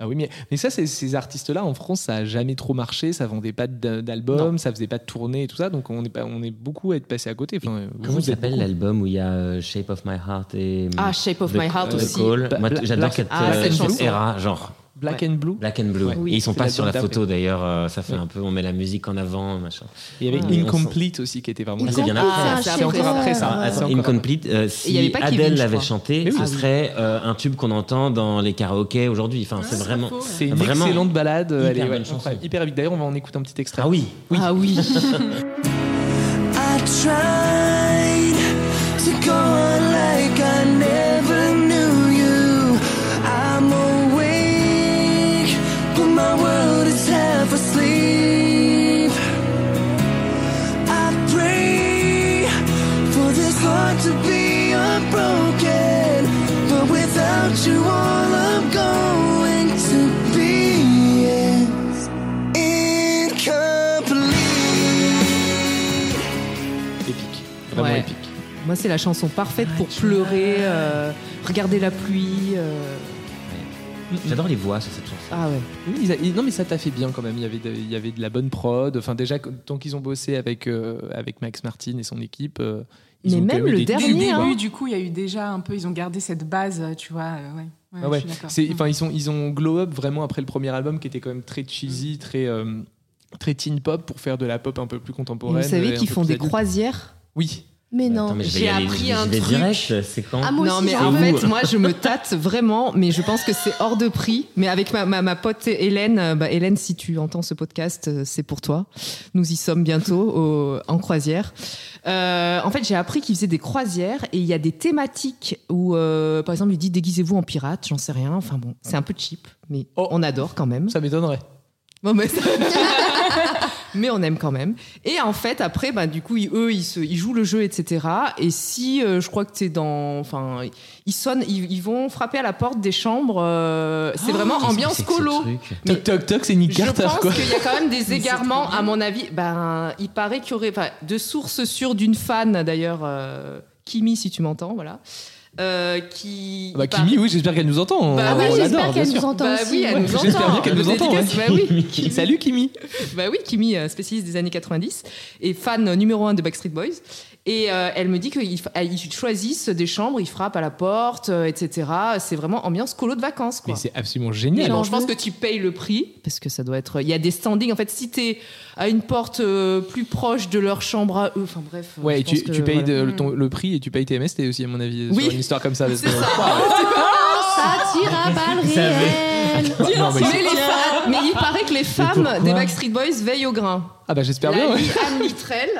[SPEAKER 1] Ah oui, mais, mais ça, ces, ces artistes-là, en France, ça a jamais trop marché, ça vendait pas d- d'albums, ça faisait pas de tournée et tout ça, donc on est, pas, on est beaucoup à être passé à côté. Enfin, euh,
[SPEAKER 2] comment
[SPEAKER 1] vous
[SPEAKER 2] il
[SPEAKER 1] êtes
[SPEAKER 2] s'appelle
[SPEAKER 1] beaucoup.
[SPEAKER 2] l'album où il y a euh, Shape of My Heart et
[SPEAKER 3] Ah, Shape of
[SPEAKER 2] The-
[SPEAKER 3] My Heart
[SPEAKER 2] The
[SPEAKER 3] aussi.
[SPEAKER 2] Call.
[SPEAKER 1] Bah,
[SPEAKER 2] Moi,
[SPEAKER 1] Bla-
[SPEAKER 2] j'adore
[SPEAKER 1] Black-
[SPEAKER 2] cette,
[SPEAKER 3] Ah,
[SPEAKER 2] euh,
[SPEAKER 3] cette
[SPEAKER 2] cette
[SPEAKER 3] chanson.
[SPEAKER 2] era, genre
[SPEAKER 1] Black
[SPEAKER 3] Ouais.
[SPEAKER 1] and Blue
[SPEAKER 2] Black and Blue.
[SPEAKER 1] Ouais.
[SPEAKER 2] Et ils sont
[SPEAKER 1] C'est
[SPEAKER 2] pas sur la
[SPEAKER 1] l'album
[SPEAKER 2] photo d'ailleurs, euh, ça fait
[SPEAKER 1] Oui.
[SPEAKER 2] un peu on met la musique en avant, machin.
[SPEAKER 1] Il y avait
[SPEAKER 2] Ouais.
[SPEAKER 1] Incomplete aussi qui était vraiment.
[SPEAKER 2] Ah, c'est bien après.
[SPEAKER 5] Ah,
[SPEAKER 3] C'est
[SPEAKER 5] un
[SPEAKER 1] encore
[SPEAKER 5] chef-d'œuvre.
[SPEAKER 1] après, ça. Ah, c'est encore
[SPEAKER 2] Incomplete, euh,
[SPEAKER 3] il y
[SPEAKER 2] si
[SPEAKER 3] avait pas Kevin,
[SPEAKER 2] Adele
[SPEAKER 3] je
[SPEAKER 2] l'avait
[SPEAKER 3] crois.
[SPEAKER 2] chanté,
[SPEAKER 1] Mais oui.
[SPEAKER 2] ce
[SPEAKER 1] Ah oui.
[SPEAKER 2] serait euh, un tube qu'on entend dans les karaokés aujourd'hui. Enfin,
[SPEAKER 4] c'est
[SPEAKER 2] c'est
[SPEAKER 4] pas
[SPEAKER 2] vraiment.
[SPEAKER 4] Ah, faux, ouais.
[SPEAKER 1] C'est une
[SPEAKER 2] Vraiment.
[SPEAKER 1] excellente balade. euh,
[SPEAKER 2] Hyper
[SPEAKER 1] elle est, ouais,
[SPEAKER 2] bonne chanson.
[SPEAKER 1] incroyable, hyper vite. D'ailleurs, on va en écouter un petit extrait.
[SPEAKER 2] Ah oui.
[SPEAKER 3] Ah oui.
[SPEAKER 6] I tried to go on like I never knew you. I'm awake, but my world is half asleep. I pray for this heart to be unbroken, but without you, all I'm going to be is incomplete.
[SPEAKER 1] Épique. Vraiment
[SPEAKER 3] Ouais.
[SPEAKER 1] épique.
[SPEAKER 3] Moi, c'est la chanson parfaite pour pleurer, euh, regarder la pluie. euh.
[SPEAKER 2] J'adore les voix sur cette chanson.
[SPEAKER 3] Ah ouais.
[SPEAKER 1] Oui, ils a- ils- non, mais ça t'a fait bien quand même. Il y avait de, il y avait de la bonne prod. Enfin, déjà, que- tant qu'ils ont bossé avec, euh, avec Max Martin et son équipe. euh, ils
[SPEAKER 3] Mais
[SPEAKER 1] ont quand
[SPEAKER 3] même
[SPEAKER 1] eu
[SPEAKER 3] le
[SPEAKER 1] des
[SPEAKER 4] Dès
[SPEAKER 3] dernier,
[SPEAKER 4] le
[SPEAKER 1] tubes,
[SPEAKER 4] début,
[SPEAKER 1] quoi.
[SPEAKER 3] hein.
[SPEAKER 4] du coup, il y a eu déjà un peu, ils ont gardé cette base, tu vois. euh, ouais, ouais,
[SPEAKER 1] Ah ouais.
[SPEAKER 4] je suis d'accord.
[SPEAKER 1] C'est- enfin, ils, sont, ils ont glow up vraiment après le premier album qui était quand même très cheesy, très, euh, très teen pop pour faire de la pop un peu plus
[SPEAKER 3] Et vous
[SPEAKER 1] contemporaine.
[SPEAKER 3] savez
[SPEAKER 1] euh, un
[SPEAKER 3] qu'ils
[SPEAKER 1] peu
[SPEAKER 3] font
[SPEAKER 1] plus
[SPEAKER 3] des
[SPEAKER 1] adulte.
[SPEAKER 3] croisières
[SPEAKER 1] Oui.
[SPEAKER 5] Mais non.
[SPEAKER 2] Attends, mais je vais
[SPEAKER 3] J'ai
[SPEAKER 2] y aller,
[SPEAKER 3] appris
[SPEAKER 2] j'y
[SPEAKER 3] un
[SPEAKER 2] vais
[SPEAKER 3] truc.
[SPEAKER 2] direct, c'est quand
[SPEAKER 5] Ah, moi
[SPEAKER 3] non,
[SPEAKER 5] aussi,
[SPEAKER 3] mais
[SPEAKER 5] j'ai
[SPEAKER 3] en
[SPEAKER 5] un
[SPEAKER 3] fait,
[SPEAKER 2] goût.
[SPEAKER 3] moi, je me tâte vraiment, mais je pense que c'est hors de prix. Mais avec ma, ma, ma pote Hélène, euh, bah, Hélène, si tu entends ce podcast, euh, c'est pour toi. Nous y sommes bientôt au- en croisière. Euh, en fait, j'ai appris qu'ils faisaient des croisières et il y a des thématiques où, euh, par exemple, il dit déguisez-vous en pirate, j'en sais rien. Enfin bon, c'est un peu cheap, mais
[SPEAKER 1] Oh.
[SPEAKER 3] on adore quand même.
[SPEAKER 1] Ça m'étonnerait.
[SPEAKER 3] Bon, mais... mais on aime quand même. Et en fait, après, bah, du coup, ils- eux, ils, se, ils jouent le jeu, etc. Et si euh, je crois que t'es dans. Enfin, ils sonnent, ils, ils vont frapper à la porte des chambres. euh, c'est vraiment
[SPEAKER 2] Qu'est-ce que
[SPEAKER 3] ambiance
[SPEAKER 2] c'est que ce
[SPEAKER 3] colo.
[SPEAKER 2] truc
[SPEAKER 3] Mais-
[SPEAKER 1] Toc toc toc, c'est Nick
[SPEAKER 3] Je
[SPEAKER 1] Carter
[SPEAKER 3] pense
[SPEAKER 1] quoi.
[SPEAKER 3] qu'il y a quand même des
[SPEAKER 4] c'est
[SPEAKER 3] égarements,
[SPEAKER 4] trop bien.
[SPEAKER 3] à mon avis. Ben, il paraît qu'il y aurait, enfin, de sources sûres d'une fan d'ailleurs, euh, Kimi, si tu m'entends, voilà, euh, qui.
[SPEAKER 1] Bah
[SPEAKER 3] il paraît-
[SPEAKER 1] Kimi, oui, j'espère qu'elle nous entend.
[SPEAKER 3] Bah
[SPEAKER 5] Ah
[SPEAKER 1] on
[SPEAKER 3] oui,
[SPEAKER 5] ouais,
[SPEAKER 1] l'adore,
[SPEAKER 5] j'espère
[SPEAKER 1] bien
[SPEAKER 5] qu'elle
[SPEAKER 1] sûr.
[SPEAKER 5] nous entend
[SPEAKER 3] Bah
[SPEAKER 5] aussi.
[SPEAKER 3] oui, elle
[SPEAKER 5] ouais.
[SPEAKER 3] nous entend.
[SPEAKER 1] J'espère bien qu'elle nous entend,
[SPEAKER 3] Dédicace,
[SPEAKER 2] hein.
[SPEAKER 1] ouais.
[SPEAKER 3] bah oui, Kimi.
[SPEAKER 1] Salut Kimi.
[SPEAKER 3] Bah oui, Kimi, euh, spécialiste des années 90 et fan euh, numéro un de Backstreet Boys. Et euh, elle me dit qu'ils fa- ils choisissent des chambres, ils frappent à la porte, euh, etc. C'est vraiment ambiance colo de vacances. Quoi.
[SPEAKER 1] Mais c'est absolument
[SPEAKER 3] Et
[SPEAKER 1] génial.
[SPEAKER 3] genre, je
[SPEAKER 5] l'enjeu.
[SPEAKER 3] pense que tu payes le prix, parce que ça doit être. Il y a des standings. En fait, si t'es à une porte euh, plus proche de leur chambre à eux, enfin bref. euh,
[SPEAKER 1] Ouais,
[SPEAKER 3] je
[SPEAKER 1] et tu,
[SPEAKER 3] pense que,
[SPEAKER 1] tu payes
[SPEAKER 3] voilà.
[SPEAKER 1] de- le, ton- le prix et tu payes tes MST aussi, à mon avis,
[SPEAKER 3] Oui.
[SPEAKER 1] sur une histoire comme ça. parce
[SPEAKER 3] C'est
[SPEAKER 1] que-
[SPEAKER 5] Oh, Ça tire à balles
[SPEAKER 2] Ça avait-
[SPEAKER 5] réelles.
[SPEAKER 1] Bah, non, mais-
[SPEAKER 3] Mais, les femmes- mais il paraît que les femmes
[SPEAKER 2] pourquoi
[SPEAKER 3] des Backstreet Boys veillent au grain.
[SPEAKER 1] Ah bah j'espère
[SPEAKER 3] La
[SPEAKER 1] bien, ouais.
[SPEAKER 3] vie Anne Littrell,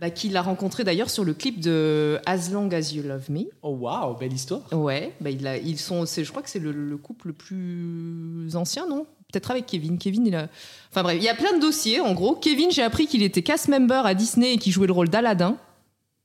[SPEAKER 3] bah, qui l'a rencontré d'ailleurs sur le clip de As Long As You Love Me.
[SPEAKER 1] Oh waouh, belle histoire.
[SPEAKER 3] Ouais, bah, il a- ils sont, c'est, je crois que c'est le, le couple le plus ancien, non Peut-être avec Kevin. Kevin, il a... Enfin bref, il y a plein de dossiers. En gros, Kevin, j'ai appris qu'il était cast member à Disney et qu'il jouait le rôle d'Aladin.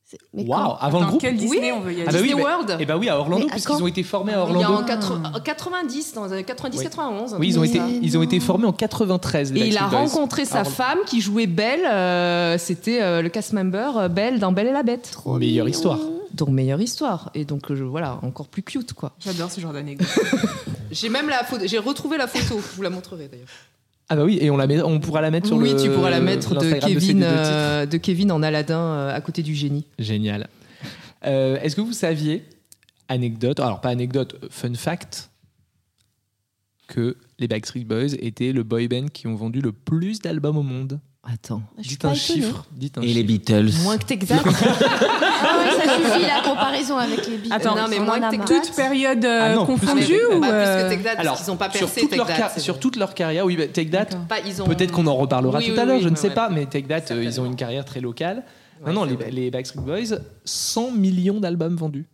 [SPEAKER 5] C'est- mais
[SPEAKER 1] Waouh,
[SPEAKER 5] quand-
[SPEAKER 1] avant le
[SPEAKER 4] Dans
[SPEAKER 1] groupe.
[SPEAKER 4] quel Disney
[SPEAKER 3] Oui.
[SPEAKER 4] on veut y aller
[SPEAKER 1] Ah bah oui,
[SPEAKER 3] Disney
[SPEAKER 1] bah-
[SPEAKER 3] World.
[SPEAKER 1] Et bah oui, à Orlando,
[SPEAKER 5] Mais à
[SPEAKER 1] puisqu'ils
[SPEAKER 5] quand
[SPEAKER 1] ont été formés à
[SPEAKER 3] Il y a
[SPEAKER 1] Orlando.
[SPEAKER 3] en quatre- 90, dans les années 90,
[SPEAKER 1] Oui.
[SPEAKER 3] 91. un
[SPEAKER 1] Oui, ils ont,
[SPEAKER 3] truc
[SPEAKER 1] été,
[SPEAKER 3] comme ça.
[SPEAKER 1] ils ont été formés en 93. les
[SPEAKER 3] Et il a
[SPEAKER 1] Backstreet Boys.
[SPEAKER 3] rencontré sa
[SPEAKER 1] Orlando.
[SPEAKER 3] femme qui jouait Belle. euh, c'était euh, le cast member euh, Belle dans Belle et la Bête.
[SPEAKER 5] Trop
[SPEAKER 1] Oh, Meilleure
[SPEAKER 5] mignon.
[SPEAKER 1] histoire.
[SPEAKER 3] Donc meilleure histoire. Et donc euh, je- voilà, encore plus cute quoi.
[SPEAKER 4] J'adore ce genre d'anecdote.
[SPEAKER 3] J'ai même la photo, j'ai retrouvé la photo, je vous la montrerai d'ailleurs.
[SPEAKER 1] Ah bah oui, et on, la met- on pourra la mettre sur
[SPEAKER 3] oui,
[SPEAKER 1] le
[SPEAKER 3] tu pourras la mettre de
[SPEAKER 1] l'Instagram ces
[SPEAKER 3] Kevin,
[SPEAKER 1] deux titres.
[SPEAKER 3] euh, de Kevin en Aladdin euh, à côté du génie.
[SPEAKER 1] Génial. Euh, Est-ce que vous saviez, anecdote, alors pas anecdote, fun fact, que les Backstreet Boys étaient le boy band qui ont vendu le plus d'albums au monde
[SPEAKER 3] Attends.
[SPEAKER 5] Bah, Je suis
[SPEAKER 1] Dites
[SPEAKER 5] pas
[SPEAKER 1] un
[SPEAKER 5] étonnée.
[SPEAKER 1] chiffre. Dites un
[SPEAKER 2] Et les
[SPEAKER 1] chiffre.
[SPEAKER 2] Beatles.
[SPEAKER 3] Moins que t'exactes.
[SPEAKER 5] Ah ouais, ça suffit la comparaison avec les billes.
[SPEAKER 4] Attends,
[SPEAKER 3] non, mais
[SPEAKER 5] on
[SPEAKER 3] moi,
[SPEAKER 5] en a
[SPEAKER 3] t'es-
[SPEAKER 5] marre.
[SPEAKER 4] Toute période euh,
[SPEAKER 1] Ah non, plus
[SPEAKER 3] Ah, mais-
[SPEAKER 4] confondue
[SPEAKER 3] bah,
[SPEAKER 4] ou
[SPEAKER 3] plus que
[SPEAKER 4] euh,
[SPEAKER 3] Take That, parce
[SPEAKER 1] Alors,
[SPEAKER 3] qu'ils n'ont pas
[SPEAKER 1] sur
[SPEAKER 3] percé
[SPEAKER 1] toute,
[SPEAKER 3] Take
[SPEAKER 1] leur
[SPEAKER 3] That,
[SPEAKER 1] car-
[SPEAKER 3] c'est
[SPEAKER 1] sur
[SPEAKER 3] vrai.
[SPEAKER 1] toute leur carrière, oui, bah, Take That,
[SPEAKER 3] Pas, ils ont-
[SPEAKER 1] peut-être qu'on en reparlera
[SPEAKER 3] Oui,
[SPEAKER 1] tout
[SPEAKER 3] oui,
[SPEAKER 1] à l'heure,
[SPEAKER 3] oui,
[SPEAKER 1] je ne
[SPEAKER 3] ouais,
[SPEAKER 1] sais
[SPEAKER 3] ouais.
[SPEAKER 1] pas, mais Take That, euh, ils ont
[SPEAKER 3] Certainement.
[SPEAKER 1] une carrière très locale.
[SPEAKER 3] Ouais,
[SPEAKER 1] non, non,
[SPEAKER 3] c'est
[SPEAKER 1] les,
[SPEAKER 3] vrai.
[SPEAKER 1] les Backstreet Boys, 100 millions d'albums vendus.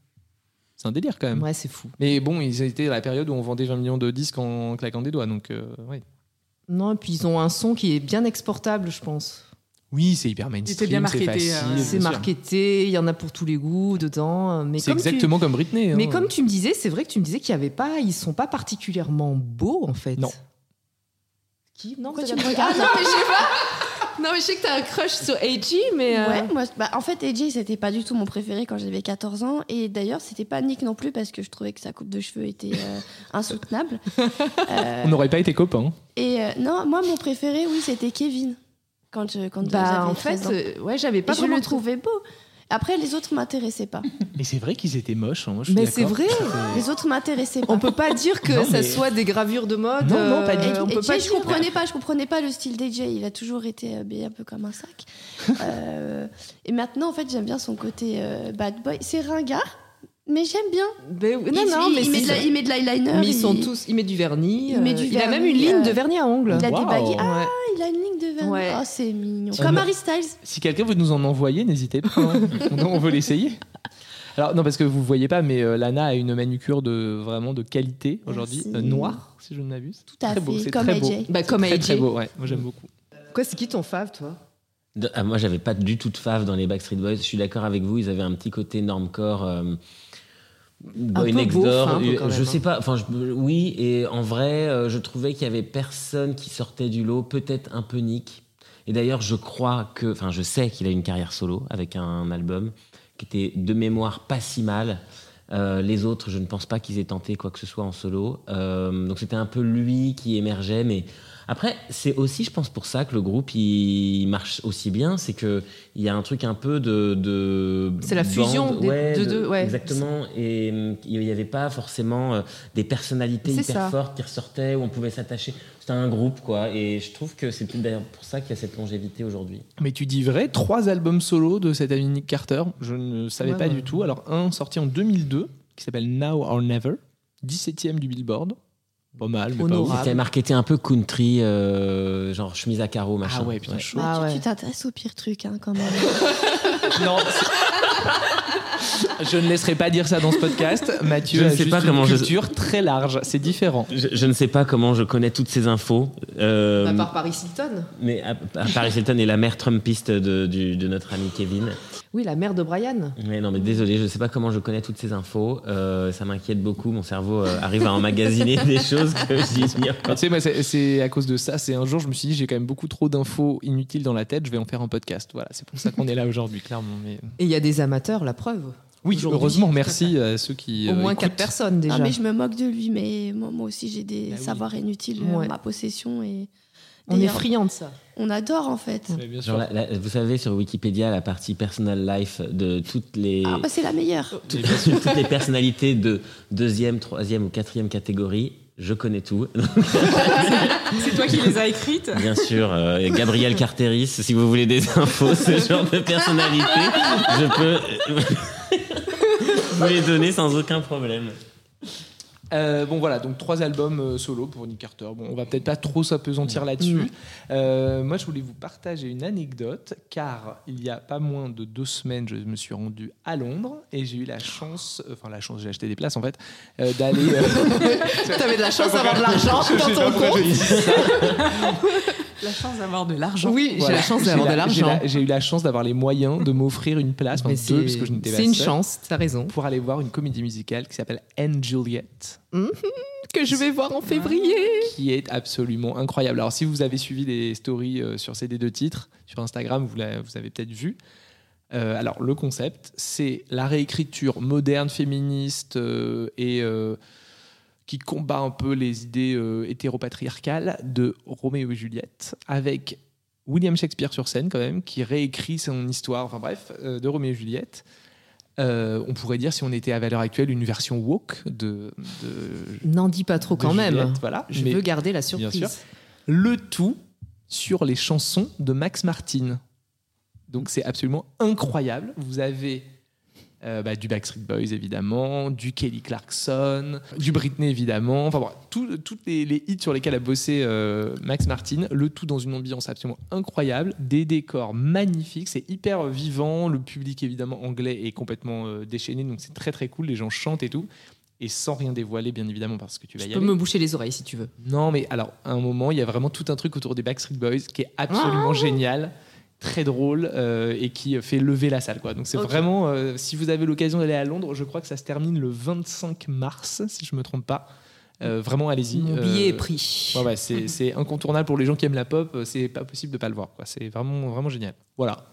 [SPEAKER 1] C'est un délire quand même.
[SPEAKER 3] Ouais, c'est fou.
[SPEAKER 1] Mais bon, ils étaient dans la période où on vendait 20 millions de disques en claquant des doigts, donc euh, ouais.
[SPEAKER 3] Non, et puis ils ont un son qui est bien exportable, je pense.
[SPEAKER 1] Oui, c'est hyper mainstream,
[SPEAKER 4] C'était bien
[SPEAKER 1] c'est
[SPEAKER 4] marketé,
[SPEAKER 1] facile.
[SPEAKER 4] euh,
[SPEAKER 1] bien
[SPEAKER 3] C'est
[SPEAKER 1] sûr.
[SPEAKER 3] marketé, il y en a pour tous les goûts dedans. Mais
[SPEAKER 1] C'est
[SPEAKER 3] comme tu-
[SPEAKER 1] exactement comme Britney. hein.
[SPEAKER 3] Mais comme tu me disais, c'est vrai que tu me disais qu'il y avait pas, ils sont pas particulièrement beaux en fait.
[SPEAKER 1] Non.
[SPEAKER 3] Qui Non,
[SPEAKER 5] Pourquoi
[SPEAKER 3] vous
[SPEAKER 5] tu
[SPEAKER 3] avez
[SPEAKER 5] me
[SPEAKER 3] un truc
[SPEAKER 5] regardes
[SPEAKER 3] Ah non, mais je sais pas. Non, mais je sais que t'as un crush sur AG, mais euh,
[SPEAKER 5] Ouais, moi, bah, en fait, AJ, c'était pas du tout mon préféré quand j'avais 14 ans. Et d'ailleurs, c'était pas Nick non plus parce que je trouvais que sa coupe de cheveux était euh, insoutenable. Euh,
[SPEAKER 1] On n'aurait pas été copains.
[SPEAKER 5] et euh, non, moi, mon préféré, oui, c'était Kevin. Quand je, quand
[SPEAKER 3] bah
[SPEAKER 5] j'avais
[SPEAKER 3] en
[SPEAKER 5] 13
[SPEAKER 3] fait,
[SPEAKER 5] ans. Et
[SPEAKER 3] euh, ouais, j'avais pas
[SPEAKER 5] je
[SPEAKER 3] vraiment
[SPEAKER 5] le
[SPEAKER 3] de-
[SPEAKER 5] trouvais beau. Après, les autres m'intéressaient pas.
[SPEAKER 1] Mais c'est vrai qu'ils étaient moches. hein, je suis
[SPEAKER 3] Mais c'est
[SPEAKER 1] d'accord.
[SPEAKER 3] vrai.
[SPEAKER 5] Les autres m'intéressaient pas.
[SPEAKER 3] On peut pas dire que
[SPEAKER 1] Non,
[SPEAKER 3] ça
[SPEAKER 1] mais-
[SPEAKER 3] soit des gravures de mode.
[SPEAKER 1] Non, non, pas du
[SPEAKER 5] Et,
[SPEAKER 3] euh, On
[SPEAKER 5] et
[SPEAKER 3] peut pas
[SPEAKER 5] Jay, je
[SPEAKER 3] dire.
[SPEAKER 5] comprenais pas, je comprenais pas le style DJ. Il a toujours été euh, habillé un peu comme un sac. Euh, et maintenant, en fait, j'aime bien son côté euh, bad boy. C'est ringard, mais j'aime bien.
[SPEAKER 3] Mais- Ben non,
[SPEAKER 5] il,
[SPEAKER 3] non,
[SPEAKER 5] il-
[SPEAKER 3] mais
[SPEAKER 5] il met
[SPEAKER 3] c'est-
[SPEAKER 5] de la- il met de l'eyeliner.
[SPEAKER 3] Mais ils sont
[SPEAKER 5] il-
[SPEAKER 3] tous, il met du vernis.
[SPEAKER 5] Il met du
[SPEAKER 3] euh, il a même
[SPEAKER 5] vernis,
[SPEAKER 3] une ligne
[SPEAKER 5] euh,
[SPEAKER 3] de vernis à ongles.
[SPEAKER 5] Il a
[SPEAKER 1] Waouh.
[SPEAKER 5] des baguilles. Ah,
[SPEAKER 3] Ouais.
[SPEAKER 5] il a une ligne de vernis.
[SPEAKER 3] Ouais.
[SPEAKER 5] Oh, c'est mignon.
[SPEAKER 1] On
[SPEAKER 5] Comme
[SPEAKER 1] a-
[SPEAKER 5] Harry Styles.
[SPEAKER 1] Si quelqu'un veut nous en envoyer, n'hésitez pas. hein. Non, on veut l'essayer. Alors non, parce que vous voyez pas, mais euh, Lana a une manucure de vraiment de qualité aujourd'hui,
[SPEAKER 5] Merci.
[SPEAKER 1] euh, noire, si je ne m'abuse.
[SPEAKER 5] Tout à
[SPEAKER 1] Très
[SPEAKER 5] fait,
[SPEAKER 1] beau, c'est
[SPEAKER 5] comme
[SPEAKER 1] très beau.
[SPEAKER 5] AJ.
[SPEAKER 3] Bah comme
[SPEAKER 1] Très, très
[SPEAKER 3] AJ.
[SPEAKER 1] beau, ouais. Moi j'aime beaucoup.
[SPEAKER 3] Quoi, c'est qui ton fave, toi
[SPEAKER 2] De- ah, moi, j'avais pas du tout de fave dans les Backstreet Boys. Je suis d'accord avec vous, ils avaient un petit côté normcore. Euh, Boy
[SPEAKER 3] peu
[SPEAKER 2] Next
[SPEAKER 3] beauf,
[SPEAKER 2] Door,
[SPEAKER 3] hein, un peu
[SPEAKER 2] euh,
[SPEAKER 3] quand
[SPEAKER 2] je
[SPEAKER 3] même,
[SPEAKER 2] sais pas, enfin je- oui, et en vrai, euh, je trouvais qu'il y avait personne qui sortait du lot, peut-être un peu Nick. Et d'ailleurs, je crois que, enfin, je sais qu'il a une carrière solo avec un album qui était de mémoire pas si mal. Euh, les autres, je ne pense pas qu'ils aient tenté quoi que ce soit en solo. Euh, donc c'était un peu lui qui émergeait, mais Après, c'est aussi, je pense, pour ça que le groupe il marche aussi bien, c'est que il y a un truc un peu de. de
[SPEAKER 3] C'est la fusion
[SPEAKER 2] bande,
[SPEAKER 3] des-
[SPEAKER 2] ouais, de-
[SPEAKER 3] de deux, ouais.
[SPEAKER 2] Exactement. Et hum, il n'y avait pas forcément euh, des personnalités
[SPEAKER 3] C'est
[SPEAKER 2] hyper
[SPEAKER 3] ça.
[SPEAKER 2] fortes qui ressortaient où on pouvait s'attacher. C'était un groupe, quoi. Et je trouve que c'est peut-être d'ailleurs pour ça qu'il y a cette longévité aujourd'hui.
[SPEAKER 1] Mais tu dis vrai, trois albums solo de cette amie Nick Carter, je ne savais
[SPEAKER 3] Ouais,
[SPEAKER 1] pas
[SPEAKER 3] ouais.
[SPEAKER 1] du tout. Alors, un sorti en 2002, qui s'appelle Now or Never, 17ème du Billboard. Pas mal, mais pas
[SPEAKER 3] Honorable.
[SPEAKER 1] ouf.
[SPEAKER 2] C'était marketé un peu country, euh, genre chemise à carreaux, machin.
[SPEAKER 1] Ah ouais, putain, chaud.
[SPEAKER 3] Ah
[SPEAKER 5] Tu-
[SPEAKER 3] ouais.
[SPEAKER 5] Tu t'intéresses au pire truc, hein, quand même.
[SPEAKER 1] Non, c'est- je ne laisserai pas dire ça dans ce podcast. Mathieu
[SPEAKER 2] Je
[SPEAKER 1] a
[SPEAKER 2] ne sais
[SPEAKER 1] juste
[SPEAKER 2] pas
[SPEAKER 1] une
[SPEAKER 2] comment je-
[SPEAKER 1] culture très large, c'est différent.
[SPEAKER 2] Je, je ne sais pas comment je connais toutes ces infos. euh,
[SPEAKER 5] Bah,
[SPEAKER 3] À part Paris Hilton.
[SPEAKER 2] mais à, à Paris Hilton et la mère Trumpiste de, du- de notre ami Kevin.
[SPEAKER 3] Oui, la mère de Brian.
[SPEAKER 2] Mais non, mais désolé, je ne sais pas comment je connais toutes ces infos. euh, ça m'inquiète beaucoup. Mon cerveau euh, arrive à emmagasiner des choses que je dis. mais
[SPEAKER 1] Mais tu sais, moi, c'est- c'est à cause de ça. C'est un jour, je me suis dit, j'ai quand même beaucoup trop d'infos inutiles dans la tête. Je vais en faire un podcast. Voilà, c'est pour ça qu'on est là aujourd'hui, clairement. Mais...
[SPEAKER 3] Et il y a des amateurs, la preuve.
[SPEAKER 1] Oui,
[SPEAKER 3] Aujourd'hui.
[SPEAKER 1] heureusement, merci à ceux qui.
[SPEAKER 3] Au
[SPEAKER 1] euh,
[SPEAKER 3] moins
[SPEAKER 1] écoutent.
[SPEAKER 3] quatre personnes déjà.
[SPEAKER 5] Non, Ah, mais je me moque de lui, mais moi, moi aussi, j'ai des
[SPEAKER 1] Bah oui.
[SPEAKER 5] savoirs inutiles euh,
[SPEAKER 3] Ouais.
[SPEAKER 5] en ma possession et
[SPEAKER 3] On est
[SPEAKER 5] D'ailleurs-
[SPEAKER 3] friands de ça.
[SPEAKER 5] on adore, en fait.
[SPEAKER 1] Mais bien sûr.
[SPEAKER 2] Genre, la- la- vous savez, sur Wikipédia, la partie personal life de toutes les,
[SPEAKER 5] Ah, bah, c'est la meilleure.
[SPEAKER 2] toutes les personnalités de deuxième, troisième ou quatrième catégorie, je connais tout.
[SPEAKER 4] C'est toi qui les as écrites
[SPEAKER 2] Bien sûr, euh, Gabriel Carteris, si vous voulez des infos, ce genre de personnalité, je peux vous les donner sans aucun problème.
[SPEAKER 1] Euh, bon voilà, donc trois albums euh, solo pour Nick Carter. Bon, on va peut-être pas trop
[SPEAKER 3] Mm.
[SPEAKER 1] s'apesantir là-dessus. Euh, moi, je voulais vous partager une anecdote, car il y a pas moins de deux semaines, je me suis rendu à Londres et j'ai eu la chance, euh, enfin la chance, j'ai acheté des places en fait, euh, d'aller. euh,
[SPEAKER 3] T'avais de la chance d'avoir de l'argent
[SPEAKER 1] Je sais pas
[SPEAKER 3] dans ton
[SPEAKER 1] pourquoi
[SPEAKER 3] compte.
[SPEAKER 1] j'ai dit ça.
[SPEAKER 4] La chance d'avoir de l'argent.
[SPEAKER 3] Oui, j'ai
[SPEAKER 1] Voilà.
[SPEAKER 3] la chance
[SPEAKER 1] J'ai
[SPEAKER 3] d'avoir de
[SPEAKER 1] la- j'ai
[SPEAKER 3] l'argent.
[SPEAKER 1] la- J'ai eu la chance d'avoir les moyens de m'offrir une place, enfin,
[SPEAKER 3] Mais
[SPEAKER 1] deux,
[SPEAKER 3] c'est
[SPEAKER 1] parce que je n'étais pas
[SPEAKER 3] c'est une
[SPEAKER 1] seul,
[SPEAKER 3] chance, t'as raison.
[SPEAKER 1] pour aller voir une comédie musicale qui s'appelle Anne Juliet.
[SPEAKER 3] Que je vais voir en février.
[SPEAKER 1] qui est absolument incroyable. Alors, si vous avez suivi les stories euh, sur ces deux titres, sur Instagram, vous, la- vous avez peut-être vu. Euh, alors, le concept, c'est la réécriture moderne, féministe euh, et euh, qui combat un peu les idées euh, hétéropatriarcales de Roméo et Juliette, avec William Shakespeare sur scène, quand même, qui réécrit son histoire, enfin bref, euh, de Roméo et Juliette. Euh, on pourrait dire, si on était à valeur actuelle, une version woke de. de
[SPEAKER 3] N'en dis pas trop
[SPEAKER 1] de
[SPEAKER 3] quand même.
[SPEAKER 1] Juliette, voilà.
[SPEAKER 3] Je
[SPEAKER 1] Mais-
[SPEAKER 3] veux garder la
[SPEAKER 1] sûr.
[SPEAKER 3] surprise.
[SPEAKER 1] le tout sur les chansons de Max Martin. Donc c'est absolument incroyable. Vous avez euh, bah, du Backstreet Boys évidemment, du Kelly Clarkson, du Britney évidemment, enfin bon, tout- toutes les, les hits sur lesquels a bossé euh, Max Martin, le tout dans une ambiance absolument incroyable, des décors magnifiques, c'est hyper vivant, le public évidemment anglais est complètement euh, déchaîné, donc c'est très très cool, les gens chantent et tout, et sans rien dévoiler bien évidemment parce que tu vas
[SPEAKER 3] Tu
[SPEAKER 1] y
[SPEAKER 3] peux
[SPEAKER 1] aller.
[SPEAKER 3] me boucher les oreilles si tu veux.
[SPEAKER 1] Non, mais alors, à un moment, il y a vraiment tout un truc autour des Backstreet Boys qui est absolument
[SPEAKER 3] Ah.
[SPEAKER 1] génial, très drôle euh, et qui fait lever la salle. Quoi. Donc, c'est
[SPEAKER 3] Ok.
[SPEAKER 1] vraiment, euh, si vous avez l'occasion d'aller à Londres, je crois que ça se termine le 25 mars, si je me trompe pas. Euh, vraiment, allez-y.
[SPEAKER 3] Mon
[SPEAKER 1] Euh,
[SPEAKER 3] billet est pris.
[SPEAKER 1] ouais, ouais, c'est, c'est incontournable pour les gens qui aiment la pop, euh, c'est pas possible de pas le voir. Quoi. C'est vraiment, vraiment génial. Voilà.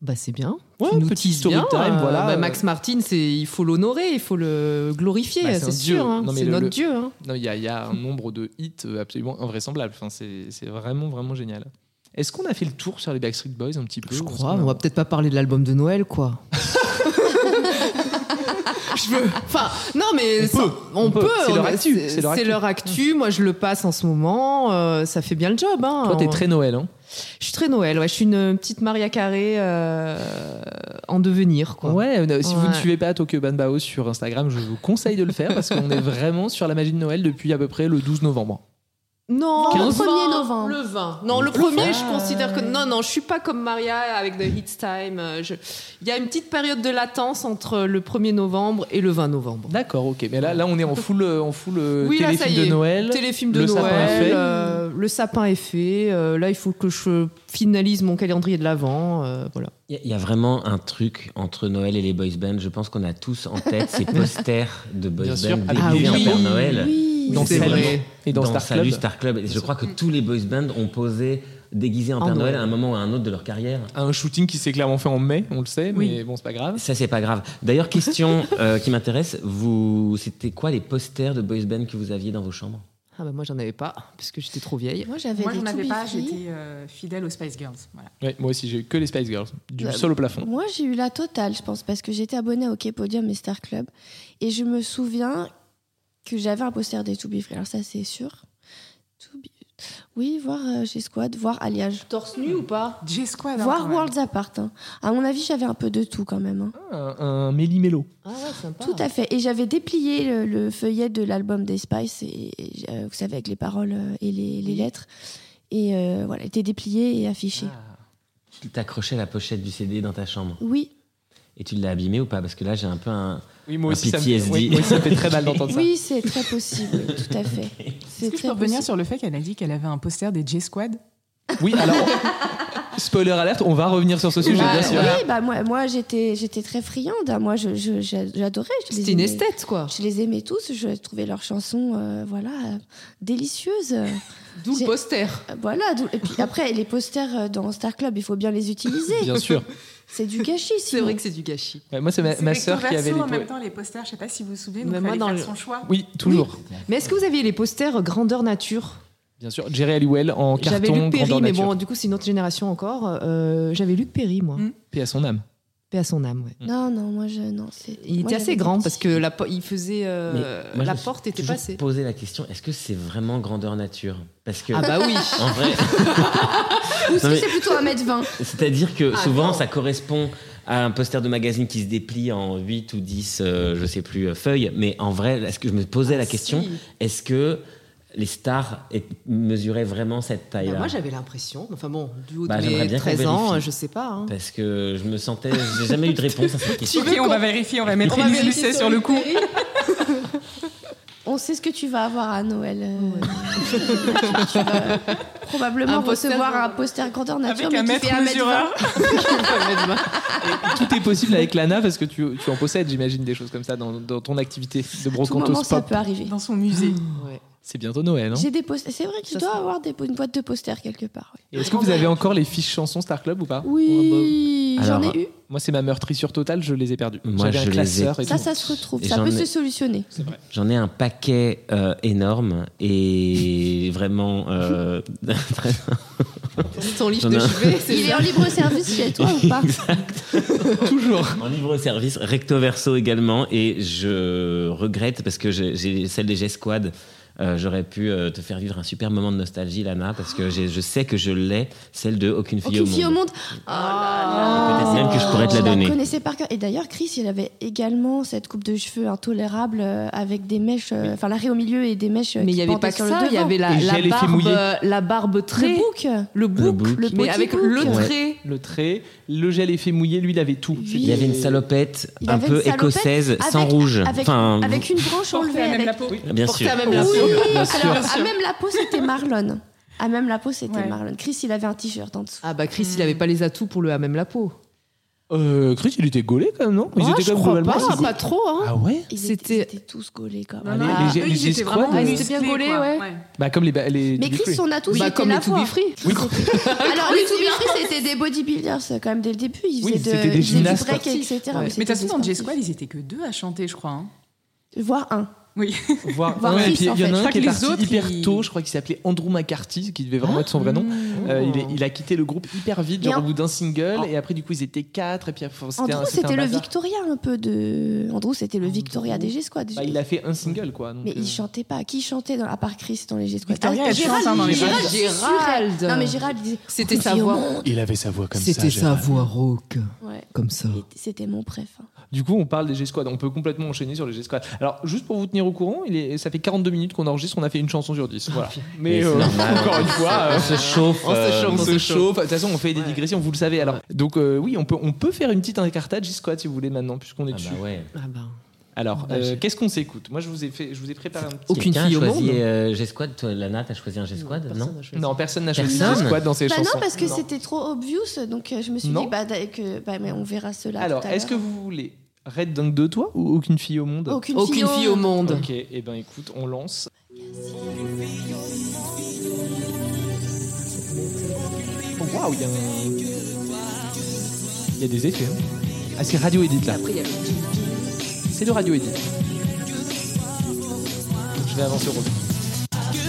[SPEAKER 3] Bah c'est bien.
[SPEAKER 1] Ouais,
[SPEAKER 3] tu nous
[SPEAKER 1] petit
[SPEAKER 3] teases
[SPEAKER 1] story
[SPEAKER 3] bien.
[SPEAKER 1] time,
[SPEAKER 3] euh,
[SPEAKER 1] voilà.
[SPEAKER 3] bah, Max Martin, c'est il faut l'honorer, il faut le glorifier,
[SPEAKER 1] Bah, c'est un
[SPEAKER 3] c'est
[SPEAKER 1] dieu.
[SPEAKER 3] sûr. hein.
[SPEAKER 1] Non, mais
[SPEAKER 3] C'est
[SPEAKER 1] le-
[SPEAKER 3] notre
[SPEAKER 1] le-
[SPEAKER 3] dieu. hein.
[SPEAKER 1] Non, Il y, a- il y a un nombre de hits euh, absolument invraisemblable. Enfin, c'est, c'est vraiment, vraiment génial. Est-ce qu'on a fait le tour sur les Backstreet Boys un petit peu
[SPEAKER 3] Je
[SPEAKER 1] Ou est-ce
[SPEAKER 3] crois.
[SPEAKER 1] qu'on a-
[SPEAKER 3] On va peut-être pas parler de l'album de Noël, quoi. Je veux. Enfin, non, mais
[SPEAKER 1] On
[SPEAKER 3] ça-
[SPEAKER 1] peut, on peut. C'est
[SPEAKER 3] on-
[SPEAKER 1] leur actu,
[SPEAKER 3] c'est-
[SPEAKER 1] c'est leur
[SPEAKER 3] C'est
[SPEAKER 1] actu.
[SPEAKER 3] leur actu. Moi, je le passe en ce moment. euh, ça fait bien le job. Hein.
[SPEAKER 1] Toi, t'es
[SPEAKER 3] On-
[SPEAKER 1] très Noël, hein
[SPEAKER 3] Je suis très Noël. Ouais, je suis une petite Maria Carré euh, en devenir, quoi.
[SPEAKER 1] Ouais, euh, si vous ne
[SPEAKER 3] Ouais.
[SPEAKER 1] suivez pas Tokyo Banbao sur Instagram, je vous conseille de le faire parce qu'on est vraiment sur la magie de Noël depuis à peu près le 12 novembre.
[SPEAKER 3] Non,
[SPEAKER 5] Le
[SPEAKER 3] le
[SPEAKER 5] 1er
[SPEAKER 3] 20,
[SPEAKER 5] novembre.
[SPEAKER 3] Le 20. Non, le premier, je considère que. Non, non, je suis pas comme Maria avec The Hits Time. euh, je- Il y a une petite période de latence entre le 1er novembre et le 20 novembre.
[SPEAKER 1] D'accord, ok. Mais là, là on est en full, euh, en full euh,
[SPEAKER 3] Oui, là, ça
[SPEAKER 1] téléfilm
[SPEAKER 3] y est.
[SPEAKER 1] de Noël.
[SPEAKER 3] Téléfilm de
[SPEAKER 1] le sapin
[SPEAKER 3] Noël,
[SPEAKER 1] est fait.
[SPEAKER 3] euh, le sapin est fait. euh, là, il faut que je finalise mon calendrier de l'avant. euh, voilà.
[SPEAKER 2] Il y a- il y, a vraiment un truc entre Noël et les boys bands. Je pense qu'on a tous en tête ces posters de boys
[SPEAKER 1] Bien sûr,
[SPEAKER 2] bands
[SPEAKER 1] avec
[SPEAKER 2] déguisés
[SPEAKER 3] Ah
[SPEAKER 2] en
[SPEAKER 3] oui.
[SPEAKER 2] Père Noël.
[SPEAKER 5] Oui.
[SPEAKER 1] Dans
[SPEAKER 3] C'est
[SPEAKER 1] Salut
[SPEAKER 3] vrai.
[SPEAKER 1] et dans, Star
[SPEAKER 2] Salut
[SPEAKER 1] Club.
[SPEAKER 2] Star Club. Et je crois que tous les boys bands ont posé déguisés en,
[SPEAKER 3] En
[SPEAKER 2] Père Noël.
[SPEAKER 3] Noël.
[SPEAKER 2] à un moment ou à un autre de leur carrière.
[SPEAKER 1] Un shooting qui s'est clairement fait en mai, on le sait,
[SPEAKER 4] Oui.
[SPEAKER 1] mais bon, c'est pas grave.
[SPEAKER 2] Ça, c'est pas grave. D'ailleurs, question euh, qui m'intéresse, vous, c'était quoi les posters de boys band que vous aviez dans vos chambres
[SPEAKER 3] Ah bah moi j'en avais pas, parce que j'étais trop vieille.
[SPEAKER 5] Moi, j'avais
[SPEAKER 4] Moi,
[SPEAKER 5] des
[SPEAKER 4] j'en avais
[SPEAKER 5] To Be
[SPEAKER 4] pas,
[SPEAKER 5] Free.
[SPEAKER 4] j'étais euh, fidèle aux Spice Girls. Voilà.
[SPEAKER 1] Ouais, moi aussi, j'ai eu que les Spice Girls, du
[SPEAKER 3] Ouais.
[SPEAKER 1] sol au plafond.
[SPEAKER 5] Moi, j'ai eu la totale, je pense, parce que j'étais abonnée au K-Podium et Star Club. Et je me souviens que j'avais un poster des To Be Free. Alors, ça, c'est sûr. To Be- Oui, voir euh, chez Squad, voir Alliage.
[SPEAKER 3] Torse nu ou pas
[SPEAKER 4] J-Squad. hein, quand
[SPEAKER 5] Voir
[SPEAKER 4] même.
[SPEAKER 5] Worlds Apart. hein. À mon avis, j'avais un peu de tout quand même. hein.
[SPEAKER 1] Un, Ah, un méli-mélo.
[SPEAKER 3] Ah ouais, sympa.
[SPEAKER 5] Tout à fait. Et j'avais déplié le, le feuillet de l'album des Spice, et, et, euh, vous savez, avec les paroles euh, et les, les lettres. Et euh, voilà, il était déplié et affiché.
[SPEAKER 2] Tu t'accrochais la pochette du CD dans ta chambre.
[SPEAKER 5] Oui,
[SPEAKER 2] Et tu l'as abîmé ou pas Parce que là, j'ai un peu un.
[SPEAKER 1] Oui, moi
[SPEAKER 2] Un
[SPEAKER 1] aussi, ça me, fait-
[SPEAKER 2] PTSD.
[SPEAKER 1] oui, moi aussi, ça me fait très mal d'entendre ça.
[SPEAKER 5] oui c'est très possible, oui, tout à fait. C'est
[SPEAKER 4] Est-ce que je peux
[SPEAKER 5] très
[SPEAKER 4] revenir
[SPEAKER 5] possible.
[SPEAKER 4] sur le fait qu'elle a dit qu'elle avait un poster des J-Squad
[SPEAKER 1] Oui, alors, spoiler alerte, on va revenir sur ce sujet,
[SPEAKER 3] Ouais,
[SPEAKER 1] bien sûr.
[SPEAKER 5] Oui, bah moi, moi j'étais, j'étais très friande. hein. Moi, je, je- j'a- j'adorais. Je les
[SPEAKER 3] C'était une
[SPEAKER 5] aimais-
[SPEAKER 3] esthète, quoi.
[SPEAKER 5] Je les aimais tous. Je trouvais leurs chansons, euh, voilà, euh, délicieuses.
[SPEAKER 3] D'où le
[SPEAKER 5] J'ai-
[SPEAKER 3] poster.
[SPEAKER 5] Euh, voilà. d'où- Et puis après, les posters euh, dans Star Club, il faut bien les utiliser.
[SPEAKER 1] Bien sûr.
[SPEAKER 5] C'est du gâchis.
[SPEAKER 3] C'est
[SPEAKER 5] sinon.
[SPEAKER 3] vrai que c'est du gâchis.
[SPEAKER 1] Ouais, moi, c'est ma,
[SPEAKER 4] C'est
[SPEAKER 1] ma
[SPEAKER 4] Vector
[SPEAKER 1] sœur qui
[SPEAKER 4] Verso,
[SPEAKER 1] avait les.
[SPEAKER 4] en
[SPEAKER 1] po- Bah,
[SPEAKER 4] même temps les posters, je sais pas si vous vous souvenez, donc
[SPEAKER 3] Mais
[SPEAKER 4] il
[SPEAKER 3] moi,
[SPEAKER 4] fallait
[SPEAKER 3] dans
[SPEAKER 4] faire
[SPEAKER 3] le-
[SPEAKER 4] son choix.
[SPEAKER 1] Oui, toujours.
[SPEAKER 3] Mais est-ce que vous aviez les posters grandeur nature
[SPEAKER 1] Bien sûr. Jerry Halliwell en carton.
[SPEAKER 3] J'avais Luc Perry,
[SPEAKER 1] grandeur
[SPEAKER 3] mais
[SPEAKER 1] nature.
[SPEAKER 3] bon, du coup, c'est une autre génération encore. Euh, J'avais Luc Perry, moi.
[SPEAKER 4] Mm.
[SPEAKER 1] Paix à son âme.
[SPEAKER 3] Paix à son âme, ouais.
[SPEAKER 5] Non, non, moi je non. c'est-
[SPEAKER 3] Il
[SPEAKER 5] moi,
[SPEAKER 3] était assez
[SPEAKER 5] j'avais
[SPEAKER 3] grand
[SPEAKER 5] des
[SPEAKER 3] parce
[SPEAKER 5] petits-
[SPEAKER 3] que la, po- il faisait, euh,
[SPEAKER 2] Mais moi, je
[SPEAKER 3] la
[SPEAKER 2] me suis
[SPEAKER 3] porte était
[SPEAKER 2] toujours
[SPEAKER 3] passée.
[SPEAKER 2] posé la question est-ce que c'est vraiment grandeur nature Parce que.
[SPEAKER 3] Ah bah oui.
[SPEAKER 2] En vrai,
[SPEAKER 5] Ou si
[SPEAKER 2] Non, mais-
[SPEAKER 5] c'est plutôt 1m20.
[SPEAKER 2] c'est-à-dire que
[SPEAKER 3] Ah,
[SPEAKER 2] souvent
[SPEAKER 3] non.
[SPEAKER 2] ça correspond à un poster de magazine qui se déplie en 8 ou 10, euh, je sais plus, euh, feuilles. Mais en vrai, est-ce que je me posais la question
[SPEAKER 3] Ah, Si.
[SPEAKER 2] est-ce que les stars est- mesuraient vraiment cette
[SPEAKER 3] Bah,
[SPEAKER 2] taille-là
[SPEAKER 3] moi, j'avais l'impression. Enfin bon, du haut
[SPEAKER 2] Bah,
[SPEAKER 3] de
[SPEAKER 2] j'aimerais
[SPEAKER 3] mes
[SPEAKER 2] bien qu'on
[SPEAKER 3] 13 ans,
[SPEAKER 2] vérifie.
[SPEAKER 3] euh, je sais pas. hein.
[SPEAKER 2] Parce que je me sentais. J'ai jamais eu de réponse à cette question.
[SPEAKER 4] Ok, on va vérifier, on va mettre
[SPEAKER 3] On va
[SPEAKER 4] Élise
[SPEAKER 3] vérifier
[SPEAKER 4] Lucet sur le
[SPEAKER 3] Luc
[SPEAKER 4] coup.
[SPEAKER 3] Perry.
[SPEAKER 5] On sait ce que tu vas avoir à Noël. euh, tu vas probablement
[SPEAKER 3] Un poster
[SPEAKER 5] recevoir
[SPEAKER 3] grand-
[SPEAKER 5] un poster grandeur nature
[SPEAKER 4] Avec un
[SPEAKER 5] mais
[SPEAKER 4] mètre
[SPEAKER 5] qui fait 1m20.
[SPEAKER 4] mesureur.
[SPEAKER 1] Tout est possible avec Lana parce que tu, tu en possèdes, j'imagine, des choses comme ça dans, dans ton activité de
[SPEAKER 5] À tout moment,
[SPEAKER 1] brocanteuse
[SPEAKER 5] ça
[SPEAKER 1] pop.
[SPEAKER 5] peut arriver.
[SPEAKER 4] Dans son musée.
[SPEAKER 3] Ouais.
[SPEAKER 1] C'est bientôt Noël, hein. non
[SPEAKER 5] J'ai des posters. C'est vrai que je
[SPEAKER 3] Ça
[SPEAKER 5] dois
[SPEAKER 3] sera-
[SPEAKER 5] avoir des, une boîte de posters quelque part. ouais.
[SPEAKER 1] Et Est-ce que vous avez encore les fiches chansons Star Club ou pas Oh,
[SPEAKER 5] Oui,
[SPEAKER 2] bah,
[SPEAKER 5] j'en
[SPEAKER 2] alors,
[SPEAKER 5] ai eu.
[SPEAKER 1] Moi, c'est ma meurtrissure totale, je les ai perdues.
[SPEAKER 2] Moi,
[SPEAKER 1] J'avais
[SPEAKER 2] je
[SPEAKER 1] un
[SPEAKER 2] les ai-
[SPEAKER 1] classeur et
[SPEAKER 5] Ça,
[SPEAKER 1] tout.
[SPEAKER 5] ça se retrouve.
[SPEAKER 2] Et
[SPEAKER 5] Ça
[SPEAKER 2] j'en
[SPEAKER 5] peut
[SPEAKER 2] ai-
[SPEAKER 5] se solutionner.
[SPEAKER 2] J'en ai un paquet euh, énorme et vraiment euh, très
[SPEAKER 3] Ton livre
[SPEAKER 2] J'en ai
[SPEAKER 3] de
[SPEAKER 2] un.
[SPEAKER 3] chevet, c'est
[SPEAKER 5] Il est
[SPEAKER 3] ça.
[SPEAKER 5] en libre service chez toi ou pas
[SPEAKER 1] Toujours.
[SPEAKER 2] En livre service, recto verso également, et je regrette parce que j'ai- j'ai celle des G-Squad. euh, J'aurais pu euh, te faire vivre un super moment de nostalgie, Lana, parce que j'ai- je sais que je l'ai, celle de Aucune fille
[SPEAKER 5] Aucune
[SPEAKER 2] au
[SPEAKER 5] fille au
[SPEAKER 2] monde.
[SPEAKER 5] monde. Oh là là.
[SPEAKER 2] Peut-être même que je pourrais te la
[SPEAKER 5] Je
[SPEAKER 2] donner.
[SPEAKER 5] connaissais par cœur. Et d'ailleurs, Chris, il avait également cette coupe de cheveux intolérable euh, avec des mèches, euh, enfin l'arrêt au milieu et des mèches. euh,
[SPEAKER 3] Mais il
[SPEAKER 5] qui
[SPEAKER 3] n'y avait
[SPEAKER 5] pendaient
[SPEAKER 3] pas que
[SPEAKER 5] sur le
[SPEAKER 3] ça. Il y
[SPEAKER 5] devant.
[SPEAKER 3] avait la,
[SPEAKER 1] Et
[SPEAKER 3] la
[SPEAKER 1] j'ai les fait
[SPEAKER 3] barbe,
[SPEAKER 1] mouiller.
[SPEAKER 3] euh, la barbe
[SPEAKER 5] le
[SPEAKER 3] trait,
[SPEAKER 5] bouc. euh,
[SPEAKER 3] le bouc,
[SPEAKER 2] Le bouc. Le
[SPEAKER 3] mais
[SPEAKER 5] petit
[SPEAKER 3] avec
[SPEAKER 5] bouc.
[SPEAKER 3] le
[SPEAKER 5] Ouais.
[SPEAKER 3] trait.
[SPEAKER 1] Le trait, le gel effet mouillé, lui, il avait tout.
[SPEAKER 5] Oui.
[SPEAKER 2] Il y avait une salopette
[SPEAKER 5] Il
[SPEAKER 2] un
[SPEAKER 5] avait une
[SPEAKER 2] peu
[SPEAKER 5] salopette
[SPEAKER 2] écossaise, sans
[SPEAKER 5] avec-
[SPEAKER 2] rouge.
[SPEAKER 5] Avec,
[SPEAKER 2] enfin,
[SPEAKER 5] avec une branche enlevée. Avec...
[SPEAKER 4] peau.
[SPEAKER 2] bien
[SPEAKER 3] Portée
[SPEAKER 2] sûr.
[SPEAKER 3] à même
[SPEAKER 5] Oui,
[SPEAKER 3] la peau.
[SPEAKER 1] Bien sûr.
[SPEAKER 5] alors à même la peau, c'était Marlon. À même la peau, c'était
[SPEAKER 4] Ouais.
[SPEAKER 5] Marlon. Chris, il avait un t-shirt en dessous.
[SPEAKER 3] Ah bah Chris, il avait pas les atouts pour le à même la peau.
[SPEAKER 1] Euh, Chris, il était gaulé quand même, non Ils
[SPEAKER 3] Ah,
[SPEAKER 1] étaient
[SPEAKER 3] je
[SPEAKER 1] quand même
[SPEAKER 3] crois
[SPEAKER 1] globalement
[SPEAKER 3] pas,
[SPEAKER 1] assez-
[SPEAKER 3] pas trop hein.
[SPEAKER 1] Ah ouais
[SPEAKER 5] Ils
[SPEAKER 3] C'était- Bah,
[SPEAKER 5] étaient, ils étaient tous gaulés quand
[SPEAKER 4] Non,
[SPEAKER 5] même.
[SPEAKER 1] Ah,
[SPEAKER 4] non,
[SPEAKER 1] les-
[SPEAKER 4] ah,
[SPEAKER 1] les-
[SPEAKER 4] eux,
[SPEAKER 1] les
[SPEAKER 4] ils étaient
[SPEAKER 1] escrocs,
[SPEAKER 4] vraiment
[SPEAKER 1] euh,
[SPEAKER 3] Ils étaient bien
[SPEAKER 4] musclés,
[SPEAKER 3] gaulés,
[SPEAKER 4] quoi.
[SPEAKER 3] ouais.
[SPEAKER 1] Bah, comme les. ba- les
[SPEAKER 5] Mais
[SPEAKER 1] To Be
[SPEAKER 5] Chris,
[SPEAKER 1] Free.
[SPEAKER 5] son atout,
[SPEAKER 3] Bah,
[SPEAKER 5] c'était
[SPEAKER 3] comme les
[SPEAKER 5] la
[SPEAKER 3] To
[SPEAKER 5] voix.
[SPEAKER 3] Be Free.
[SPEAKER 1] Oui.
[SPEAKER 5] Alors, les To Be Free, c'était des bodybuilders euh, quand même dès le début. Ils
[SPEAKER 1] Oui,
[SPEAKER 5] faisaient
[SPEAKER 1] c'était
[SPEAKER 5] de,
[SPEAKER 1] des
[SPEAKER 5] ils faisaient du
[SPEAKER 1] gymnastes
[SPEAKER 5] break,
[SPEAKER 3] sportifs.
[SPEAKER 5] etc.
[SPEAKER 3] Ouais. Mais de
[SPEAKER 4] Mais de toute façon, dans
[SPEAKER 5] J-Squad,
[SPEAKER 4] J-Squad, ils étaient que deux à chanter, je crois. hein.
[SPEAKER 5] Voire un.
[SPEAKER 4] Oui.
[SPEAKER 1] Voir
[SPEAKER 5] Voir
[SPEAKER 1] un, et
[SPEAKER 5] Chris,
[SPEAKER 1] puis
[SPEAKER 5] en
[SPEAKER 1] il y en
[SPEAKER 5] fait.
[SPEAKER 1] a
[SPEAKER 4] Je
[SPEAKER 1] un
[SPEAKER 4] crois
[SPEAKER 1] qui est
[SPEAKER 4] que les
[SPEAKER 1] parti
[SPEAKER 4] autres,
[SPEAKER 1] hyper
[SPEAKER 4] ils-
[SPEAKER 1] tôt, je crois qu'il s'appelait Andrew McCarthy, qui devait vraiment être son vrai nom.
[SPEAKER 5] Ah.
[SPEAKER 1] Euh, il, est- il a quitté le groupe hyper vite,
[SPEAKER 5] Mais
[SPEAKER 1] genre
[SPEAKER 5] en-
[SPEAKER 1] au bout d'un single, et après du coup ils étaient quatre, et puis enfin, c'était un-
[SPEAKER 5] Ah. Andrew,
[SPEAKER 1] c'était un
[SPEAKER 5] c'était le
[SPEAKER 1] bazar.
[SPEAKER 5] Victoria un peu de. Andrew, c'était le Victoria des G-Squad.
[SPEAKER 1] Bah, il a fait un single quoi. donc,
[SPEAKER 5] Mais
[SPEAKER 1] euh,
[SPEAKER 5] il chantait pas. Qui chantait dans- à part Chris dans les G-Squad
[SPEAKER 4] Victoria, elle chante, hein, dans les
[SPEAKER 5] Gérald,
[SPEAKER 3] Gérald.
[SPEAKER 5] Gérald.
[SPEAKER 3] Gérald.
[SPEAKER 5] Non, mais Gérald, il disait.
[SPEAKER 3] C'était
[SPEAKER 5] Aucune
[SPEAKER 3] sa
[SPEAKER 5] fille au
[SPEAKER 3] voix.
[SPEAKER 5] monde.
[SPEAKER 1] il avait sa voix comme
[SPEAKER 3] C'était sa
[SPEAKER 1] Gérard.
[SPEAKER 3] voix rauque
[SPEAKER 5] Ouais.
[SPEAKER 3] comme ça.
[SPEAKER 5] Il était- C'était mon préf. hein.
[SPEAKER 1] Du coup, on parle des G-Squad. On peut complètement enchaîner sur les G-Squad. Alors, juste pour vous tenir au courant, il est... ça fait 42 minutes qu'on enregistre, on a fait une chanson sur 10. Voilà. Mais
[SPEAKER 2] Mais c'est
[SPEAKER 1] euh,
[SPEAKER 2] normal.
[SPEAKER 1] encore une fois, euh,
[SPEAKER 2] On se chauffe.
[SPEAKER 1] on se
[SPEAKER 2] euh,
[SPEAKER 1] chauffe, on se
[SPEAKER 2] dans-
[SPEAKER 1] chauffe. De toute façon, on fait des digressions, vous le savez. Alors, donc euh, oui, on peut, on peut faire une petite incartade G-Squad si vous voulez maintenant, puisqu'on est
[SPEAKER 2] Ah
[SPEAKER 1] dessus.
[SPEAKER 2] bah ouais.
[SPEAKER 3] Ah bah.
[SPEAKER 1] Alors,
[SPEAKER 3] Ah,
[SPEAKER 1] euh,
[SPEAKER 3] j'ai-
[SPEAKER 1] qu'est-ce qu'on s'écoute Moi, je vous ai fait, je vous ai préparé un petit.
[SPEAKER 3] Aucune
[SPEAKER 2] Quelqu'un
[SPEAKER 3] fille au
[SPEAKER 2] choisit,
[SPEAKER 3] monde.
[SPEAKER 2] euh, G-Squad, toi, Lana, t'as choisi un G-Squad, non
[SPEAKER 1] Non, personne n'a choisi
[SPEAKER 2] Personne
[SPEAKER 1] G-Squad dans ces
[SPEAKER 5] Bah
[SPEAKER 1] chansons.
[SPEAKER 5] non, parce que c'était trop obvious, donc euh, je me suis
[SPEAKER 1] Non.
[SPEAKER 5] dit bah, d'a- que bah, mais on verra cela.
[SPEAKER 1] Alors,
[SPEAKER 5] tout à
[SPEAKER 1] est-ce que
[SPEAKER 5] l'heure.
[SPEAKER 1] vous voulez Red Dunk de toi ou aucune fille au monde
[SPEAKER 5] aucune,
[SPEAKER 3] Aucune fille au monde.
[SPEAKER 1] Ok, et ben écoute, on lance. Oh, Waouh, il y a un... Il y a des effets. hein. Ah, c'est Radio Edit là.
[SPEAKER 3] Après, il y avait-
[SPEAKER 1] C'est le Radio Edit. Je vais avancer au retour.
[SPEAKER 6] Good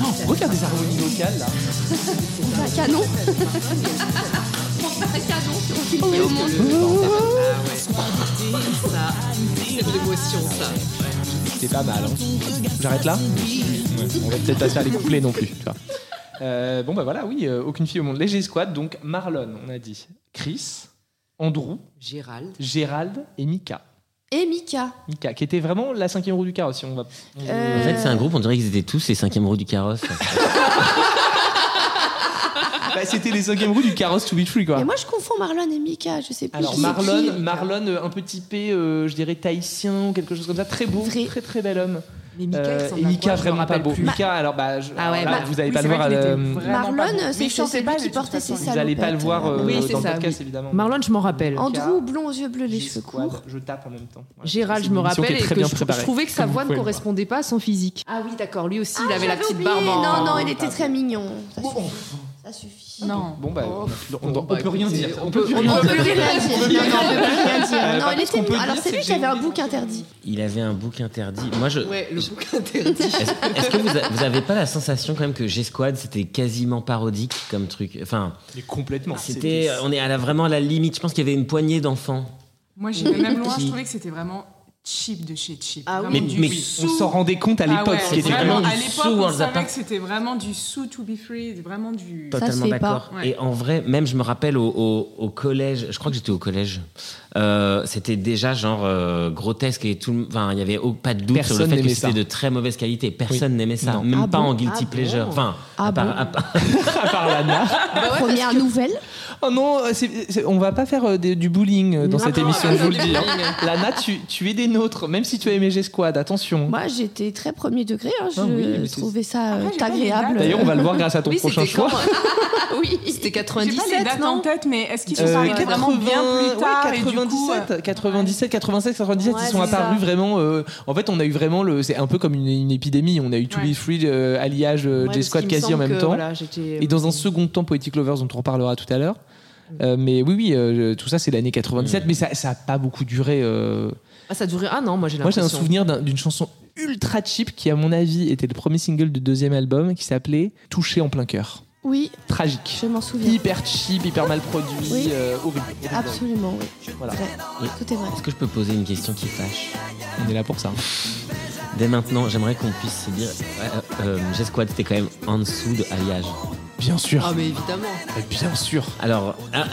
[SPEAKER 1] Oh, regarde les harmonies locales là.
[SPEAKER 5] On fait un canon.
[SPEAKER 3] On est au monde. Ah ouais. Ça, c'est de l'émotion, ça.
[SPEAKER 1] C'est pas mal. hein. J'arrête là On va peut-être pas faire les couplets non plus. tu vois. Euh, bon, bah voilà, oui, euh, aucune fille au monde. Léger Squad, donc Marlon, on a dit. Chris, Andrew,
[SPEAKER 3] Gérald.
[SPEAKER 1] Gérald et Mika.
[SPEAKER 5] Et Mika.
[SPEAKER 1] Mika, qui était vraiment la cinquième roue du carrosse. si on va...
[SPEAKER 5] Euh,
[SPEAKER 2] En fait, c'est un groupe, on dirait qu'ils étaient tous les cinquièmes roues du carrosse.
[SPEAKER 1] Bah, C'était les cinquièmes roues du carrosse To Be Free, quoi.
[SPEAKER 5] Mais moi, je confonds Marlon et Mika. Je sais plus.
[SPEAKER 1] Alors
[SPEAKER 5] qui est qui.
[SPEAKER 1] Marlon, Marlon, euh, un peu typé, euh, je dirais tahitien, ou quelque chose comme ça, très beau,
[SPEAKER 5] Vrai.
[SPEAKER 1] très très bel homme.
[SPEAKER 3] Mais Mika,
[SPEAKER 1] Euh,
[SPEAKER 3] il
[SPEAKER 1] et
[SPEAKER 3] ressemble à
[SPEAKER 1] Mika
[SPEAKER 3] quoi Je me
[SPEAKER 1] vraiment pas
[SPEAKER 3] rappelle
[SPEAKER 1] beau.
[SPEAKER 3] plus.
[SPEAKER 1] Mika, alors bah, je-
[SPEAKER 3] Ah ouais,
[SPEAKER 1] alors là,
[SPEAKER 3] bah,
[SPEAKER 1] vous allez
[SPEAKER 4] Oui,
[SPEAKER 1] pas le
[SPEAKER 4] c'est
[SPEAKER 1] voir.
[SPEAKER 4] vrai qu'il était
[SPEAKER 1] euh,
[SPEAKER 4] vraiment pas bon.
[SPEAKER 5] Marlon,
[SPEAKER 4] Mais
[SPEAKER 5] c'est
[SPEAKER 4] il chantait
[SPEAKER 5] celui
[SPEAKER 4] pas,
[SPEAKER 5] qui
[SPEAKER 4] de toute
[SPEAKER 5] portait ses
[SPEAKER 4] façon.
[SPEAKER 1] vous
[SPEAKER 5] salopettes.
[SPEAKER 1] allez pas le voir euh,
[SPEAKER 3] Oui,
[SPEAKER 1] dans,
[SPEAKER 3] c'est
[SPEAKER 1] dans
[SPEAKER 3] ça,
[SPEAKER 1] le podcast
[SPEAKER 3] oui.
[SPEAKER 1] évidemment.
[SPEAKER 3] Marlon, je m'en rappelle.
[SPEAKER 5] Andrew, blond aux yeux bleus, les cheveux
[SPEAKER 1] Squad,
[SPEAKER 5] courts.
[SPEAKER 1] Je tape en même temps. Voilà.
[SPEAKER 3] Gérald,
[SPEAKER 1] C'est
[SPEAKER 3] je me
[SPEAKER 1] une émission qui
[SPEAKER 3] rappelle,
[SPEAKER 1] est
[SPEAKER 3] et
[SPEAKER 1] très
[SPEAKER 3] que
[SPEAKER 1] bien
[SPEAKER 3] je, je
[SPEAKER 1] préparée.
[SPEAKER 3] trouvais que sa
[SPEAKER 1] Comme
[SPEAKER 3] voix
[SPEAKER 1] vous pouvez
[SPEAKER 3] ne
[SPEAKER 1] le voir.
[SPEAKER 3] correspondait pas à son physique. Ah oui, d'accord, lui aussi, il
[SPEAKER 5] Ah,
[SPEAKER 3] avait la
[SPEAKER 5] j'avais
[SPEAKER 3] petite
[SPEAKER 5] oublié.
[SPEAKER 3] barbe. en-
[SPEAKER 5] Non, non, il était très mignon. Ça
[SPEAKER 1] Oh.
[SPEAKER 5] suffit. Ça suffit.
[SPEAKER 4] Non.
[SPEAKER 1] Bon bah, on, a plus- on-
[SPEAKER 3] Bon,
[SPEAKER 1] on
[SPEAKER 3] bah,
[SPEAKER 1] peut rien
[SPEAKER 3] écoutez,
[SPEAKER 1] dire.
[SPEAKER 3] on
[SPEAKER 1] peut plus
[SPEAKER 5] On
[SPEAKER 1] rien
[SPEAKER 5] ne peut
[SPEAKER 1] dire.
[SPEAKER 5] rien dire.
[SPEAKER 1] On peut
[SPEAKER 5] Non,
[SPEAKER 1] rien dire.
[SPEAKER 5] on peut rien dire.
[SPEAKER 1] Euh,
[SPEAKER 5] Non,
[SPEAKER 1] par
[SPEAKER 5] il
[SPEAKER 1] contre, ce
[SPEAKER 5] était
[SPEAKER 1] qu'on peut
[SPEAKER 5] mignon. Alors,
[SPEAKER 1] dire,
[SPEAKER 5] c'est
[SPEAKER 1] c'est
[SPEAKER 5] lui
[SPEAKER 1] que
[SPEAKER 5] qui avait
[SPEAKER 1] j'ai
[SPEAKER 5] un
[SPEAKER 1] une
[SPEAKER 5] bouc interdit.
[SPEAKER 2] Il avait un bouc interdit. Moi, je.
[SPEAKER 3] Ouais, le bouc interdit.
[SPEAKER 2] Est-ce est-ce que vous, a- vous avez pas la sensation quand même que G-Squad c'était quasiment parodique comme truc Enfin,
[SPEAKER 5] Ah,
[SPEAKER 1] Mais complètement.
[SPEAKER 2] c'était, euh, on est à la, vraiment à la limite. Je pense qu'il y avait une poignée d'enfants.
[SPEAKER 4] Moi, j'irais même loin, je
[SPEAKER 2] Qui-
[SPEAKER 4] trouvais que c'était vraiment cheap de chez cheap.
[SPEAKER 3] Ah oui.
[SPEAKER 4] Vraiment
[SPEAKER 2] Mais-
[SPEAKER 4] du
[SPEAKER 2] mais-
[SPEAKER 4] sous.
[SPEAKER 1] On s'en rendait compte à
[SPEAKER 4] Ah
[SPEAKER 1] l'époque,
[SPEAKER 4] ouais,
[SPEAKER 1] ce qui était
[SPEAKER 4] vraiment,
[SPEAKER 1] vraiment.
[SPEAKER 2] vraiment
[SPEAKER 4] à
[SPEAKER 2] du
[SPEAKER 4] l'époque,
[SPEAKER 2] sous
[SPEAKER 4] on
[SPEAKER 2] Worlds
[SPEAKER 4] savait
[SPEAKER 2] Apart.
[SPEAKER 4] que c'était vraiment du sous to be free, vraiment du...
[SPEAKER 5] se
[SPEAKER 2] Totalement
[SPEAKER 5] fait
[SPEAKER 2] d'accord.
[SPEAKER 4] pas. Ouais.
[SPEAKER 2] Et en vrai, même je me rappelle au, au- au collège, je crois que j'étais au collège, euh, c'était déjà genre euh, grotesque et tout. le- Enfin, il n'y avait au- pas de doute sur
[SPEAKER 1] Personne
[SPEAKER 2] le fait que
[SPEAKER 1] n'aimait
[SPEAKER 2] c'était
[SPEAKER 1] ça.
[SPEAKER 2] de très mauvaise qualité. Personne n'aimait ça,
[SPEAKER 1] Non.
[SPEAKER 2] même
[SPEAKER 5] Ah
[SPEAKER 2] pas
[SPEAKER 5] bon
[SPEAKER 2] en guilty
[SPEAKER 3] Ah
[SPEAKER 2] pleasure.
[SPEAKER 3] bon
[SPEAKER 2] Enfin,
[SPEAKER 5] Ah
[SPEAKER 1] bah,
[SPEAKER 2] à part-
[SPEAKER 5] bon
[SPEAKER 2] à part-
[SPEAKER 1] À part Lana.
[SPEAKER 5] Première nouvelle.
[SPEAKER 1] Oh non, euh, c'est- c'est- on va pas faire euh, des- du bullying euh, dans
[SPEAKER 3] Non,
[SPEAKER 1] cette
[SPEAKER 3] non,
[SPEAKER 1] émission,
[SPEAKER 3] non,
[SPEAKER 1] je vous le
[SPEAKER 3] non,
[SPEAKER 1] dis.
[SPEAKER 3] non,
[SPEAKER 1] hein. Lana, tu, tu es des nôtres, même si tu as aimé G-Squad, attention.
[SPEAKER 5] Moi, j'étais très premier degré. hein. Je
[SPEAKER 1] Ah oui, mais c'est-
[SPEAKER 5] trouvais ça euh,
[SPEAKER 4] Après, j'ai pas les
[SPEAKER 5] agréable.
[SPEAKER 4] dates.
[SPEAKER 1] D'ailleurs, on va le voir grâce à ton
[SPEAKER 3] Oui,
[SPEAKER 1] prochain
[SPEAKER 3] c'était
[SPEAKER 1] choix.
[SPEAKER 6] hein,
[SPEAKER 3] quand
[SPEAKER 5] oui.
[SPEAKER 3] C'était
[SPEAKER 4] J'ai pas les
[SPEAKER 3] 97,
[SPEAKER 4] dates
[SPEAKER 3] non
[SPEAKER 4] en tête, mais est-ce qu'ils sont
[SPEAKER 1] Euh,
[SPEAKER 4] arrivés vraiment bien
[SPEAKER 1] 80,
[SPEAKER 4] plus tard
[SPEAKER 1] ouais,
[SPEAKER 4] et du coup... euh,
[SPEAKER 1] 97, 97, 96, 97,
[SPEAKER 3] Ouais,
[SPEAKER 1] ils sont
[SPEAKER 3] c'est ça.
[SPEAKER 1] apparus vraiment. euh, en fait, on a eu vraiment le. C'est un peu comme une, une épidémie. On a eu To
[SPEAKER 4] Ouais.
[SPEAKER 1] Be Free, euh, Alliage, euh,
[SPEAKER 3] Ouais, parce
[SPEAKER 1] J-Squad
[SPEAKER 3] qu'il me
[SPEAKER 1] quasi en
[SPEAKER 3] semble
[SPEAKER 1] même
[SPEAKER 3] que,
[SPEAKER 1] temps.
[SPEAKER 3] voilà, j'étais-
[SPEAKER 1] Et dans un second temps, Poetic Lovers, dont on reparlera tout à l'heure. Euh, mais oui, oui, euh, tout ça, c'est l'année 97, mais ça n'a pas beaucoup duré. euh.
[SPEAKER 3] Ah, ça durait. Ah non, moi j'ai
[SPEAKER 1] Moi, j'ai
[SPEAKER 3] l'impression.
[SPEAKER 1] un souvenir d'un- d'une chanson ultra cheap qui, à mon avis, était le premier single du deuxième album qui s'appelait Touché en plein cœur.
[SPEAKER 5] Oui,
[SPEAKER 1] Tragique.
[SPEAKER 5] je m'en souviens.
[SPEAKER 1] Hyper cheap, hyper mal produit,
[SPEAKER 5] Oui.
[SPEAKER 1] euh, horrible. Horrible.
[SPEAKER 5] Absolument, oui.
[SPEAKER 1] Voilà.
[SPEAKER 5] Vrai.
[SPEAKER 2] Oui.
[SPEAKER 5] Tout est vrai.
[SPEAKER 2] Est-ce que je peux poser une question qui fâche
[SPEAKER 1] On est là pour ça.
[SPEAKER 2] Dès maintenant, j'aimerais qu'on puisse se dire ouais, euh, euh, G-Squad était quand même en dessous de Alliage.
[SPEAKER 1] Bien sûr. Euh,
[SPEAKER 3] Ah, mais évidemment.
[SPEAKER 1] Bien sûr.
[SPEAKER 2] Alors, ah,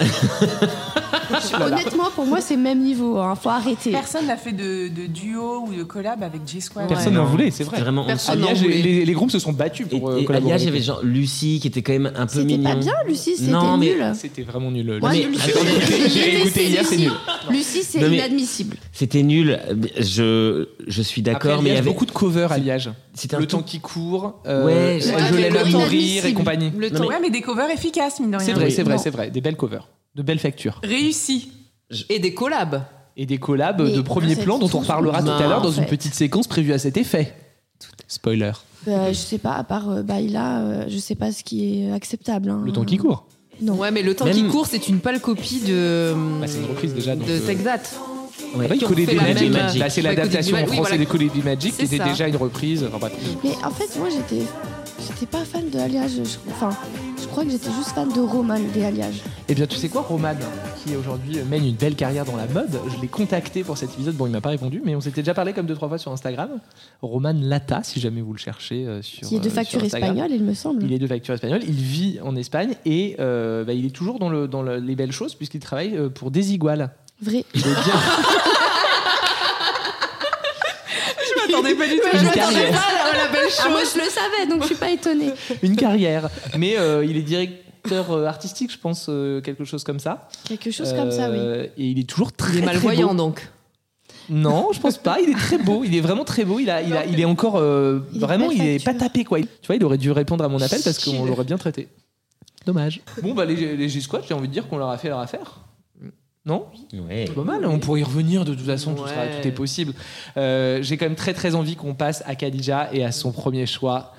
[SPEAKER 5] Honnêtement, pour moi, c'est même niveau. Hein. Faut arrêter.
[SPEAKER 4] Personne n'a fait de, de duo ou de collab avec J-Squad.
[SPEAKER 1] Personne n'en
[SPEAKER 2] non,
[SPEAKER 1] voulait, c'est vrai.
[SPEAKER 2] c'était Vraiment en dessous.
[SPEAKER 3] Personne n'en
[SPEAKER 1] Alliage,
[SPEAKER 3] voulait.
[SPEAKER 1] Ah, les, les groupes se sont battus
[SPEAKER 2] Et,
[SPEAKER 1] pour euh,
[SPEAKER 2] et
[SPEAKER 1] collaborer.
[SPEAKER 2] Alliage, il y avait genre Lucie qui était quand même un peu
[SPEAKER 5] C'était
[SPEAKER 2] mignon.
[SPEAKER 5] pas bien, Lucie. C'était
[SPEAKER 2] Non, mais-
[SPEAKER 5] nul.
[SPEAKER 1] C'était vraiment nul. le-
[SPEAKER 5] Moi,
[SPEAKER 2] mais-
[SPEAKER 5] Lucie,
[SPEAKER 2] Attendez,
[SPEAKER 5] j'ai
[SPEAKER 1] j'ai écouté
[SPEAKER 5] détesté
[SPEAKER 1] hier, c'est
[SPEAKER 5] Lucie.
[SPEAKER 1] nul.
[SPEAKER 5] Lucie, c'est
[SPEAKER 2] Non, mais-
[SPEAKER 5] inadmissible.
[SPEAKER 2] C'était nul. Je, je suis
[SPEAKER 1] Après,
[SPEAKER 2] d'accord,
[SPEAKER 1] Alliage,
[SPEAKER 2] mais il y avait
[SPEAKER 1] beaucoup de covers Alliage.
[SPEAKER 2] C'était un
[SPEAKER 1] le
[SPEAKER 2] tout-
[SPEAKER 1] temps qui court, euh,
[SPEAKER 2] Ouais,
[SPEAKER 1] je
[SPEAKER 2] j'ai-
[SPEAKER 5] Ah,
[SPEAKER 1] je
[SPEAKER 3] Ouais,
[SPEAKER 1] l'aime
[SPEAKER 3] mais
[SPEAKER 1] à mourir
[SPEAKER 5] inadmissible.
[SPEAKER 1] et compagnie.
[SPEAKER 3] Le
[SPEAKER 2] Non,
[SPEAKER 3] temps.
[SPEAKER 4] Ouais, mais des covers efficaces, mine de rien.
[SPEAKER 1] C'est vrai,
[SPEAKER 2] Oui.
[SPEAKER 1] c'est vrai,
[SPEAKER 5] Non.
[SPEAKER 1] c'est vrai. Des belles covers, de belles factures.
[SPEAKER 4] Réussi.
[SPEAKER 3] Et des collabs.
[SPEAKER 1] Et des collabs
[SPEAKER 5] Mais ah,
[SPEAKER 1] de premier
[SPEAKER 5] c'est
[SPEAKER 1] plan dont on
[SPEAKER 5] tout
[SPEAKER 1] reparlera tout à
[SPEAKER 2] non,
[SPEAKER 1] l'heure dans
[SPEAKER 5] en
[SPEAKER 1] une
[SPEAKER 5] fait.
[SPEAKER 1] petite séquence prévue à cet effet. Spoiler.
[SPEAKER 5] Bah, je sais pas, à part euh, Baila, euh, je sais pas ce qui est acceptable. hein.
[SPEAKER 1] Le temps qui court.
[SPEAKER 5] Non.
[SPEAKER 3] Ouais, mais le temps
[SPEAKER 2] Même-
[SPEAKER 3] qui court, c'est une pâle copie de.
[SPEAKER 1] Bah, c'est une reprise déjà, donc,
[SPEAKER 3] de
[SPEAKER 1] euh,
[SPEAKER 3] Take That.
[SPEAKER 2] Ouais.
[SPEAKER 1] Ah bah, il
[SPEAKER 3] Qui ont
[SPEAKER 1] collait
[SPEAKER 3] fait
[SPEAKER 1] des
[SPEAKER 3] la
[SPEAKER 1] Magic.
[SPEAKER 2] même, euh,
[SPEAKER 1] Bah, c'est
[SPEAKER 3] ouais,
[SPEAKER 1] l'adaptation
[SPEAKER 3] Collé
[SPEAKER 1] en
[SPEAKER 3] du Magic, oui,
[SPEAKER 1] français de
[SPEAKER 3] voilà.
[SPEAKER 1] Collier du Magic qui
[SPEAKER 3] C'est
[SPEAKER 1] était
[SPEAKER 3] ça.
[SPEAKER 1] déjà une reprise. Enfin, bref.
[SPEAKER 5] Mais en fait, moi, j'étais, j'étais pas fan de Alliage. je- Enfin, je crois que j'étais juste fan de Roman des Alliages.
[SPEAKER 1] Eh bien, tu sais quoi, Roman, qui aujourd'hui mène une belle carrière dans la mode, je l'ai contacté pour cet épisode. Bon, il m'a pas répondu, mais on s'était déjà parlé comme deux, trois fois sur Instagram. Roman Lata, si jamais vous le cherchez euh, sur.
[SPEAKER 5] qui est de
[SPEAKER 1] euh,
[SPEAKER 5] facture
[SPEAKER 1] sur Instagram.
[SPEAKER 5] espagnole, il me semble.
[SPEAKER 1] Il est de facture espagnole, il vit en Espagne et euh, bah, il est toujours dans, le, dans le- les belles choses puisqu'il travaille euh, pour Desigual.
[SPEAKER 5] Vrai.
[SPEAKER 1] Il est bien.
[SPEAKER 3] Je m'attendais pas du tout
[SPEAKER 1] à Une carrière.
[SPEAKER 3] à la belle
[SPEAKER 5] Ah, moi, je le savais, donc je suis pas étonnée.
[SPEAKER 1] une carrière. Mais euh, il est directeur euh, artistique, je pense, euh, quelque chose comme ça.
[SPEAKER 5] Quelque chose comme ça, oui.
[SPEAKER 1] Euh, Et il est toujours très,
[SPEAKER 3] Il est
[SPEAKER 1] très beau.
[SPEAKER 3] malvoyant donc.
[SPEAKER 1] Non, je pense pas. Il est très beau. Il est vraiment très beau. Il, a, il, a- il est encore euh,
[SPEAKER 5] Il est
[SPEAKER 1] vraiment,
[SPEAKER 5] pas
[SPEAKER 1] il est pas
[SPEAKER 5] facture.
[SPEAKER 1] tapé quoi. Il- Tu vois, il aurait dû répondre à mon appel parce qu'on l'aurait bien traité. Dommage. Bon bah les, les G-Squad, j'ai envie de dire qu'on leur a fait leur affaire. Non
[SPEAKER 2] Ouais.
[SPEAKER 1] Pas mal, hein. on pourrait y revenir de toute façon, tout, sera-
[SPEAKER 3] Ouais.
[SPEAKER 1] tout est possible. Euh, J'ai quand même très très envie qu'on passe à Khadija et à son premier choix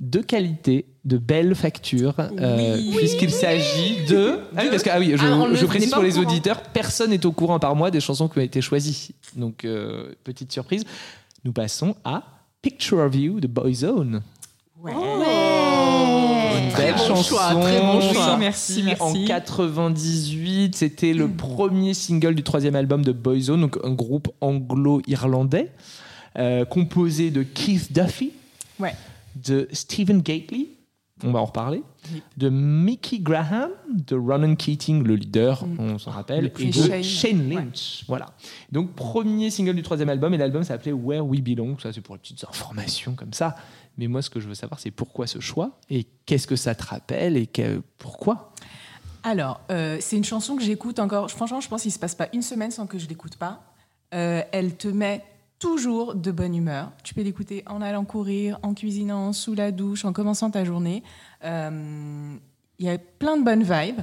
[SPEAKER 1] de qualité, de belle facture, euh, puisqu'il s'agit de... Ah oui, parce que ah oui, je,
[SPEAKER 3] Ah, on le-
[SPEAKER 1] je
[SPEAKER 3] on
[SPEAKER 1] précise
[SPEAKER 3] n'est pas
[SPEAKER 1] pour
[SPEAKER 3] au
[SPEAKER 1] les
[SPEAKER 3] courant.
[SPEAKER 1] auditeurs, personne n'est au courant par moi des chansons qui ont été choisies. Donc, euh, petite surprise, nous passons à Picture of You de Boyzone.
[SPEAKER 4] Ouais. Oh.
[SPEAKER 5] Ouais.
[SPEAKER 1] Belle
[SPEAKER 3] bon
[SPEAKER 1] chanson.
[SPEAKER 3] choix, très bon
[SPEAKER 1] sortie
[SPEAKER 3] choix.
[SPEAKER 7] Merci, merci.
[SPEAKER 1] En 98, c'était le premier single du troisième album de Boyzone, donc un groupe anglo-irlandais euh, composé de Keith Duffy,
[SPEAKER 4] Ouais.
[SPEAKER 1] de Stephen Gately, on va en reparler,
[SPEAKER 4] Oui.
[SPEAKER 1] de Mickey Graham, de Ronan Keating, le leader,
[SPEAKER 4] Mm.
[SPEAKER 1] on s'en rappelle,
[SPEAKER 4] prix
[SPEAKER 1] et de
[SPEAKER 4] Shane.
[SPEAKER 1] Shane, Lynch.
[SPEAKER 4] Ouais.
[SPEAKER 1] Voilà. Donc premier single du troisième album, et l'album s'appelait Where We Belong. Ça, c'est pour les petites informations comme ça. Mais moi, ce que je veux savoir, c'est pourquoi ce choix et qu'est-ce que ça te rappelle et que- pourquoi
[SPEAKER 4] Alors, euh, c'est une chanson que j'écoute encore. Franchement, je pense qu'il se passe pas une semaine sans que je l'écoute pas. Euh, elle te met toujours de bonne humeur. Tu peux l'écouter en allant courir, en cuisinant, sous la douche, en commençant ta journée. Euh, Il y a plein de bonnes vibes.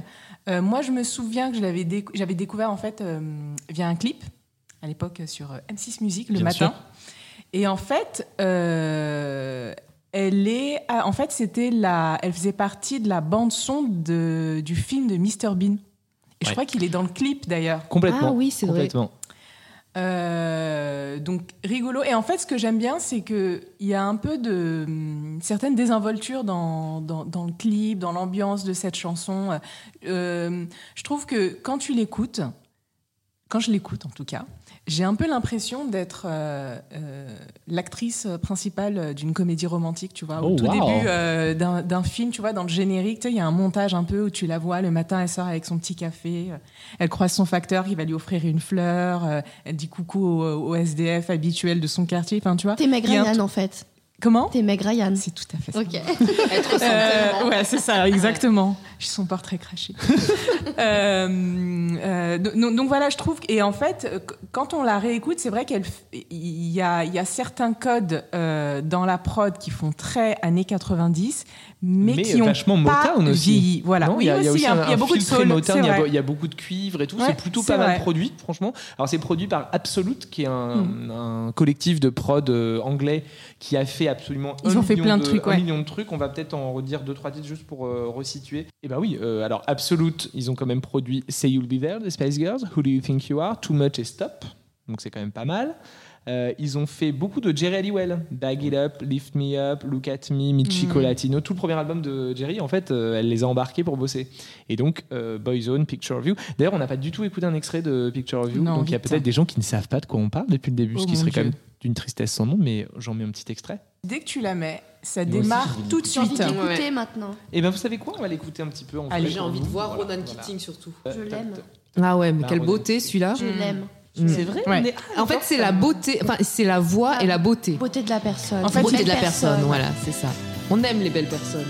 [SPEAKER 4] Euh, moi, je me souviens que je l'avais décou- j'avais découvert en fait euh, via un clip à l'époque sur euh, M6 Musique le
[SPEAKER 1] Bien
[SPEAKER 4] matin.
[SPEAKER 1] sûr.
[SPEAKER 4] Et en fait, euh, elle est, ah, en fait, c'était la, elle faisait partie de la bande son de, du film de Mr Bean. Et je
[SPEAKER 1] Ouais.
[SPEAKER 4] crois qu'il est dans le clip d'ailleurs.
[SPEAKER 1] Complètement.
[SPEAKER 3] Ah oui, c'est vrai.
[SPEAKER 1] complètement.
[SPEAKER 4] Euh, donc rigolo. Et en fait, ce que j'aime bien, c'est que il y a un peu de hum, certaines désinvoltures dans, dans, dans le clip, dans l'ambiance de cette chanson. Euh, je trouve que quand tu l'écoutes, quand je l'écoute en tout cas, j'ai un peu l'impression d'être euh, euh, l'actrice principale d'une comédie romantique, tu vois, au
[SPEAKER 1] Oh,
[SPEAKER 4] tout
[SPEAKER 1] wow.
[SPEAKER 4] début euh, d'un d'un film, tu vois, dans le générique, tu sais, il y a un montage un peu où tu la vois le matin, elle sort avec son petit café, euh, elle croise son facteur qui va lui offrir une fleur, euh, elle dit coucou au, au SDF habituel de son quartier, enfin, tu vois.
[SPEAKER 5] T'es maigre
[SPEAKER 4] Il y a un
[SPEAKER 5] Yann, en fait.
[SPEAKER 4] Comment
[SPEAKER 5] T'es maigre Yann.
[SPEAKER 4] C'est tout à fait ça.
[SPEAKER 5] Ok.
[SPEAKER 3] Elle te ressemble
[SPEAKER 4] Euh,
[SPEAKER 3] tellement.
[SPEAKER 4] ouais, c'est ça, exactement. Je suis son portrait craché. Euh, euh, do- donc, donc voilà, je trouve. que- Et en fait, euh, qu- quand on la réécoute, c'est vrai qu'il y a, il y a certains codes euh, dans la prod qui font très années 90, mais,
[SPEAKER 1] Mais euh,
[SPEAKER 4] qui ont
[SPEAKER 1] vachement
[SPEAKER 4] pas
[SPEAKER 1] Motown aussi.
[SPEAKER 4] vieilli. Voilà.
[SPEAKER 1] Non,
[SPEAKER 4] Oui,
[SPEAKER 1] il y a, il y a
[SPEAKER 4] aussi,
[SPEAKER 1] aussi un,
[SPEAKER 4] il y a
[SPEAKER 1] un
[SPEAKER 4] beaucoup de
[SPEAKER 1] fil très
[SPEAKER 4] soul.
[SPEAKER 1] Motown,
[SPEAKER 4] c'est
[SPEAKER 1] il y a
[SPEAKER 4] vrai.
[SPEAKER 1] be- il y, a beaucoup de cuivre et tout.
[SPEAKER 4] Ouais,
[SPEAKER 1] c'est plutôt
[SPEAKER 4] c'est
[SPEAKER 1] pas mal
[SPEAKER 4] vrai.
[SPEAKER 1] produit, franchement. Alors, c'est produit par Absolute, qui est un, un collectif de prod euh, anglais qui a fait absolument un
[SPEAKER 4] Ils ont fait
[SPEAKER 1] million
[SPEAKER 4] plein de trucs,
[SPEAKER 1] un
[SPEAKER 4] ouais.
[SPEAKER 1] million de trucs. On va peut-être en redire deux, trois titres juste pour euh, resituer. Et bah oui, euh, alors Absolute, ils ont quand même produit Say You'll Be There, The Spice Girls, Who Do You Think You Are, Too Much et Stop. Donc, c'est quand même pas mal. Euh, ils ont fait beaucoup de Jerry Halliwell, Bag It Up, Lift Me Up, Look At Me, Mi
[SPEAKER 4] Mm.
[SPEAKER 1] Chocolatino. Tout le premier album de Jerry, en fait, euh, elle les a embarqués pour bosser. Et donc, euh, Boyzone, Picture of You. D'ailleurs, on n'a pas du tout écouté un extrait de Picture of You,
[SPEAKER 4] Non,
[SPEAKER 1] donc il y a
[SPEAKER 4] vite.
[SPEAKER 1] peut-être des gens qui ne savent pas de quoi on parle depuis le début,
[SPEAKER 4] Oh
[SPEAKER 1] ce qui
[SPEAKER 4] mon
[SPEAKER 1] serait quand
[SPEAKER 4] Dieu.
[SPEAKER 1] même d'une tristesse sans nom, mais j'en mets un petit extrait.
[SPEAKER 4] Dès que tu la mets, ça
[SPEAKER 2] Moi aussi,
[SPEAKER 4] démarre
[SPEAKER 2] j'ai envie
[SPEAKER 4] tout de
[SPEAKER 5] J'ai envie
[SPEAKER 4] suite.
[SPEAKER 5] d'écouter
[SPEAKER 3] Ouais.
[SPEAKER 5] maintenant.
[SPEAKER 1] Et ben, vous savez quoi On va l'écouter un petit peu. en
[SPEAKER 4] Allez,
[SPEAKER 1] vrai
[SPEAKER 3] J'ai
[SPEAKER 1] pour
[SPEAKER 3] envie de
[SPEAKER 1] nous.
[SPEAKER 3] voir
[SPEAKER 1] Voilà,
[SPEAKER 3] Ronan
[SPEAKER 1] voilà.
[SPEAKER 3] Keating surtout.
[SPEAKER 5] Je l'aime.
[SPEAKER 3] Ah ouais, mais
[SPEAKER 1] Bah,
[SPEAKER 3] quelle
[SPEAKER 1] Ronan
[SPEAKER 3] beauté celui-là.
[SPEAKER 5] Je l'aime.
[SPEAKER 3] C'est vrai.
[SPEAKER 4] Ouais.
[SPEAKER 3] En fait, c'est la beauté, enfin, c'est la voix et la beauté.
[SPEAKER 5] Beauté de la personne.
[SPEAKER 4] En fait,
[SPEAKER 3] beauté
[SPEAKER 5] Belle
[SPEAKER 3] de la personne, voilà, c'est ça. On aime les belles personnes.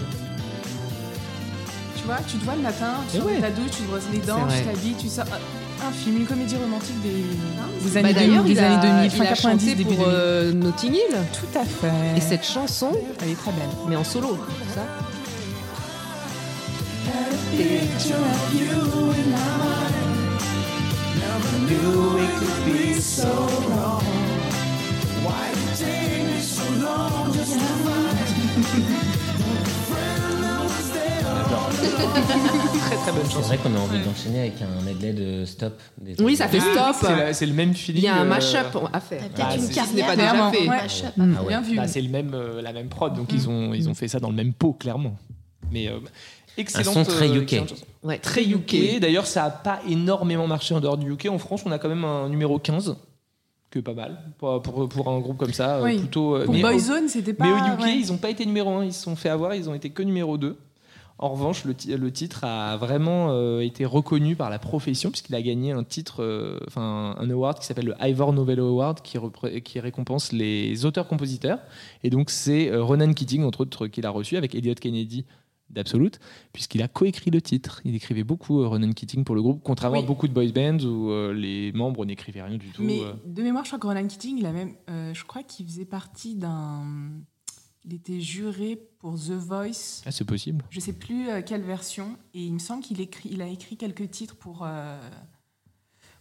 [SPEAKER 4] Tu vois, tu te vois le matin, tu
[SPEAKER 1] Eh
[SPEAKER 4] sors de
[SPEAKER 1] ouais.
[SPEAKER 4] ta douche, tu te brosses les dents,
[SPEAKER 3] C'est
[SPEAKER 4] tu
[SPEAKER 3] vrai.
[SPEAKER 4] t'habilles, tu sors. euh, Un film, une comédie romantique des, des
[SPEAKER 3] Bah,
[SPEAKER 4] années,
[SPEAKER 3] D'ailleurs,
[SPEAKER 4] 2000, des
[SPEAKER 3] il a-
[SPEAKER 4] années 2000, fin
[SPEAKER 3] il a
[SPEAKER 4] 90,
[SPEAKER 3] chanté
[SPEAKER 4] début
[SPEAKER 3] pour
[SPEAKER 4] 2000.
[SPEAKER 3] euh, Notting Hill.
[SPEAKER 4] Tout à fait.
[SPEAKER 3] Et cette chanson,
[SPEAKER 4] Elle est très belle.
[SPEAKER 3] mais en solo. c'est ça
[SPEAKER 1] Très très bonne
[SPEAKER 2] C'est
[SPEAKER 1] chanson.
[SPEAKER 2] vrai qu'on a envie d'enchaîner avec un medley de stop. des-
[SPEAKER 3] Oui, ça fait stop.
[SPEAKER 1] C'est la- C'est le même feeling.
[SPEAKER 3] Il y a un
[SPEAKER 1] euh,
[SPEAKER 3] mashup à faire.
[SPEAKER 5] T'as peut-être
[SPEAKER 1] Ah,
[SPEAKER 5] une
[SPEAKER 1] c'est-
[SPEAKER 5] carrière.
[SPEAKER 3] ce n'est pas déjà
[SPEAKER 4] Clairement,
[SPEAKER 3] fait.
[SPEAKER 4] ouais.
[SPEAKER 5] Mashup.
[SPEAKER 2] Ah ouais.
[SPEAKER 4] Bien vu.
[SPEAKER 1] Bah, c'est le même, euh, la même prod,
[SPEAKER 4] Hum.
[SPEAKER 1] donc ils, ont, ils ont fait ça dans le même pot, clairement. Mais euh, excellente,
[SPEAKER 2] son très
[SPEAKER 1] euh,
[SPEAKER 2] UK.
[SPEAKER 1] excellente chanson.
[SPEAKER 3] Ouais.
[SPEAKER 1] Très UK. D'ailleurs, ça n'a pas énormément marché en dehors du UK. En France, on a quand même un numéro 15, que pas mal, pour, pour, pour un groupe comme ça. euh,
[SPEAKER 4] Oui.
[SPEAKER 1] plutôt, euh,
[SPEAKER 4] Pour
[SPEAKER 1] mais, au,
[SPEAKER 4] Boyzone, c'était pas.
[SPEAKER 1] mais au UK,
[SPEAKER 4] Bah, ouais.
[SPEAKER 1] ils n'ont pas été numéro 1, ils se sont fait avoir, ils ont été que numéro 2. En revanche, le, ti- le titre a vraiment euh, été reconnu par la profession, puisqu'il a gagné un titre, euh, enfin un award qui s'appelle le Ivor Novello Award, qui, repré- qui récompense les auteurs-compositeurs. Et donc, c'est euh, Ronan Keating, entre autres, qu'il a reçu avec Elliot Kennedy d'Absolute, puisqu'il a coécrit le titre. Il écrivait beaucoup euh, Ronan Keating pour le groupe, contrairement
[SPEAKER 4] Oui.
[SPEAKER 1] à beaucoup de boys bands où euh, les membres n'écrivaient rien du tout.
[SPEAKER 4] Mais
[SPEAKER 1] euh.
[SPEAKER 4] de mémoire, je crois que Ronan Keating, il a même, euh, je crois qu'il faisait partie d'un. Il était juré pour The Voice.
[SPEAKER 1] Ah, c'est possible.
[SPEAKER 4] Je sais plus euh, quelle version. Et il me semble qu'il écrit, il a écrit quelques titres pour euh,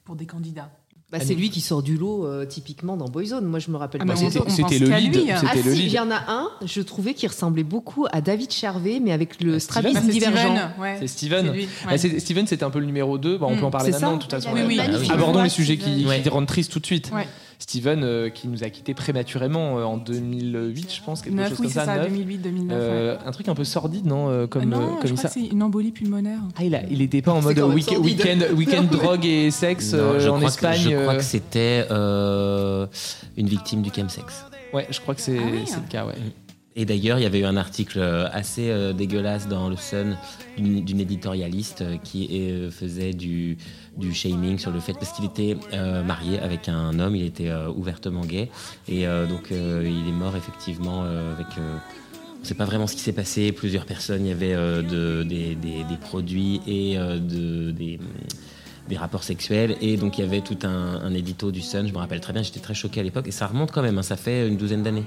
[SPEAKER 4] pour des candidats.
[SPEAKER 3] Bah, c'est lui qui sort du lot euh, typiquement dans Boyzone. Moi, je me rappelle
[SPEAKER 4] Ah,
[SPEAKER 3] pas.
[SPEAKER 4] mais on
[SPEAKER 1] Bah, c'était
[SPEAKER 4] pense
[SPEAKER 1] c'était le
[SPEAKER 4] qu'à
[SPEAKER 1] lead.
[SPEAKER 4] lui, hein.
[SPEAKER 1] c'était
[SPEAKER 3] Ah
[SPEAKER 1] le
[SPEAKER 3] si,
[SPEAKER 1] lead.
[SPEAKER 3] il y en a un, je trouvais qu'il ressemblait beaucoup à David Charvet, mais avec le
[SPEAKER 1] Ah, Steven.
[SPEAKER 4] Ah,
[SPEAKER 3] strabisme
[SPEAKER 4] c'est
[SPEAKER 3] divergent.
[SPEAKER 4] Steven, ouais.
[SPEAKER 1] C'est
[SPEAKER 4] C'est
[SPEAKER 1] Steven.
[SPEAKER 4] lui.
[SPEAKER 1] Bah,
[SPEAKER 4] ouais.
[SPEAKER 1] c'est- Steven, c'était un peu le numéro 2. Bon, on
[SPEAKER 4] Mm,
[SPEAKER 1] peut en parler
[SPEAKER 3] c'est
[SPEAKER 1] maintenant,
[SPEAKER 3] ça.
[SPEAKER 1] de toute façon.
[SPEAKER 5] Il a
[SPEAKER 4] Oui,
[SPEAKER 5] une
[SPEAKER 4] oui.
[SPEAKER 5] magnifique
[SPEAKER 1] Abordons
[SPEAKER 5] voix,
[SPEAKER 1] les sujets qui,
[SPEAKER 5] Steven.
[SPEAKER 1] qui rendent tristes tout de suite.
[SPEAKER 4] Ouais.
[SPEAKER 1] Steven euh, qui nous a quittés prématurément euh, en 2008, je pense, quelque
[SPEAKER 4] 9,
[SPEAKER 1] chose
[SPEAKER 4] oui,
[SPEAKER 1] comme
[SPEAKER 4] c'est
[SPEAKER 1] ça.
[SPEAKER 4] ça,
[SPEAKER 1] neuf.
[SPEAKER 4] 2008, 2009. ouais.
[SPEAKER 1] Euh, Un truc un peu sordide, non euh, Comme,
[SPEAKER 4] Ah non,
[SPEAKER 1] euh,
[SPEAKER 4] je
[SPEAKER 1] comme ça.
[SPEAKER 4] crois que c'est une embolie pulmonaire.
[SPEAKER 1] Ah, il, a- il était pas en mode
[SPEAKER 3] quand même
[SPEAKER 1] week-
[SPEAKER 3] sordide.
[SPEAKER 1] week-end, week-end drogue et sexe euh,
[SPEAKER 2] je
[SPEAKER 1] en
[SPEAKER 2] crois
[SPEAKER 1] Espagne.
[SPEAKER 2] Que, je crois
[SPEAKER 1] euh,
[SPEAKER 2] que c'était euh, une victime du chemsex.
[SPEAKER 1] Ouais, je crois que c'est
[SPEAKER 4] Ah ouais.
[SPEAKER 1] c'est le cas, ouais.
[SPEAKER 2] Et d'ailleurs, il y avait eu un article euh, assez euh, dégueulasse dans le Sun d'une d'une éditorialiste euh, qui euh, faisait du, du shaming sur le fait parce qu'il était euh, marié avec un homme, il était euh, ouvertement gay et euh, donc euh, il est mort effectivement euh, avec. euh, on sait pas vraiment ce qui s'est passé. Plusieurs personnes, il y avait euh, de- des, des- des produits et euh, de- des, des rapports sexuels. Et donc il y avait tout un, un édito du Sun. Je me rappelle très bien. J'étais très choqué à l'époque. Et ça remonte quand même. hein, ça fait une douzaine d'années.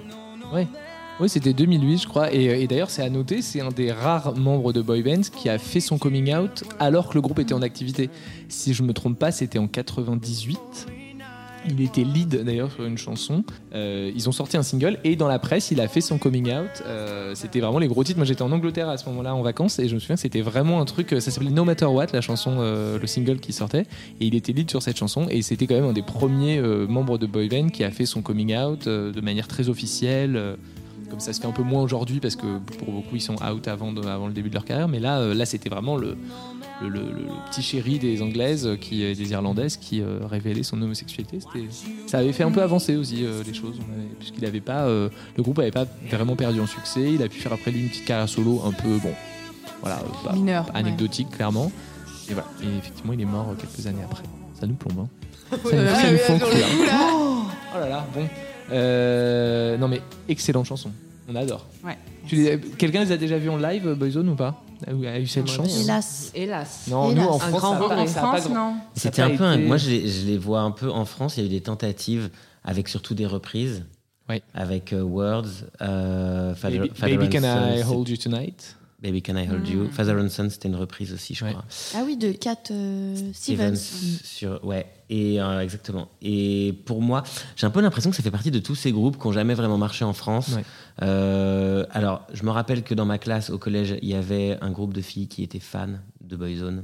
[SPEAKER 1] Oui, c'était 2008, je crois. Et, et d'ailleurs, c'est à noter, c'est un des rares membres de boy band qui a fait son coming out alors que le groupe était en activité. Si je me trompe pas, c'était en 98. Il était lead d'ailleurs sur une chanson. Euh, ils ont sorti un single et dans la presse, il a fait son coming out. Euh, c'était vraiment les gros titres. Moi, j'étais en Angleterre à ce moment-là en vacances et je me souviens que c'était vraiment un truc. euh, Ça s'appelait No Matter What, la chanson, euh, le single qui sortait. Et il était lead sur cette chanson et c'était quand même un des premiers euh, membres de boy band qui a fait son coming out euh, de manière très officielle. euh, comme ça se fait un peu moins aujourd'hui parce que pour beaucoup ils sont out avant, de- avant le début de leur carrière mais là euh, là c'était vraiment le, le, le- le- le petit chéri des anglaises euh, qui, et des irlandaises qui euh, révélait son homosexualité C'était- ça avait fait un peu avancer aussi euh, les choses On avait- puisqu'il avait pas euh, le groupe avait pas vraiment perdu en succès il a pu faire après lui une petite carrière solo un peu bon voilà euh, pas-
[SPEAKER 4] Mineur. ouais.
[SPEAKER 1] anecdotique clairement et voilà et effectivement il est mort euh, quelques années après ça nous plombe hein.
[SPEAKER 4] Ouais,
[SPEAKER 1] nous-
[SPEAKER 4] ouais,
[SPEAKER 1] nous
[SPEAKER 3] ouais,
[SPEAKER 1] font
[SPEAKER 3] sur
[SPEAKER 1] couler,
[SPEAKER 3] le
[SPEAKER 1] hein. Oh là là, bon. Euh, non mais excellente chanson, on adore.
[SPEAKER 4] Ouais.
[SPEAKER 1] Tu les- Quelqu'un les a déjà vus en live, euh, Boyzone ou pas A eu- a eu cette
[SPEAKER 3] Ouais,
[SPEAKER 1] chance
[SPEAKER 5] Hélas.
[SPEAKER 3] Hélas.
[SPEAKER 1] Non,
[SPEAKER 5] Hélas.
[SPEAKER 1] nous en
[SPEAKER 5] Un
[SPEAKER 1] France,
[SPEAKER 3] grand
[SPEAKER 1] ça a pas-
[SPEAKER 4] En
[SPEAKER 1] ça a pas
[SPEAKER 4] France,
[SPEAKER 1] grand-
[SPEAKER 4] non.
[SPEAKER 1] Ça a
[SPEAKER 2] C'était
[SPEAKER 1] pas
[SPEAKER 2] un peu. un-
[SPEAKER 1] été-
[SPEAKER 2] moi, je les, je les vois un peu en France. Il y a eu des tentatives avec surtout des reprises.
[SPEAKER 1] Ouais.
[SPEAKER 2] Avec euh, Words, euh, Father,
[SPEAKER 1] Baby,
[SPEAKER 2] Father
[SPEAKER 1] Baby
[SPEAKER 2] and
[SPEAKER 1] Can I
[SPEAKER 2] Son,
[SPEAKER 1] Hold You Tonight
[SPEAKER 2] c'est- Baby Can I Hold
[SPEAKER 1] Ah.
[SPEAKER 2] You. Father and Son, c'était une reprise aussi, je
[SPEAKER 1] Ouais.
[SPEAKER 2] crois.
[SPEAKER 5] Ah oui, de Cat euh, Stevens.
[SPEAKER 3] Mmh.
[SPEAKER 2] Evans sur ouais et euh, exactement et pour moi j'ai un peu l'impression que ça fait partie de tous ces groupes qui ont jamais vraiment marché en France
[SPEAKER 1] Ouais.
[SPEAKER 2] Euh, alors je me rappelle que dans ma classe au collège il y avait un groupe de filles qui étaient fans de Boyzone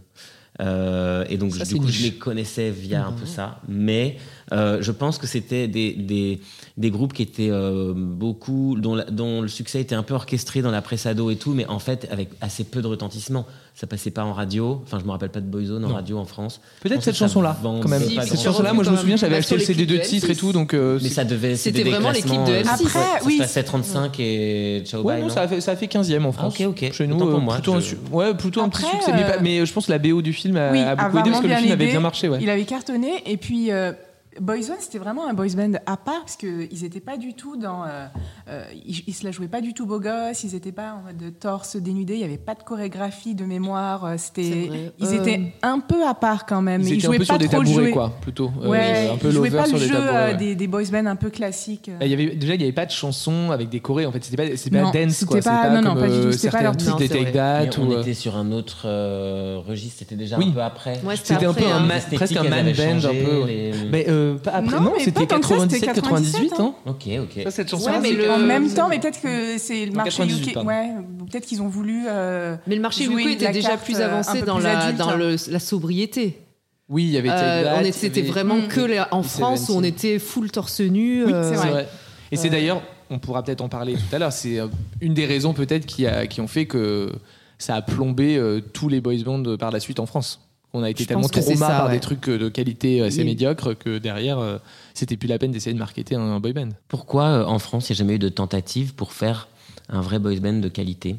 [SPEAKER 2] Euh, et donc
[SPEAKER 1] Ça,
[SPEAKER 2] je-
[SPEAKER 1] c'est Mhm.
[SPEAKER 2] du coup je
[SPEAKER 1] niche.
[SPEAKER 2] les connaissais via un peu ça mais euh, je pense que c'était des, des des groupes qui étaient euh, beaucoup dont la- dont le succès était un peu orchestré dans la presse ado et tout mais en fait avec assez peu de retentissement ça passait pas en radio enfin je me rappelle pas de Boyzone en
[SPEAKER 1] Non.
[SPEAKER 2] radio en France
[SPEAKER 1] Peut-être
[SPEAKER 2] Je pense
[SPEAKER 1] cette
[SPEAKER 2] que ça
[SPEAKER 1] chanson-là, quand même.
[SPEAKER 2] vendait
[SPEAKER 3] Si,
[SPEAKER 2] pas
[SPEAKER 1] cette
[SPEAKER 3] si,
[SPEAKER 2] grand-chose.
[SPEAKER 3] sur
[SPEAKER 1] chanson-là, moi je me
[SPEAKER 3] quand
[SPEAKER 1] souviens,
[SPEAKER 3] même.
[SPEAKER 1] j'avais
[SPEAKER 3] Bah,
[SPEAKER 1] acheté
[SPEAKER 3] sur
[SPEAKER 1] le
[SPEAKER 3] les
[SPEAKER 1] CD de
[SPEAKER 3] clips de
[SPEAKER 1] titres et
[SPEAKER 3] M6.
[SPEAKER 1] tout, donc. euh,
[SPEAKER 2] Mais
[SPEAKER 1] c'est-
[SPEAKER 2] ça devait.
[SPEAKER 3] C'était
[SPEAKER 2] c'était des
[SPEAKER 3] vraiment l'équipe
[SPEAKER 2] classements, euh,
[SPEAKER 3] de M6,
[SPEAKER 2] ça se
[SPEAKER 4] ouais.
[SPEAKER 2] passait-
[SPEAKER 4] Oui.
[SPEAKER 2] Ça se passait 35 et ciao
[SPEAKER 1] Ouais,
[SPEAKER 2] bye.
[SPEAKER 1] non,
[SPEAKER 2] non
[SPEAKER 1] ça a fait, ça a fait 15e en France.
[SPEAKER 2] Ah, ok, ok.
[SPEAKER 1] Chez nous,
[SPEAKER 2] Autant pour
[SPEAKER 1] euh,
[SPEAKER 2] moi,
[SPEAKER 1] plutôt, un,
[SPEAKER 2] je-
[SPEAKER 1] su- ouais, plutôt un
[SPEAKER 4] Après,
[SPEAKER 1] petit succès. Mais, pas-
[SPEAKER 4] euh,
[SPEAKER 1] mais je pense que la BO du film a,
[SPEAKER 4] oui,
[SPEAKER 1] a
[SPEAKER 4] a
[SPEAKER 1] beaucoup aidé parce
[SPEAKER 4] vraiment
[SPEAKER 1] que le
[SPEAKER 4] bien
[SPEAKER 1] film avait
[SPEAKER 4] aidé.
[SPEAKER 1] bien marché. Ouais.
[SPEAKER 4] Il avait cartonné. Et puis, euh, Boyzone, c'était vraiment un boys band à part, parce qu'ils n'étaient pas du tout dans. euh, euh, ils, ils se la jouaient pas du tout beau gosse, ils n'étaient pas en mode torse dénudé, il n'y avait pas de chorégraphie, de mémoire. euh,
[SPEAKER 3] C'est
[SPEAKER 4] C'était,
[SPEAKER 3] vrai.
[SPEAKER 4] ils
[SPEAKER 3] Euh,
[SPEAKER 4] étaient un peu à part quand même.
[SPEAKER 1] Ils
[SPEAKER 4] mais
[SPEAKER 1] étaient
[SPEAKER 4] ils jouaient
[SPEAKER 1] un peu
[SPEAKER 4] pas
[SPEAKER 1] sur des
[SPEAKER 4] trop le
[SPEAKER 1] tabourets,
[SPEAKER 4] jeu.
[SPEAKER 1] quoi, plutôt. Euh,
[SPEAKER 4] Ouais,
[SPEAKER 1] un peu
[SPEAKER 4] ils jouaient
[SPEAKER 1] lover
[SPEAKER 4] pas
[SPEAKER 1] sur
[SPEAKER 4] le
[SPEAKER 1] des
[SPEAKER 4] jeu
[SPEAKER 1] tabourets.
[SPEAKER 4] euh,
[SPEAKER 1] ouais.
[SPEAKER 4] des, des boys band un peu classiques. euh.
[SPEAKER 1] Bah, il y avait, déjà, il n'y avait pas de chansons avec des chorés. En fait, c'était pas, c'était pas
[SPEAKER 4] Non,
[SPEAKER 1] dance, quoi.
[SPEAKER 4] c'était pas- non, non,
[SPEAKER 1] comme
[SPEAKER 4] pas du tout,
[SPEAKER 1] euh,
[SPEAKER 4] c'était pas
[SPEAKER 1] certains
[SPEAKER 4] leur
[SPEAKER 1] titres
[SPEAKER 3] truc.
[SPEAKER 1] des
[SPEAKER 3] Non, c'est
[SPEAKER 1] Take
[SPEAKER 2] Mais
[SPEAKER 1] That.
[SPEAKER 2] on
[SPEAKER 1] ou, euh,
[SPEAKER 2] était sur un autre euh, registre, c'était déjà
[SPEAKER 1] Oui.
[SPEAKER 2] un peu après.
[SPEAKER 3] Ouais, c'était
[SPEAKER 1] C'était un
[SPEAKER 3] après,
[SPEAKER 1] peu un
[SPEAKER 3] hein.
[SPEAKER 1] ma-
[SPEAKER 2] L'esthétique,
[SPEAKER 1] presque un
[SPEAKER 2] elle
[SPEAKER 1] man
[SPEAKER 2] avait
[SPEAKER 1] band, un
[SPEAKER 2] changé,
[SPEAKER 1] peu. ouais.
[SPEAKER 2] les-
[SPEAKER 1] Mais euh, pas après,
[SPEAKER 4] Non,
[SPEAKER 1] non,
[SPEAKER 4] mais
[SPEAKER 1] c'était
[SPEAKER 4] pas tant que ça, c'était
[SPEAKER 1] 97, 98, hein.
[SPEAKER 2] Ok, ok.
[SPEAKER 1] Ça, cette chanson,
[SPEAKER 3] Ouais,
[SPEAKER 4] Ouais,
[SPEAKER 3] mais
[SPEAKER 4] c'est
[SPEAKER 3] le-
[SPEAKER 4] En même temps, mais peut-être que c'est le
[SPEAKER 1] En
[SPEAKER 4] marché
[SPEAKER 1] 98,
[SPEAKER 4] UK.
[SPEAKER 1] pardon.
[SPEAKER 4] Ouais, ou peut-être qu'ils ont voulu. euh,
[SPEAKER 3] Mais le marché
[SPEAKER 4] Jouer
[SPEAKER 3] Luco était
[SPEAKER 4] la
[SPEAKER 3] déjà
[SPEAKER 4] carte,
[SPEAKER 3] plus
[SPEAKER 4] euh, un
[SPEAKER 3] avancé
[SPEAKER 4] peu
[SPEAKER 3] dans,
[SPEAKER 4] plus
[SPEAKER 3] la,
[SPEAKER 4] adulte. hein.
[SPEAKER 3] dans le- la sobriété.
[SPEAKER 1] Oui, il y avait Take
[SPEAKER 3] Euh,
[SPEAKER 1] That.
[SPEAKER 3] on
[SPEAKER 1] il y
[SPEAKER 3] était, c'était
[SPEAKER 1] avait-
[SPEAKER 3] vraiment que les- en
[SPEAKER 1] Mmh.
[SPEAKER 3] France où on était full torse nu.
[SPEAKER 4] Oui,
[SPEAKER 3] euh,
[SPEAKER 4] c'est
[SPEAKER 1] C'est
[SPEAKER 4] Ouais.
[SPEAKER 1] vrai. Et c'est d'ailleurs, on pourra peut-être en parler tout à l'heure, c'est euh, une des raisons peut-être qui, a- qui ont fait que ça a plombé euh, tous les boys bands euh, par la suite en France. On a été
[SPEAKER 3] Je
[SPEAKER 1] tellement
[SPEAKER 3] pense que c'est
[SPEAKER 1] traumatisés
[SPEAKER 3] ça,
[SPEAKER 1] par
[SPEAKER 3] ouais.
[SPEAKER 1] des trucs euh, de qualité assez
[SPEAKER 3] Oui.
[SPEAKER 1] médiocre que derrière, euh, c'était plus la peine d'essayer de marketer un boy band.
[SPEAKER 2] Pourquoi euh, en France il n'y a jamais eu de tentative pour faire un vrai boys band de qualité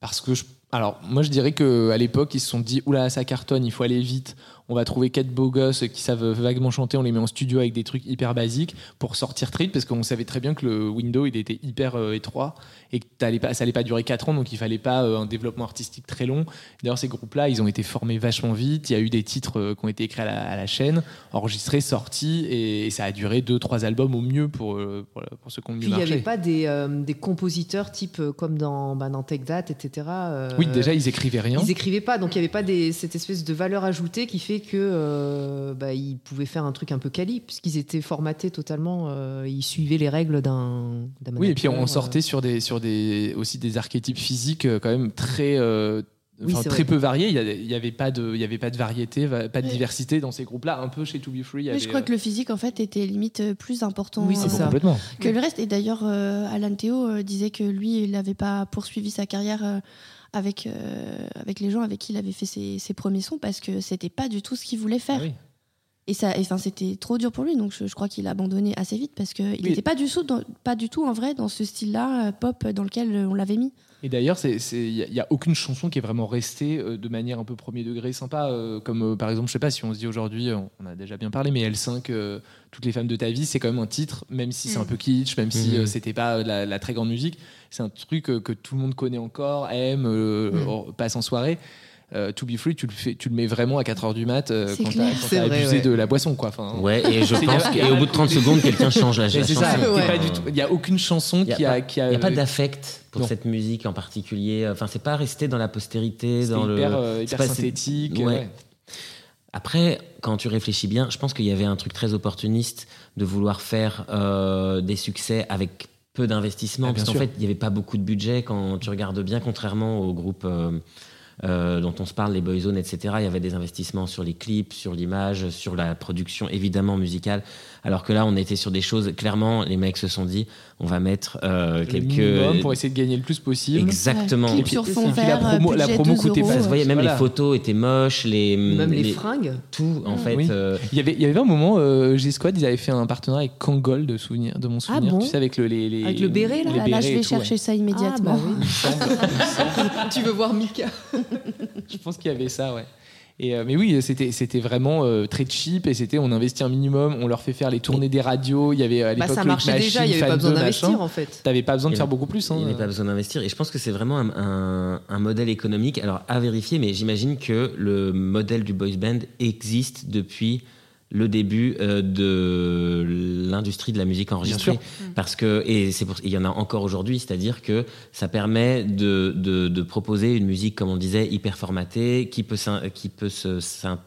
[SPEAKER 1] Parce que je- Alors, moi, je dirais que à l'époque, ils se sont dit oula, ça cartonne, il faut aller vite. On va trouver quatre beaux gosses qui savent vaguement chanter, on les met en studio avec des trucs hyper basiques pour sortir très vite, parce qu'on savait très bien que le window, il était hyper euh, étroit et que t'allais pas, ça allait pas durer quatre ans, donc il fallait pas euh, un développement artistique très long. D'ailleurs, ces groupes-là, ils ont été formés vachement vite. Il y a eu des titres euh, qui ont été écrits à la, à la chaîne, enregistrés, sortis, et, et ça a duré deux, trois albums au mieux pour, euh, pour, pour ceux qui ont le mieux
[SPEAKER 3] Puis il n'y
[SPEAKER 1] marché.
[SPEAKER 3] avait pas des, euh, des compositeurs type euh, comme dans, bah, dans Take That, etc. euh,
[SPEAKER 1] Oui, déjà, ils écrivaient rien.
[SPEAKER 3] Ils écrivaient pas, donc il n'y avait pas des, cette espèce de valeur ajoutée qui fait que euh, bah, ils pouvaient faire un truc un peu quali, puisqu'ils étaient formatés totalement, euh, ils suivaient les règles d'un d'un
[SPEAKER 1] Oui, et puis
[SPEAKER 3] manager,
[SPEAKER 1] on
[SPEAKER 3] euh.
[SPEAKER 1] sortait sur des sur des aussi des archétypes physiques euh, quand même très euh,
[SPEAKER 3] Oui,
[SPEAKER 1] Enfin,
[SPEAKER 3] c'est
[SPEAKER 1] très
[SPEAKER 3] vrai.
[SPEAKER 1] peu varié, il y avait- il n'y avait, pas de- il y avait pas de variété, va- pas de
[SPEAKER 5] Ouais.
[SPEAKER 1] diversité dans ces groupes-là. Un peu chez To Be Free, il y
[SPEAKER 5] Mais je
[SPEAKER 1] avait,
[SPEAKER 5] crois
[SPEAKER 1] euh,
[SPEAKER 5] que le physique, en fait, était limite euh, plus important
[SPEAKER 3] Oui, c'est
[SPEAKER 5] euh,
[SPEAKER 1] ah bon,
[SPEAKER 3] ça.
[SPEAKER 1] Complètement.
[SPEAKER 5] que le reste. Et d'ailleurs, euh, Alan Théo euh, disait que lui, il n'avait pas poursuivi sa carrière euh, avec, euh, avec les gens avec qui il avait fait ses, ses premiers sons parce que c'était pas du tout ce qu'il voulait
[SPEAKER 1] Ah
[SPEAKER 5] faire.
[SPEAKER 2] oui.
[SPEAKER 5] Et ça, et, enfin, c'était trop dur pour lui. Donc, je, je crois qu'il a abandonné assez vite parce qu'il
[SPEAKER 1] Oui.
[SPEAKER 5] n'était pas du tout, dans- pas du tout en vrai dans ce style-là euh, pop dans lequel euh, on l'avait mis.
[SPEAKER 1] Et d'ailleurs, c'est- c'est- il n'y a, aucune chanson qui est vraiment restée euh, de manière un peu premier degré sympa. euh, comme euh, par exemple, je sais pas si on se dit aujourd'hui, euh, on a déjà bien parlé, mais L5, euh, Toutes les femmes de ta vie, c'est quand même un titre, même si c'est un
[SPEAKER 5] Mm.
[SPEAKER 1] peu kitsch, même si
[SPEAKER 2] Mhm.
[SPEAKER 1] euh, c'était pas euh, la, la très grande musique. C'est un truc euh, que tout le monde connaît encore, aime, euh,
[SPEAKER 3] Mm.
[SPEAKER 1] or- passe en soirée. Euh, to be free, tu le, fais, tu le mets vraiment à 4h du mat euh,
[SPEAKER 5] C'est
[SPEAKER 1] quand
[SPEAKER 5] clair.
[SPEAKER 1] t'as quand
[SPEAKER 3] C'est
[SPEAKER 1] t'as
[SPEAKER 3] vrai,
[SPEAKER 1] abusé
[SPEAKER 3] ouais.
[SPEAKER 1] de la boisson. Quoi. Enfin,
[SPEAKER 2] Ouais, et je
[SPEAKER 1] C'est-
[SPEAKER 2] pense
[SPEAKER 1] il y a-
[SPEAKER 2] qu'au bout de 30 secondes, quelqu'un change la, la
[SPEAKER 1] mais c'est
[SPEAKER 2] chanson.
[SPEAKER 1] ça,
[SPEAKER 3] chanson.
[SPEAKER 1] c'est
[SPEAKER 3] Ouais.
[SPEAKER 1] pas du tout- il n'y a aucune chanson
[SPEAKER 2] Y a
[SPEAKER 1] qui a. qui a- euh,
[SPEAKER 2] Il n'y a pas d'affect pour
[SPEAKER 1] Non.
[SPEAKER 2] cette musique en particulier. Enfin, c'est pas resté dans la postérité,
[SPEAKER 1] c'était
[SPEAKER 2] dans le.
[SPEAKER 1] hyper, euh, hyper
[SPEAKER 2] pas- c'est-
[SPEAKER 1] synthétique.
[SPEAKER 2] Ouais.
[SPEAKER 1] ouais.
[SPEAKER 2] Après, quand tu réfléchis bien, je pense qu'il y avait un truc très opportuniste de vouloir faire euh, des succès avec peu d'investissement.
[SPEAKER 1] Ah, bien
[SPEAKER 2] parce qu'en
[SPEAKER 1] sûr.
[SPEAKER 2] fait, il n'y avait pas beaucoup de budget quand tu regardes bien, contrairement aux groupes euh, euh, dont on se parle, les Boyzone, etc. Il y avait des investissements sur les clips, sur l'image, sur la production, évidemment musicale. Alors que là, on était sur des choses. Clairement, les mecs se sont dit on va mettre euh,
[SPEAKER 1] Le
[SPEAKER 2] quelques.
[SPEAKER 1] minimum pour essayer de gagner le plus possible.
[SPEAKER 2] Exactement.
[SPEAKER 5] Ouais,
[SPEAKER 1] Et
[SPEAKER 5] clip
[SPEAKER 1] puis-
[SPEAKER 5] sur
[SPEAKER 1] et
[SPEAKER 5] fond
[SPEAKER 1] puis la
[SPEAKER 5] vert, euh,
[SPEAKER 1] promo- la
[SPEAKER 5] budget
[SPEAKER 1] promo
[SPEAKER 5] 2
[SPEAKER 1] coûtait pas-
[SPEAKER 5] euros.
[SPEAKER 2] Ça se voyait, même
[SPEAKER 1] Voilà.
[SPEAKER 2] les photos étaient moches, les.
[SPEAKER 3] euh, Même les fringues.
[SPEAKER 2] Tout, en fait.
[SPEAKER 1] Ah. Oui.
[SPEAKER 2] euh,
[SPEAKER 1] Il y avait, il y avait un moment, euh, G-Squad, ils avaient fait un partenariat avec Kangol de, souvenir, de mon souvenir.
[SPEAKER 3] Ah bon
[SPEAKER 1] tu sais, avec le, les, les-
[SPEAKER 3] Avec le béret, là
[SPEAKER 1] les
[SPEAKER 5] Ah Là, là, je
[SPEAKER 1] bérets et
[SPEAKER 5] vais
[SPEAKER 1] tout,
[SPEAKER 5] chercher
[SPEAKER 1] ouais.
[SPEAKER 5] ça immédiatement.
[SPEAKER 3] Ah, bah oui.
[SPEAKER 1] bah
[SPEAKER 3] tu veux voir Mika
[SPEAKER 1] Je pense qu'il y avait ça, ouais. Et, euh, mais oui, c'était c'était vraiment euh, très cheap et c'était on investit un minimum, on leur fait faire les tournées des radios. Il y avait à
[SPEAKER 3] Bah,
[SPEAKER 1] l'époque
[SPEAKER 3] ça
[SPEAKER 1] Look
[SPEAKER 3] marchait
[SPEAKER 1] Machine,
[SPEAKER 3] déjà, il n'y avait
[SPEAKER 1] Fan
[SPEAKER 3] pas besoin
[SPEAKER 1] 2,
[SPEAKER 3] d'investir
[SPEAKER 1] machin.
[SPEAKER 3] en fait.
[SPEAKER 1] T'avais pas besoin de
[SPEAKER 2] Il y
[SPEAKER 1] faire
[SPEAKER 2] avait-
[SPEAKER 1] beaucoup plus.
[SPEAKER 2] Il
[SPEAKER 1] hein.
[SPEAKER 2] n'y avait pas besoin d'investir. Et je pense que c'est vraiment un, un- un modèle économique. Alors, à vérifier, mais j'imagine que le modèle du boys band existe depuis le début euh, de l'industrie de la musique enregistrée. Parce que, et c'est pour, il y en a encore aujourd'hui, c'est-à-dire que ça permet de, de- de proposer une musique, comme on disait, hyper formatée, qui peut, s'in- qui peut se-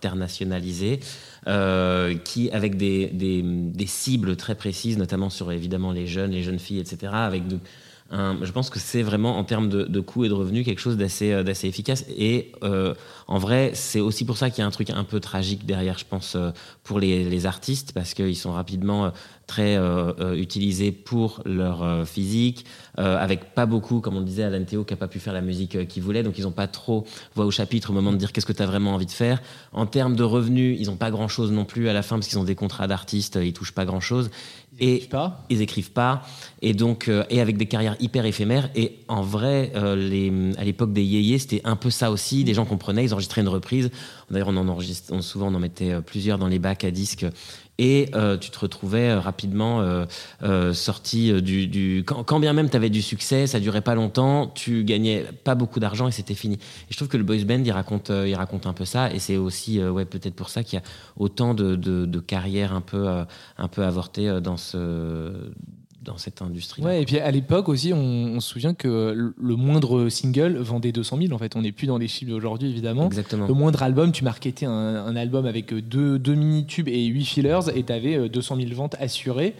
[SPEAKER 2] s'internationaliser, euh, qui, avec des, des- des cibles très précises, notamment sur évidemment les jeunes, les jeunes filles, etc., avec de- un- je pense que c'est vraiment en termes de, de coûts et de revenus quelque chose d'assez euh, d'assez efficace. Et euh, en vrai, c'est aussi pour ça qu'il y a un truc un peu tragique derrière, je pense, euh, pour les, les artistes, parce qu'ils sont rapidement euh, très euh, euh, utilisés pour leur euh, physique, euh, avec pas beaucoup, comme on le disait, Alan Théo qui n'a pas pu faire la musique euh, qu'il voulait, donc ils n'ont pas trop voix au chapitre au moment de dire qu'est-ce que tu as vraiment envie de faire. En termes de revenus, ils n'ont pas grand-chose non plus à la fin, parce qu'ils ont des contrats d'artistes, euh, ils touchent pas grand-chose.
[SPEAKER 1] Ils
[SPEAKER 2] Et-
[SPEAKER 1] écrivent pas.
[SPEAKER 2] ils écrivent pas et donc euh, et avec des carrières hyper éphémères et en vrai euh, les, à l'époque des yéyés c'était un peu ça aussi des gens comprenaient ils enregistraient une reprise d'ailleurs on en enregistre on- souvent on en mettait euh, plusieurs dans les bacs à disques et euh, tu te retrouvais euh, rapidement euh, euh, sorti euh, du, du- Quand, quand bien même tu avais du succès ça durait pas longtemps tu gagnais pas beaucoup d'argent et c'était fini et je trouve que le boys band il raconte euh, il raconte un peu ça et c'est aussi euh, ouais peut-être pour ça qu'il y a autant de, de, de carrières un peu euh, un peu avorté euh, dans ce dans cette industrie.
[SPEAKER 1] Ouais, et puis à l'époque aussi, on, on se souvient que le- le moindre single vendait 200 000. En fait, on n'est plus dans les chiffres d'aujourd'hui, évidemment.
[SPEAKER 2] Exactement.
[SPEAKER 1] Le moindre album, tu marketais un, un album avec euh, deux, deux mini-tubes et huit fillers et t'avais euh, 200 000 ventes assurées.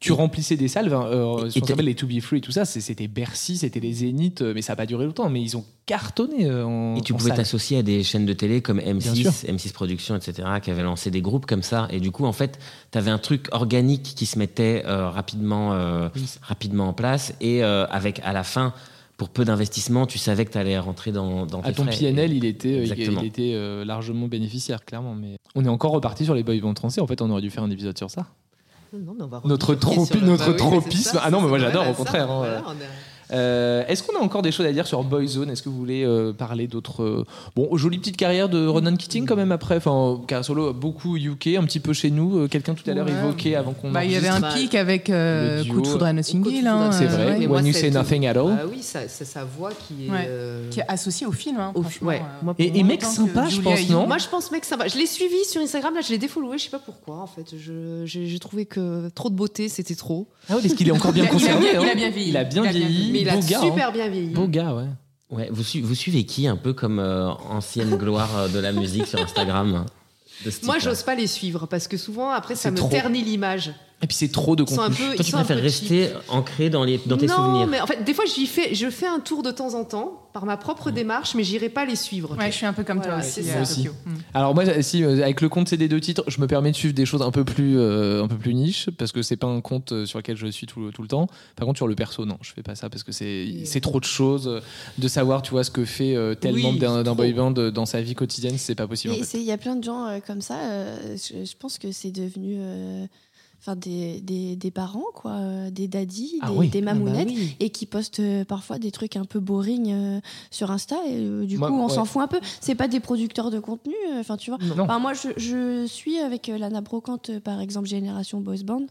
[SPEAKER 1] Tu
[SPEAKER 2] Et-
[SPEAKER 1] remplissais des salves, hein, euh,
[SPEAKER 2] Et-
[SPEAKER 1] ce qu'on
[SPEAKER 2] et-
[SPEAKER 1] appelle les To Be Free et tout ça. c'est- C'était Bercy, c'était les Zéniths, euh, mais ça n'a pas duré longtemps. Mais ils ont cartonné euh, en.
[SPEAKER 2] Et tu
[SPEAKER 1] en
[SPEAKER 2] pouvais
[SPEAKER 1] salle.
[SPEAKER 2] t'associer à des chaînes de télé comme
[SPEAKER 1] sûr.
[SPEAKER 2] M6, M6 Productions, etc., qui avaient lancé des groupes comme ça. Et du coup, en fait, tu avais un truc organique qui se mettait euh, rapidement, euh,
[SPEAKER 1] Oui, c'est-
[SPEAKER 2] rapidement en place. Et euh, avec, à la fin, pour peu d'investissement, tu savais que tu allais rentrer dans, dans
[SPEAKER 1] À
[SPEAKER 2] tes
[SPEAKER 1] ton
[SPEAKER 2] frais.
[SPEAKER 1] PNL, il était, euh, il-
[SPEAKER 2] Exactement.
[SPEAKER 1] il était euh, largement bénéficiaire, clairement. Mais on est encore reparti sur les boy bands français. En fait, on aurait dû faire un épisode sur ça.
[SPEAKER 3] Non, mais on va
[SPEAKER 1] Notre
[SPEAKER 3] revenir
[SPEAKER 1] tropi-
[SPEAKER 3] sur le-
[SPEAKER 1] notre
[SPEAKER 3] bah oui, c'est ça,
[SPEAKER 1] tropisme.
[SPEAKER 3] c'est
[SPEAKER 1] Ah non, mais
[SPEAKER 3] ça,
[SPEAKER 1] moi,
[SPEAKER 3] ouais,
[SPEAKER 1] j'adore,
[SPEAKER 3] bah
[SPEAKER 1] au
[SPEAKER 3] ça,
[SPEAKER 1] contraire, hein,
[SPEAKER 3] voilà, on a-
[SPEAKER 1] Euh, Est-ce qu'on a encore des choses à dire sur Boyzone Est-ce que vous voulez euh, parler d'autres euh, Bon, jolie petite carrière de Ronan Keating quand même après. Enfin, carrière solo beaucoup UK, un petit peu chez nous. Euh, Quelqu'un tout à l'heure
[SPEAKER 4] Ouais.
[SPEAKER 1] évoquait avant qu'on.
[SPEAKER 4] Bah, il y avait un
[SPEAKER 3] Bah,
[SPEAKER 4] pic avec euh,
[SPEAKER 1] le duo,
[SPEAKER 4] Coup de foudre à
[SPEAKER 3] Coup
[SPEAKER 4] Notting
[SPEAKER 3] de
[SPEAKER 4] Hill.
[SPEAKER 3] foudre à
[SPEAKER 4] hein,
[SPEAKER 3] Notting
[SPEAKER 1] C'est
[SPEAKER 3] Hill.
[SPEAKER 1] vrai.
[SPEAKER 4] ouais.
[SPEAKER 3] Mais moi,
[SPEAKER 1] When you
[SPEAKER 3] c'est
[SPEAKER 1] say
[SPEAKER 3] tout.
[SPEAKER 1] nothing at all.
[SPEAKER 3] Bah oui, ça- c'est sa voix qui est.
[SPEAKER 4] Ouais.
[SPEAKER 3] euh,
[SPEAKER 4] Qui est associé au film. Hein,
[SPEAKER 3] Au-
[SPEAKER 4] franchement,
[SPEAKER 3] ouais.
[SPEAKER 4] euh,
[SPEAKER 3] Moi,
[SPEAKER 1] Et-
[SPEAKER 4] pour
[SPEAKER 1] et
[SPEAKER 4] moi,
[SPEAKER 1] mec
[SPEAKER 4] autant que
[SPEAKER 1] sympa, je
[SPEAKER 4] Julia
[SPEAKER 1] pense,
[SPEAKER 4] Hill-
[SPEAKER 1] non
[SPEAKER 3] Moi, je pense, mec, ça va. Je l'ai suivi sur Instagram, là, je l'ai défollowé, je sais pas pourquoi, en fait. Je- J'ai j'ai trouvé que trop de beauté, c'était trop.
[SPEAKER 1] Ah oui, parce qu'il est encore bien
[SPEAKER 4] Il a- il a
[SPEAKER 1] conservé.
[SPEAKER 4] bien-
[SPEAKER 1] hein.
[SPEAKER 4] il a bien vieilli.
[SPEAKER 1] Il a bien
[SPEAKER 4] Il a bien
[SPEAKER 1] vieilli.
[SPEAKER 4] vieilli.
[SPEAKER 3] Mais il a
[SPEAKER 1] Beau gars,
[SPEAKER 3] super
[SPEAKER 1] hein.
[SPEAKER 3] bien vieilli.
[SPEAKER 1] Beau gars, ouais.
[SPEAKER 2] Ouais, vous, su- vous suivez qui un peu comme euh, ancienne gloire euh, de la musique sur Instagram hein, de ce
[SPEAKER 3] Moi,
[SPEAKER 2] type-là
[SPEAKER 3] j'ose pas les suivre parce que souvent, après,
[SPEAKER 1] C'est
[SPEAKER 3] ça me
[SPEAKER 1] trop.
[SPEAKER 3] ternit l'image.
[SPEAKER 1] Et puis c'est trop de
[SPEAKER 3] Ils sont
[SPEAKER 1] contenu.
[SPEAKER 3] un peu.
[SPEAKER 2] Toi,
[SPEAKER 3] ils
[SPEAKER 2] tu
[SPEAKER 3] sont un
[SPEAKER 2] préfères
[SPEAKER 3] peu cheap.
[SPEAKER 2] rester ancré dans, les, dans tes
[SPEAKER 3] non,
[SPEAKER 2] souvenirs.
[SPEAKER 3] mais en fait, des fois, j'y fais, je fais un tour de temps en temps par ma propre démarche, mais j'irai pas les suivre.
[SPEAKER 4] Ouais, je suis un peu comme
[SPEAKER 3] Voilà,
[SPEAKER 4] toi aussi.
[SPEAKER 3] c'est
[SPEAKER 4] euh,
[SPEAKER 1] ça.
[SPEAKER 4] Tokyo. Mm.
[SPEAKER 1] Alors moi, si euh, avec le compte CD deux titres, je me permets de suivre des choses un peu plus, euh, un peu plus niche parce que c'est pas un compte euh, sur lequel je suis tout, tout le temps. Par contre, sur le perso, non, je fais pas ça parce que c'est c'est trop de choses euh, de savoir, tu vois, ce que fait euh, tel
[SPEAKER 3] Oui,
[SPEAKER 1] membre d'un
[SPEAKER 3] c'est
[SPEAKER 1] d'un
[SPEAKER 3] trop.
[SPEAKER 1] boy band euh, dans sa vie quotidienne, c'est pas possible. en
[SPEAKER 5] Et
[SPEAKER 1] fait.
[SPEAKER 5] c'est- Il y a plein de gens euh, comme ça. euh, je, je pense que c'est devenu. euh, Enfin, des, des, des parents, quoi, euh, des daddies,
[SPEAKER 1] Ah
[SPEAKER 5] des,
[SPEAKER 1] oui.
[SPEAKER 5] des
[SPEAKER 1] Ah bah
[SPEAKER 5] mamounettes, et qui postent euh, parfois des trucs un peu boring euh, sur Insta, et euh, du
[SPEAKER 1] Moi,
[SPEAKER 5] coup, on
[SPEAKER 1] ouais.
[SPEAKER 5] s'en fout un peu. C'est pas des producteurs de contenu, euh, enfin, tu vois.
[SPEAKER 1] Non.
[SPEAKER 5] Enfin, moi, je, je suis avec euh, Lana Brocante, euh, par exemple, Génération Boys Band,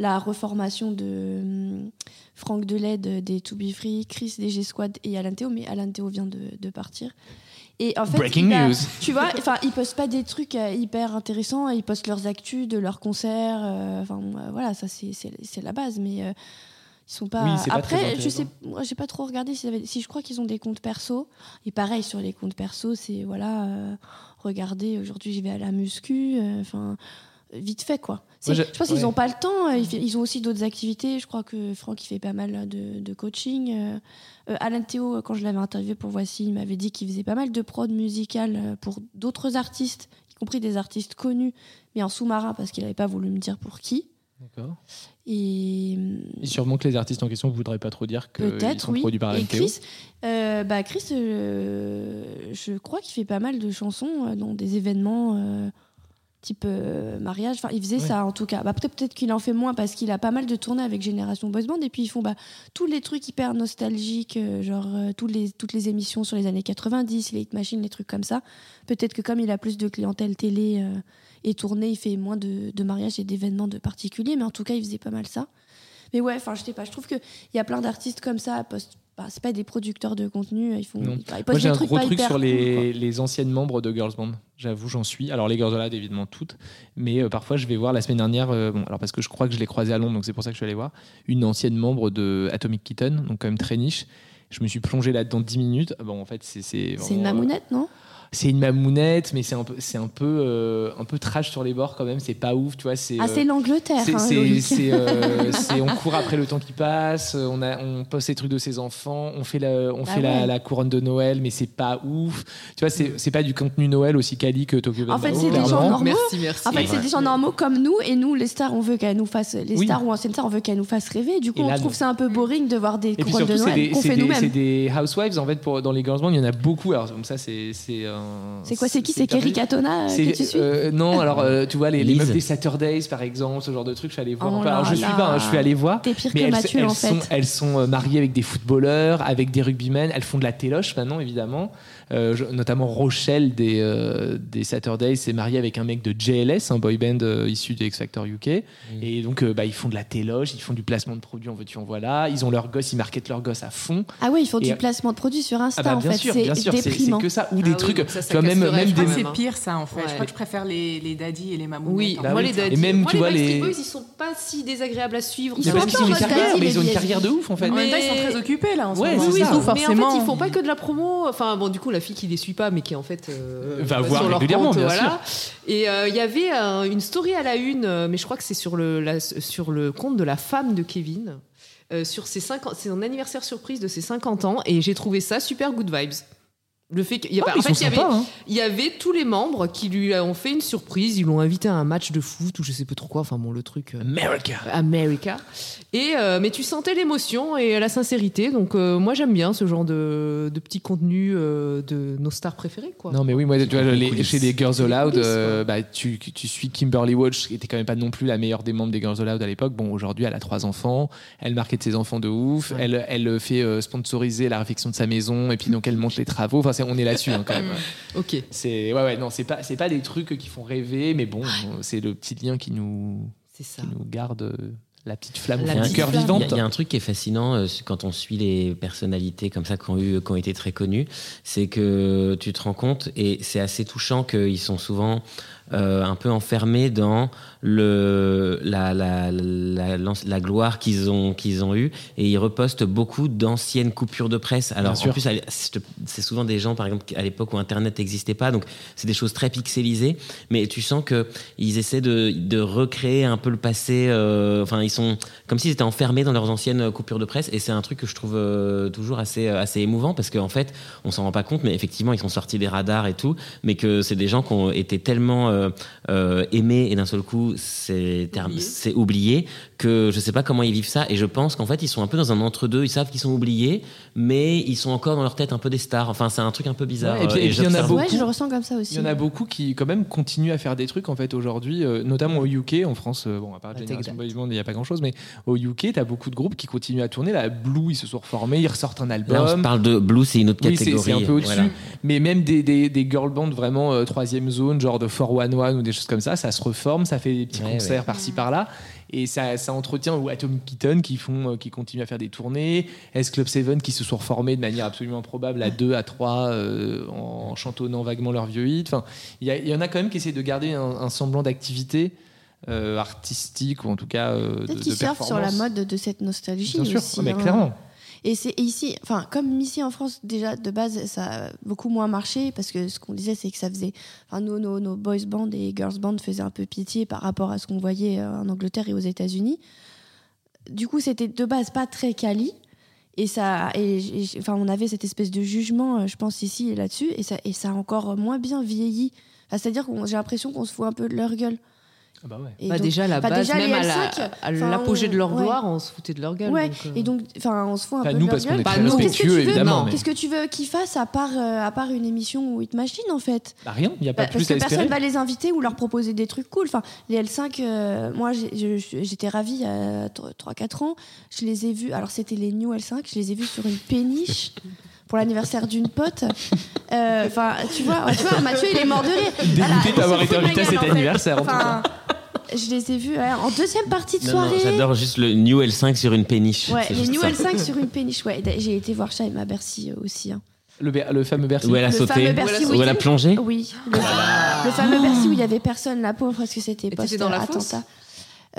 [SPEAKER 5] la reformation de hum, Franck Delay de- des To Be Free, Chris des G-Squad et Alan Théo, mais Alan Théo vient de, de partir. Et en fait,
[SPEAKER 1] Breaking
[SPEAKER 5] il a-
[SPEAKER 1] news.
[SPEAKER 5] Tu vois, enfin, ils postent pas des trucs euh, hyper intéressants, ils postent leurs actus de leurs concerts, euh, enfin, euh, voilà, ça c'est- c'est c'est la base, mais euh, ils sont pas.
[SPEAKER 1] Oui, c'est pas très
[SPEAKER 5] Après, je
[SPEAKER 1] intéressant.
[SPEAKER 5] sais, moi j'ai pas trop regardé s'ils avaient- si je crois qu'ils ont des comptes perso, et pareil sur les comptes perso, c'est voilà. euh, regardez, aujourd'hui je vais à la muscu, euh, enfin vite fait quoi. C'est-
[SPEAKER 1] Moi, j'ai-
[SPEAKER 5] je pense qu'ils
[SPEAKER 1] ouais.
[SPEAKER 5] n'ont pas le temps, euh, ils, fait- ils ont aussi d'autres activités, je crois que Franck il fait pas mal euh, de, de coaching. euh, euh, Alain Théo, euh, quand je l'avais interviewé pour Voici, il m'avait dit qu'il faisait pas mal de prod musicale euh, pour d'autres artistes, y compris des artistes connus, mais en sous-marin parce qu'il n'avait pas voulu me dire pour qui.
[SPEAKER 1] D'accord.
[SPEAKER 5] Et euh,
[SPEAKER 1] Et sûrement que les artistes en question voudraient pas trop dire qu'ils
[SPEAKER 5] Peut-être,
[SPEAKER 1] sont
[SPEAKER 5] oui.
[SPEAKER 1] produits par
[SPEAKER 5] Et
[SPEAKER 1] LMTO.
[SPEAKER 5] Chris, euh, bah Chris euh, je crois qu'il fait pas mal de chansons euh, dans des événements euh, type euh, mariage. Enfin, il faisait
[SPEAKER 1] Ouais.
[SPEAKER 5] ça en tout cas. Bah, Peut-être peut-être qu'il en fait moins parce qu'il a pas mal de tournées avec Génération Boys Band. Et puis ils font bah, tous les trucs hyper nostalgiques, euh, genre euh, tous les, toutes les émissions sur les années 90, les hit machines, les trucs comme ça. Peut-être que comme il a plus de clientèle télé euh, et tournée, il fait moins de, de mariages et d'événements de particuliers. Mais en tout cas, il faisait pas mal ça. Mais ouais, enfin, je sais pas. Je trouve qu'il y a plein d'artistes comme ça. Post... Bah, c'est pas des producteurs de contenu. Ils font. bah,
[SPEAKER 1] Non.
[SPEAKER 5] Ils postent
[SPEAKER 1] Moi j'ai
[SPEAKER 5] des
[SPEAKER 1] un
[SPEAKER 5] trucs
[SPEAKER 1] gros
[SPEAKER 5] pas
[SPEAKER 1] truc
[SPEAKER 5] hyper
[SPEAKER 1] sur
[SPEAKER 5] cool,
[SPEAKER 1] les, les anciennes membres de Girls Band. J'avoue, j'en suis. Alors les Girls Band, évidemment, toutes. Mais euh, parfois, je vais voir la semaine dernière, euh, bon, alors parce que je crois que je l'ai croisée à Londres, donc c'est pour ça que je suis allé voir, une ancienne membre de Atomic Kitten, donc quand même très niche. Je me suis plongé là-dedans 10 minutes. Ah Bon, en fait, c'est. C'est
[SPEAKER 5] quoi.
[SPEAKER 1] vraiment,
[SPEAKER 5] C'est une mamounette, non
[SPEAKER 1] euh, C'est une mamounette, mais c'est un peu, c'est un peu, euh, un peu trash sur les bords quand même. C'est pas ouf, tu vois. C'est.
[SPEAKER 5] Ah,
[SPEAKER 1] euh,
[SPEAKER 5] c'est l'Angleterre.
[SPEAKER 1] c'est-
[SPEAKER 5] hein,
[SPEAKER 1] c'est-
[SPEAKER 5] Loïc.
[SPEAKER 1] c'est, euh, c'est- on court après le temps qui passe, on, a, on poste les trucs de ses enfants, on fait la, on
[SPEAKER 5] Bah
[SPEAKER 1] fait la,
[SPEAKER 5] ouais.
[SPEAKER 1] la couronne de Noël, mais c'est pas ouf. Tu vois, c'est, c'est pas du contenu Noël aussi quali que Tokyo
[SPEAKER 5] En fait,
[SPEAKER 1] Band.
[SPEAKER 5] c'est des gens
[SPEAKER 1] Mm. Clairement.
[SPEAKER 5] normaux.
[SPEAKER 3] Merci, merci.
[SPEAKER 5] Ah,
[SPEAKER 4] Ah bah,
[SPEAKER 5] En fait, c'est des gens normaux comme nous, et nous, les stars, on veut qu'elles nous fassent, les
[SPEAKER 1] Oui.
[SPEAKER 5] stars ou anciennes stars, on veut qu'elles nous fassent rêver. Du coup,
[SPEAKER 1] Et là,
[SPEAKER 5] on trouve
[SPEAKER 1] non.
[SPEAKER 5] ça un peu boring de voir des
[SPEAKER 1] Et puis
[SPEAKER 5] couronnes de
[SPEAKER 1] surtout, c'est
[SPEAKER 5] Noël
[SPEAKER 1] des,
[SPEAKER 5] qu'on
[SPEAKER 1] c'est
[SPEAKER 5] fait
[SPEAKER 1] des, c'est
[SPEAKER 5] nous-mêmes.
[SPEAKER 1] des housewives en fait pour, dans les girls band. Il y en a beaucoup. Alors comme ça, c'est c'est. un-
[SPEAKER 5] C'est quoi C'est qui C'est
[SPEAKER 1] hyper
[SPEAKER 5] Kerry Katona euh,
[SPEAKER 1] C'est-
[SPEAKER 5] que tu suis
[SPEAKER 1] euh, non, alors euh, tu vois les, les
[SPEAKER 2] Lise.
[SPEAKER 1] meufs des Saturdays par exemple, ce genre de truc, je suis allé voir.
[SPEAKER 5] Oh
[SPEAKER 1] un peu. alors
[SPEAKER 5] là
[SPEAKER 1] je suis
[SPEAKER 5] là.
[SPEAKER 1] pas, hein, je suis allé voir.
[SPEAKER 5] T'es pire
[SPEAKER 1] Mais
[SPEAKER 5] que
[SPEAKER 1] elles,
[SPEAKER 5] Mathieu,
[SPEAKER 1] elles
[SPEAKER 5] en
[SPEAKER 1] sont,
[SPEAKER 5] fait.
[SPEAKER 1] elles sont euh, mariées avec des footballeurs, avec des rugbymen, elles font de la téloche maintenant évidemment. Euh, je- notamment Rochelle des, euh, des Saturdays s'est mariée avec un mec de JLS, un boy band euh, issu de X Factor UK.
[SPEAKER 3] Mm.
[SPEAKER 1] Et donc euh, bah, ils font de la téloche, ils font du placement de produits en veux-tu en voilà, ils ont leurs gosses, ils marketent leurs gosses à fond.
[SPEAKER 5] Ah ouais, ils font
[SPEAKER 1] Et- euh,
[SPEAKER 5] du placement de produits sur Insta,
[SPEAKER 1] Ah bah,
[SPEAKER 5] en
[SPEAKER 1] bien
[SPEAKER 5] fait.
[SPEAKER 1] sûr,
[SPEAKER 5] c'est
[SPEAKER 1] bien sûr, c'est- c'est
[SPEAKER 5] déprimant.
[SPEAKER 1] que ça ou des
[SPEAKER 3] Ah oui,
[SPEAKER 1] trucs,
[SPEAKER 3] ça, ça
[SPEAKER 1] tu vois même
[SPEAKER 3] casse le
[SPEAKER 1] même
[SPEAKER 4] Je
[SPEAKER 1] des
[SPEAKER 4] crois que
[SPEAKER 3] rêve,
[SPEAKER 4] Ah, c'est pire ça en fait. Je
[SPEAKER 3] Ouais.
[SPEAKER 4] crois que je préfère les, les daddies et les mamans.
[SPEAKER 3] Oui,
[SPEAKER 1] Bah
[SPEAKER 3] moi
[SPEAKER 1] oui.
[SPEAKER 3] les daddies.
[SPEAKER 1] Et même,
[SPEAKER 3] moi,
[SPEAKER 1] tu
[SPEAKER 3] les
[SPEAKER 1] vois,
[SPEAKER 3] Backstreet
[SPEAKER 1] les-
[SPEAKER 3] Boys, ils sont pas si désagréables à suivre.
[SPEAKER 5] Ils
[SPEAKER 1] mais
[SPEAKER 5] sont
[SPEAKER 1] parce
[SPEAKER 5] pas
[SPEAKER 1] qu'ils ont une
[SPEAKER 5] encore
[SPEAKER 1] carrière,
[SPEAKER 5] nostalgiques,
[SPEAKER 1] mais
[SPEAKER 5] les
[SPEAKER 1] ils ont une
[SPEAKER 5] vieilles.
[SPEAKER 1] carrière de ouf en fait.
[SPEAKER 4] En même temps, ils
[SPEAKER 3] Mais-
[SPEAKER 4] sont très occupés là en ce
[SPEAKER 1] Ouais,
[SPEAKER 4] moment.
[SPEAKER 1] c'est
[SPEAKER 4] donc
[SPEAKER 1] ça.
[SPEAKER 4] forcément.
[SPEAKER 3] Mais en fait, ils font pas que de la promo. Enfin, bon, du coup, la fille qui les suit pas, mais qui en fait euh,
[SPEAKER 1] Va
[SPEAKER 3] sur
[SPEAKER 1] voir
[SPEAKER 3] leur
[SPEAKER 1] régulièrement,
[SPEAKER 3] compte,
[SPEAKER 1] bien
[SPEAKER 3] voilà. Et euh, il y avait euh, une story à la une, euh, mais je crois que c'est sur le la- sur le compte de la femme de Kevin. euh, sur ses 50, c'est un anniversaire surprise de ses 50 ans et j'ai trouvé ça super good vibes. Le fait qu'il y a
[SPEAKER 1] Ah,
[SPEAKER 3] pas-
[SPEAKER 1] ils
[SPEAKER 3] en fait,
[SPEAKER 1] sont
[SPEAKER 3] il y avait
[SPEAKER 1] sympas, hein.
[SPEAKER 3] il y avait tous les membres qui lui ont fait une surprise, ils l'ont invité à un match de foot ou je sais pas trop quoi, enfin bon le truc euh,
[SPEAKER 1] America.
[SPEAKER 3] America. Et euh, mais tu sentais l'émotion et la sincérité, donc euh, moi j'aime bien ce genre de, de petit contenu euh, de nos stars préférées quoi.
[SPEAKER 1] Non mais oui, moi tu vois, les-
[SPEAKER 2] coulisses.
[SPEAKER 1] chez les Girls Aloud,
[SPEAKER 3] coulisses,
[SPEAKER 1] euh, bah, tu, tu suis Kimberly Watch, qui était quand même pas non plus la meilleure des membres des Girls Aloud à l'époque. Bon, aujourd'hui elle a trois enfants, elle market ses enfants de ouf,
[SPEAKER 3] Ouais.
[SPEAKER 1] elle, elle fait euh, sponsoriser la réfection de sa maison et puis donc elle monte les travaux. Enfin, c'est- on est là-dessus hein, quand même.
[SPEAKER 3] Ok.
[SPEAKER 1] C'est ouais ouais non, c'est pas c'est pas des trucs qui font rêver, mais bon, c'est le petit lien qui nous
[SPEAKER 3] C'est ça.
[SPEAKER 1] qui nous garde euh, la petite flamme
[SPEAKER 3] Ah. La
[SPEAKER 1] au fond du
[SPEAKER 2] petite
[SPEAKER 1] cœur
[SPEAKER 5] flamme.
[SPEAKER 2] Il y a-
[SPEAKER 1] vivante.
[SPEAKER 2] Il y, a un truc qui est fascinant euh, quand on suit les personnalités comme ça qui ont, eu, qui ont été très connues, c'est que tu te rends compte, et c'est assez touchant qu'ils sont souvent euh, un peu enfermés dans le, la, la, la, la- la gloire qu'ils ont, qu'ils ont eue et ils repostent beaucoup d'anciennes coupures de presse.
[SPEAKER 1] Bien
[SPEAKER 2] Alors, en
[SPEAKER 1] sûr.
[SPEAKER 2] plus, à l- c'est c'est souvent des gens, par exemple, qui- à l'époque où Internet n'existait pas, donc c'est des choses très pixelisées, mais tu sens que ils essaient de, de recréer un peu le passé. euh, Enfin, ils sont comme s'ils étaient enfermés dans leurs anciennes euh, coupures de presse. Et c'est un truc que je trouve euh, toujours assez, euh, assez émouvant parce qu'en fait, on s'en rend pas compte, mais effectivement, ils sont sortis des radars et tout. Mais que c'est des gens qui ont été tellement euh, euh, aimés et d'un seul coup, c'est term-
[SPEAKER 4] Oubliés.
[SPEAKER 2] c'est oublié que je sais pas comment ils vivent ça. Et je pense qu'en fait, ils sont un peu dans un entre-deux. Ils savent qu'ils sont oubliés, mais ils sont encore dans leur tête un peu des stars. Enfin, c'est un truc un peu bizarre.
[SPEAKER 1] Ouais, et puis-
[SPEAKER 2] euh,
[SPEAKER 1] et puis, il y en a
[SPEAKER 2] j'observe-
[SPEAKER 1] beaucoup.
[SPEAKER 5] Ouais, je le ressens comme ça aussi.
[SPEAKER 1] Il y en a beaucoup qui, quand même, continuent à faire des trucs, en fait, aujourd'hui, euh, notamment au UK, en France, euh, bon, à part
[SPEAKER 2] Bah,
[SPEAKER 3] Attack
[SPEAKER 1] Generation
[SPEAKER 3] That.
[SPEAKER 1] Boys Band, il n'y a pas grand-chose, mais au UK, t'as beaucoup de groupes qui continuent à tourner. La Blue, ils se sont reformés, ils ressortent un album.
[SPEAKER 2] Là, on se parle de Blue, c'est une autre
[SPEAKER 1] Oui, c'est-
[SPEAKER 2] catégorie.
[SPEAKER 1] c'est un peu au-dessus.
[SPEAKER 2] Voilà.
[SPEAKER 1] Mais même des, des, des girl bands vraiment euh, troisième zone, genre de 411 ou des choses comme ça, ça se reforme, ça fait des petits
[SPEAKER 2] Ouais,
[SPEAKER 1] concerts par-ci par-là. Et ça, ça entretient ou Atomic Kitten qui, font, euh, qui continuent à faire des tournées, S Club 7 qui se sont reformés de manière absolument improbable à 2, à 3, en chantonnant vaguement leur vieux hit. Enfin, il y, a- il y en a quand même qui essaient de garder un, un semblant d'activité euh, artistique ou en tout cas euh, de,
[SPEAKER 5] Peut-être
[SPEAKER 1] de
[SPEAKER 5] qu'ils surfent sur la
[SPEAKER 1] performance.
[SPEAKER 5] mode de cette nostalgie
[SPEAKER 1] Bien sûr, Ah,
[SPEAKER 5] aussi.
[SPEAKER 1] mais
[SPEAKER 5] hein.
[SPEAKER 1] clairement.
[SPEAKER 5] Et c'est et ici, enfin, comme ici en France, déjà de base, ça a beaucoup moins marché parce que ce qu'on disait, c'est que ça faisait. Enfin, nos, nos, nos boys bands et girls bands faisaient un peu pitié par rapport à ce qu'on voyait euh, en Angleterre et aux États-Unis. Du coup, c'était de base pas très quali. Et ça, et, j- et j- enfin, on avait cette espèce de jugement, euh, je pense, ici et là-dessus. Et ça, et ça a encore moins bien vieilli. Enfin, C'est-à-dire que j'ai l'impression qu'on se fout un peu de leur gueule.
[SPEAKER 1] Ah bah ouais.
[SPEAKER 5] Et
[SPEAKER 3] Bah,
[SPEAKER 5] donc-
[SPEAKER 3] déjà, à la
[SPEAKER 5] bah,
[SPEAKER 3] base,
[SPEAKER 5] déjà, les
[SPEAKER 3] même à la-
[SPEAKER 5] L5,
[SPEAKER 3] à
[SPEAKER 5] enfin,
[SPEAKER 3] l'apogée de leur
[SPEAKER 5] ouais.
[SPEAKER 3] gloire, on se foutait de leur gueule.
[SPEAKER 5] Ouais,
[SPEAKER 3] donc, euh,
[SPEAKER 5] et donc, enfin, on se fout un
[SPEAKER 1] Enfin, nous,
[SPEAKER 5] peu de leur
[SPEAKER 1] parce qu'on
[SPEAKER 5] gueule.
[SPEAKER 1] est
[SPEAKER 3] Bah,
[SPEAKER 1] très
[SPEAKER 3] nous,
[SPEAKER 5] qu'est-ce que tu
[SPEAKER 1] respectueux,
[SPEAKER 5] veux
[SPEAKER 1] évidemment.
[SPEAKER 3] Non.
[SPEAKER 1] mais-
[SPEAKER 5] Qu'est-ce que tu veux qu'ils fassent à part, euh, à part une émission ou Hit Machine en fait
[SPEAKER 1] Bah, rien, il n'y a pas
[SPEAKER 5] Bah, Parce
[SPEAKER 1] plus
[SPEAKER 5] que
[SPEAKER 1] à
[SPEAKER 5] personne
[SPEAKER 1] espérer.
[SPEAKER 5] va les inviter ou leur proposer des trucs cool. Enfin, les L5, euh, moi j'ai- je- j'étais ravie à 3-4 ans. Je les ai vus, alors c'était les New L5, je les ai vus sur une péniche pour l'anniversaire d'une pote. Euh, Enfin, tu, vois, tu vois, Mathieu il est mort de rire. Voilà,
[SPEAKER 1] Dégoûté
[SPEAKER 5] on
[SPEAKER 1] d'avoir
[SPEAKER 5] se
[SPEAKER 1] été
[SPEAKER 5] fout de ma
[SPEAKER 1] invité à
[SPEAKER 5] gueule,
[SPEAKER 1] cet
[SPEAKER 5] en fait.
[SPEAKER 1] anniversaire, en tout cas.
[SPEAKER 5] Enfin, je les ai vus ouais, en deuxième partie de
[SPEAKER 2] Non, non,
[SPEAKER 5] soirée.
[SPEAKER 2] J'adore juste le New L5 sur une péniche.
[SPEAKER 5] Ouais,
[SPEAKER 2] C'est
[SPEAKER 5] les
[SPEAKER 2] juste
[SPEAKER 5] New
[SPEAKER 2] ça.
[SPEAKER 5] L5 sur une péniche. Ouais, Et j'ai été voir Chaim à Bercy euh, aussi. hein.
[SPEAKER 1] Le, ber- le fameux Bercy.
[SPEAKER 2] Où elle a
[SPEAKER 5] Le
[SPEAKER 2] sauté,
[SPEAKER 5] fameux Bercy
[SPEAKER 2] où elle a
[SPEAKER 5] Weekend.
[SPEAKER 2] plongé.
[SPEAKER 5] Oui. Le, le fameux Bercy où il y avait personne, la pauvre, parce que c'était
[SPEAKER 3] t'étais
[SPEAKER 5] post
[SPEAKER 3] dans la
[SPEAKER 5] attentat.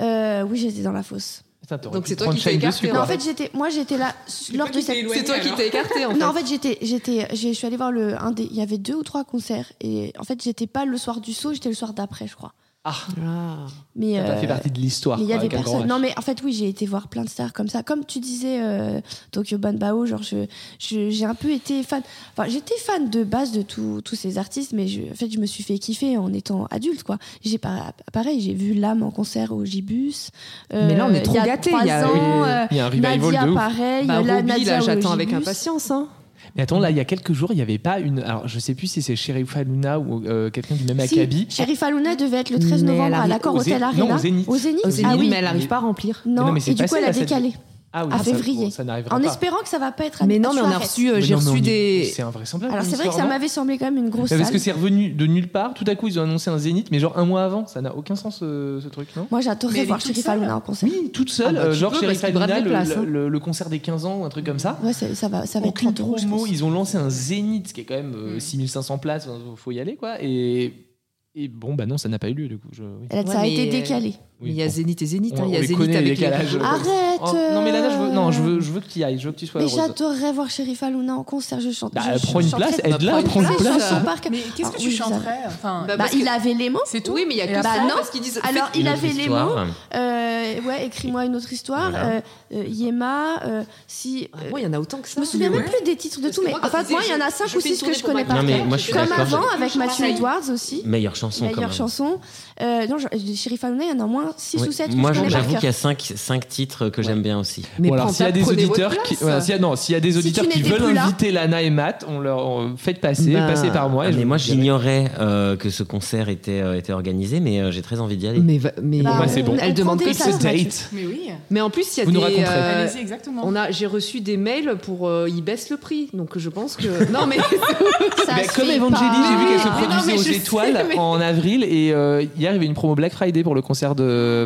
[SPEAKER 5] Euh, oui, j'étais dans la fosse.
[SPEAKER 1] Putain, t'aurais
[SPEAKER 3] Donc
[SPEAKER 1] pu
[SPEAKER 3] c'est toi
[SPEAKER 1] prendre
[SPEAKER 3] qui t'es
[SPEAKER 1] Shine
[SPEAKER 3] écarté,
[SPEAKER 1] dessus,
[SPEAKER 5] Non,
[SPEAKER 1] quoi.
[SPEAKER 5] en fait, j'étais, moi, j'étais là lors de cette.
[SPEAKER 3] C'est toi qui t'es écarté en fait.
[SPEAKER 5] Non, en fait, j'étais, j'étais, j'ai- je suis allée voir le un des, il y avait deux ou trois concerts et en fait, j'étais pas le soir du saut, j'étais le soir d'après, je crois.
[SPEAKER 1] Ah,
[SPEAKER 3] Ah.
[SPEAKER 5] Mais
[SPEAKER 1] t'as
[SPEAKER 5] euh,
[SPEAKER 1] fait partie de l'histoire.
[SPEAKER 5] Mais il y
[SPEAKER 1] quoi,
[SPEAKER 5] avait
[SPEAKER 1] avec un grand
[SPEAKER 5] personne.
[SPEAKER 1] H.
[SPEAKER 5] Non, mais en fait, oui, j'ai été voir plein de stars comme ça. Comme tu disais, euh, Tokyo Banbao, genre, je- je- j'ai un peu été fan. Enfin, j'étais fan de base de tous tous ces artistes, mais je, en fait, je me suis fait kiffer en étant adulte, quoi. J'ai pas, pareil, j'ai vu L'âme en concert au Gibus. Euh,
[SPEAKER 3] Mais là, on est trop
[SPEAKER 5] il y a
[SPEAKER 3] gâtés,
[SPEAKER 5] trois
[SPEAKER 3] il y a-
[SPEAKER 5] ans,
[SPEAKER 1] Oui,
[SPEAKER 5] euh,
[SPEAKER 1] il y a un revival
[SPEAKER 5] Nadia,
[SPEAKER 1] de ouf.
[SPEAKER 5] pareil.
[SPEAKER 3] Bah,
[SPEAKER 5] là,
[SPEAKER 3] Roby,
[SPEAKER 5] Nadia
[SPEAKER 3] là,
[SPEAKER 5] au
[SPEAKER 3] j'attends avec
[SPEAKER 5] Gibus.
[SPEAKER 3] impatience. Hein.
[SPEAKER 1] Mais attends, là, il y a quelques jours, il n'y avait pas une. Alors, je sais plus si c'est Sheriff Aluna ou euh, quelqu'un du même
[SPEAKER 5] Si,
[SPEAKER 1] acabit.
[SPEAKER 5] Shérif Alouna devait être le 13
[SPEAKER 3] Mais elle
[SPEAKER 5] novembre à
[SPEAKER 3] arrive
[SPEAKER 5] l'accord
[SPEAKER 1] au
[SPEAKER 5] Hotel
[SPEAKER 1] Zé-
[SPEAKER 5] Arena.
[SPEAKER 1] non, au Zénith.
[SPEAKER 5] Zénith.
[SPEAKER 3] Aux
[SPEAKER 5] Ah
[SPEAKER 3] Zénith,
[SPEAKER 5] oui.
[SPEAKER 3] mais elle n'arrive pas à remplir.
[SPEAKER 5] Non,
[SPEAKER 1] Non, mais c'est
[SPEAKER 5] et du coup,
[SPEAKER 1] passé,
[SPEAKER 5] elle a
[SPEAKER 1] là, ça-
[SPEAKER 5] décalé.
[SPEAKER 1] Ah oui,
[SPEAKER 5] à
[SPEAKER 1] ça-
[SPEAKER 5] février.
[SPEAKER 1] bon, Ça n'arrivera
[SPEAKER 5] En
[SPEAKER 1] pas.
[SPEAKER 5] espérant que ça va pas être
[SPEAKER 3] Mais non, mais on a
[SPEAKER 5] arrête.
[SPEAKER 3] reçu, euh,
[SPEAKER 1] Mais
[SPEAKER 3] j'ai
[SPEAKER 1] non, mais on
[SPEAKER 3] reçu
[SPEAKER 1] y-
[SPEAKER 3] des.
[SPEAKER 1] C'est invraisemblable.
[SPEAKER 5] Alors c'est vrai que ça
[SPEAKER 1] l'histoire, non
[SPEAKER 5] m'avait semblé quand même une grosse
[SPEAKER 1] Mais Parce que
[SPEAKER 5] salle.
[SPEAKER 1] c'est revenu de nulle part. Tout à coup, ils ont annoncé un zénith, mais genre un mois avant. Ça n'a aucun sens, euh, ce truc, non
[SPEAKER 5] Moi
[SPEAKER 3] Mais
[SPEAKER 5] j'adorerais
[SPEAKER 3] elle est
[SPEAKER 5] voir
[SPEAKER 3] toute
[SPEAKER 5] Sheriff
[SPEAKER 3] seule.
[SPEAKER 1] hein.
[SPEAKER 5] Aluna en concert.
[SPEAKER 1] Oui, toute seule.
[SPEAKER 3] Ah bah, tu
[SPEAKER 1] euh, genre
[SPEAKER 3] peux, parce
[SPEAKER 1] Sheriff
[SPEAKER 3] qu'il brade
[SPEAKER 1] Aluna,
[SPEAKER 3] les
[SPEAKER 1] le,
[SPEAKER 3] places, hein.
[SPEAKER 1] le- le concert des 15 ans ou un truc comme ça.
[SPEAKER 5] Ouais, ça, ça va, ça va être
[SPEAKER 1] aucune
[SPEAKER 5] 30 euros, je
[SPEAKER 1] promo,
[SPEAKER 5] pense.
[SPEAKER 1] ils ont lancé un zénith ce qui est quand même euh,
[SPEAKER 3] Mm.
[SPEAKER 1] 6500 places, il faut y aller quoi. Et, et bon, bah non, ça n'a pas eu lieu du coup. Je, oui.
[SPEAKER 5] Là,
[SPEAKER 3] Ouais,
[SPEAKER 5] ça a
[SPEAKER 3] mais,
[SPEAKER 5] été
[SPEAKER 3] euh,
[SPEAKER 5] décalé.
[SPEAKER 1] Oui,
[SPEAKER 3] Il y a
[SPEAKER 1] bon.
[SPEAKER 3] Zénith et Zénith. hein.
[SPEAKER 1] On-
[SPEAKER 3] Il y
[SPEAKER 1] on
[SPEAKER 3] a
[SPEAKER 1] les
[SPEAKER 3] Zénith
[SPEAKER 1] connaît, les
[SPEAKER 3] avec les
[SPEAKER 1] décalages.
[SPEAKER 5] Ah,
[SPEAKER 3] Gabins.
[SPEAKER 5] Arrête
[SPEAKER 1] Oh, non, mais Nana, je veux, non, je
[SPEAKER 5] euh,
[SPEAKER 1] veux, je veux que tu y ailles, je veux que tu sois
[SPEAKER 5] Mais
[SPEAKER 1] heureuse.
[SPEAKER 5] j'adorerais voir Sheriff Aluna en concert, je chante.
[SPEAKER 1] Bah,
[SPEAKER 5] je- je-
[SPEAKER 1] prends une
[SPEAKER 5] je chanterais
[SPEAKER 1] place, aide-la,
[SPEAKER 5] toutes
[SPEAKER 1] prends
[SPEAKER 5] les
[SPEAKER 1] une
[SPEAKER 5] chansons
[SPEAKER 1] place.
[SPEAKER 5] sur Parc.
[SPEAKER 4] Mais euh, qu'est-ce
[SPEAKER 5] Ah,
[SPEAKER 4] que tu
[SPEAKER 5] oui, ça-
[SPEAKER 4] chanterais enfin,
[SPEAKER 3] Bah,
[SPEAKER 5] Bah,
[SPEAKER 3] parce
[SPEAKER 5] il
[SPEAKER 3] que-
[SPEAKER 5] avait les mots.
[SPEAKER 4] C'est tout
[SPEAKER 3] Oui, mais il y a
[SPEAKER 4] Et
[SPEAKER 3] que
[SPEAKER 4] après,
[SPEAKER 3] ça.
[SPEAKER 5] Ah bah non.
[SPEAKER 3] parce qu'ils disent.
[SPEAKER 5] Alors
[SPEAKER 2] Une
[SPEAKER 5] il
[SPEAKER 2] autre
[SPEAKER 5] avait les mots.
[SPEAKER 2] histoire.
[SPEAKER 5] Euh, ouais, écris-moi une autre histoire.
[SPEAKER 2] Voilà.
[SPEAKER 5] Euh, euh, Yema, euh, si.
[SPEAKER 3] Ah,
[SPEAKER 5] euh,
[SPEAKER 3] Moi, il y en a autant que ça.
[SPEAKER 5] je me souviens
[SPEAKER 4] Mais
[SPEAKER 5] même plus des titres de
[SPEAKER 3] Parce
[SPEAKER 5] tout,
[SPEAKER 3] que
[SPEAKER 5] mais
[SPEAKER 3] moi,
[SPEAKER 5] en
[SPEAKER 3] quand
[SPEAKER 5] fait,
[SPEAKER 3] tu
[SPEAKER 5] moi,
[SPEAKER 3] dis,
[SPEAKER 5] il y en a
[SPEAKER 3] je-
[SPEAKER 5] 5
[SPEAKER 3] je
[SPEAKER 5] ou
[SPEAKER 3] fais
[SPEAKER 5] 6
[SPEAKER 3] une
[SPEAKER 5] que je
[SPEAKER 3] tournée
[SPEAKER 5] connais
[SPEAKER 3] pour
[SPEAKER 5] pas.
[SPEAKER 2] ma carrière, je suis
[SPEAKER 5] Comme
[SPEAKER 2] d'accord,
[SPEAKER 5] avant,
[SPEAKER 3] je-
[SPEAKER 5] avec
[SPEAKER 3] je
[SPEAKER 5] Mathieu
[SPEAKER 3] travaille.
[SPEAKER 5] Edwards aussi.
[SPEAKER 2] Meilleure chanson quand
[SPEAKER 5] Meilleure
[SPEAKER 2] même.
[SPEAKER 5] chanson. Euh, non, je- je- Sheriff Aluna, il y en a au moins 6
[SPEAKER 2] Oui.
[SPEAKER 5] ou 7 que
[SPEAKER 2] Moi,
[SPEAKER 5] je connais par
[SPEAKER 2] j'avoue
[SPEAKER 5] cœur.
[SPEAKER 2] qu'il y a 5 cinq, cinq titres que j'aime bien aussi.
[SPEAKER 3] Mais
[SPEAKER 1] Bon, alors
[SPEAKER 3] prends
[SPEAKER 1] s'il y a
[SPEAKER 3] pas,
[SPEAKER 1] des
[SPEAKER 3] prenez votre
[SPEAKER 1] auditeurs qui,
[SPEAKER 3] place.
[SPEAKER 1] voilà, s'il y a- non, s'il y a des
[SPEAKER 5] Si
[SPEAKER 1] auditeurs
[SPEAKER 5] tu
[SPEAKER 1] qui
[SPEAKER 5] n'étais
[SPEAKER 1] veulent
[SPEAKER 5] plus là.
[SPEAKER 1] inviter Lana et Matt, on leur on- faites passer,
[SPEAKER 3] Bah,
[SPEAKER 1] passez par moi.
[SPEAKER 2] Ah,
[SPEAKER 1] et
[SPEAKER 2] mais
[SPEAKER 1] je
[SPEAKER 2] moi,
[SPEAKER 1] vous dirai.
[SPEAKER 2] j'ignorais euh, que ce concert était, euh, était organisé, mais euh, j'ai très envie d'y aller.
[SPEAKER 3] Mais, va- mais
[SPEAKER 5] Bah,
[SPEAKER 1] moi, c'est bon.
[SPEAKER 3] Elle
[SPEAKER 5] on
[SPEAKER 3] demande
[SPEAKER 5] prend
[SPEAKER 3] que
[SPEAKER 5] des
[SPEAKER 3] ça.
[SPEAKER 5] places.
[SPEAKER 1] It's a date.
[SPEAKER 4] Mais oui,
[SPEAKER 3] Mais en plus, il y a
[SPEAKER 1] Vous
[SPEAKER 3] des.
[SPEAKER 1] nous raconterez.
[SPEAKER 3] euh,
[SPEAKER 4] allez-y, exactement.
[SPEAKER 3] on a, j'ai reçu des mails pour euh, ils baissent le prix, donc je pense que non mais
[SPEAKER 5] Ça
[SPEAKER 1] Bah,
[SPEAKER 5] se
[SPEAKER 1] comme
[SPEAKER 5] fait
[SPEAKER 1] Evangeline,
[SPEAKER 5] pas.
[SPEAKER 1] j'ai vu qu'elle se
[SPEAKER 3] Mais non,
[SPEAKER 1] produisait
[SPEAKER 3] mais je
[SPEAKER 1] aux
[SPEAKER 3] sais,
[SPEAKER 1] étoiles
[SPEAKER 3] mais-
[SPEAKER 1] en avril et euh, hier il y avait une promo Black Friday pour le concert de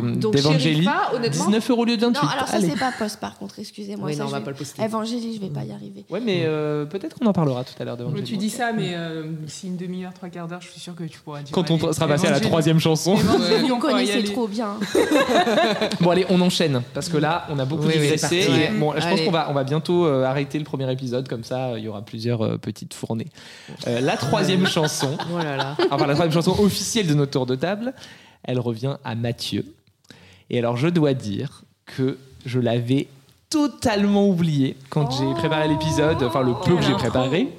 [SPEAKER 1] de
[SPEAKER 3] Donc,
[SPEAKER 1] d'Evangélie.
[SPEAKER 3] Chérifa, honnêtement.
[SPEAKER 1] 19 euros au lieu de 28.
[SPEAKER 5] Non, alors ça,
[SPEAKER 1] Allez.
[SPEAKER 5] c'est pas poste, par contre, excusez-moi.
[SPEAKER 3] Oui,
[SPEAKER 5] ça,
[SPEAKER 3] non, on
[SPEAKER 5] je
[SPEAKER 3] va
[SPEAKER 5] vais-
[SPEAKER 3] pas le poster.
[SPEAKER 5] Evangélie, je vais pas y arriver.
[SPEAKER 1] Ouais, mais euh, peut-être qu'on en parlera tout à l'heure devant
[SPEAKER 4] Tu dis ça, mais euh, d'ici une demi-heure, trois quarts d'heure, je suis sûre que tu pourras dire.
[SPEAKER 1] Quand on
[SPEAKER 4] allez,
[SPEAKER 1] sera passé à la
[SPEAKER 4] Evangélie.
[SPEAKER 1] troisième chanson.
[SPEAKER 4] Evangélie,
[SPEAKER 5] Vous
[SPEAKER 4] on peut y
[SPEAKER 5] connaissez
[SPEAKER 4] aller.
[SPEAKER 5] trop bien.
[SPEAKER 1] Bon, allez, on enchaîne parce que là, on a beaucoup
[SPEAKER 2] Oui, oui,
[SPEAKER 1] digressé.
[SPEAKER 2] c'est parti.
[SPEAKER 1] et bon, je pense
[SPEAKER 3] Allez.
[SPEAKER 1] qu'on va, on va bientôt euh, arrêter le premier épisode, comme ça, euh, il y aura plusieurs euh, petites fournées. Euh, la troisième chanson,
[SPEAKER 3] Oh là là.
[SPEAKER 1] enfin, la troisième chanson officielle de notre tour de table, elle revient à Mathieu. Et alors, je dois dire que je l'avais totalement oublié quand j'ai préparé l'épisode, enfin, le peu que j'ai
[SPEAKER 4] Quelle
[SPEAKER 1] préparé.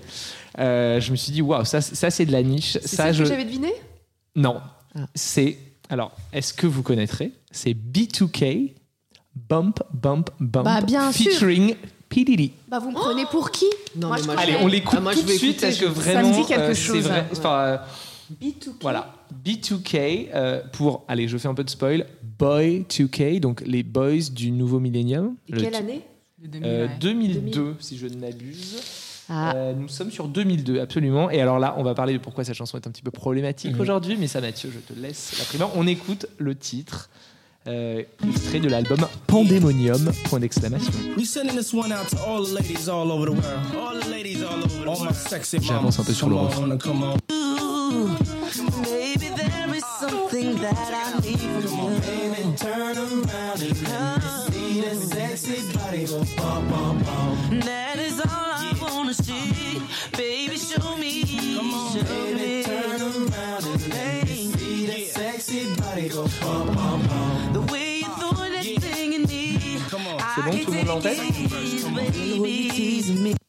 [SPEAKER 1] Euh, je me suis dit, waouh, ça, ça c'est de la niche.
[SPEAKER 3] C'est
[SPEAKER 1] Ça,
[SPEAKER 3] celle
[SPEAKER 1] je...
[SPEAKER 3] que j'avais deviné
[SPEAKER 1] Non.
[SPEAKER 3] Ah.
[SPEAKER 1] C'est. Alors, est-ce que vous connaîtrez C'est B2K, Bump, Bump, Bump,
[SPEAKER 5] Bah, bien sûr.
[SPEAKER 1] featuring P. Diddy.
[SPEAKER 5] Bah, vous me prenez pour qui
[SPEAKER 3] Non,
[SPEAKER 5] Moi,
[SPEAKER 3] mais
[SPEAKER 5] je
[SPEAKER 3] moi,
[SPEAKER 5] connais.
[SPEAKER 1] Allez, on l'écoute
[SPEAKER 3] Ah, moi, je
[SPEAKER 1] tout de
[SPEAKER 3] vais
[SPEAKER 1] suite
[SPEAKER 3] écouter,
[SPEAKER 1] parce que
[SPEAKER 3] je-
[SPEAKER 4] ça me
[SPEAKER 1] vraiment.
[SPEAKER 4] dit quelque
[SPEAKER 1] euh,
[SPEAKER 4] chose,
[SPEAKER 1] c'est vrai-
[SPEAKER 4] hein, ouais.
[SPEAKER 1] enfin, euh,
[SPEAKER 4] B2K.
[SPEAKER 1] voilà. B2K, euh, pour. Allez, je fais un peu de spoil. Boy 2K, donc les boys du nouveau millénium.
[SPEAKER 3] Et
[SPEAKER 1] Le-
[SPEAKER 3] quelle année
[SPEAKER 4] De 2000,
[SPEAKER 1] euh,
[SPEAKER 4] ouais.
[SPEAKER 1] 2002, si je ne m'abuse.
[SPEAKER 3] Ah.
[SPEAKER 1] Euh, nous sommes sur 2002, absolument. Et alors là, on va parler de pourquoi cette chanson est un petit peu problématique
[SPEAKER 2] Mhm.
[SPEAKER 1] aujourd'hui. Mais ça, Mathieu, je te laisse la primeur. On écoute le titre, euh, extrait de l'album Pandemonium, point d'exclamation.
[SPEAKER 7] We sending this one out to all the ladies all over the world. All the ladies all over the world. All my sexy
[SPEAKER 1] J'avance un peu sur le
[SPEAKER 7] mamas. Come on, come on.
[SPEAKER 6] Maybe there is something that I need from you.
[SPEAKER 7] Turn around and let me see that sexy body go bum, bum, bum.
[SPEAKER 6] That is all I wanna see. Baby, show me. show me.
[SPEAKER 7] Turn around and let me see that sexy body go bum, bum, bum.
[SPEAKER 6] The way you throw that thing in me.
[SPEAKER 7] Come on.
[SPEAKER 1] C'est bon, tout le monde l'a en tête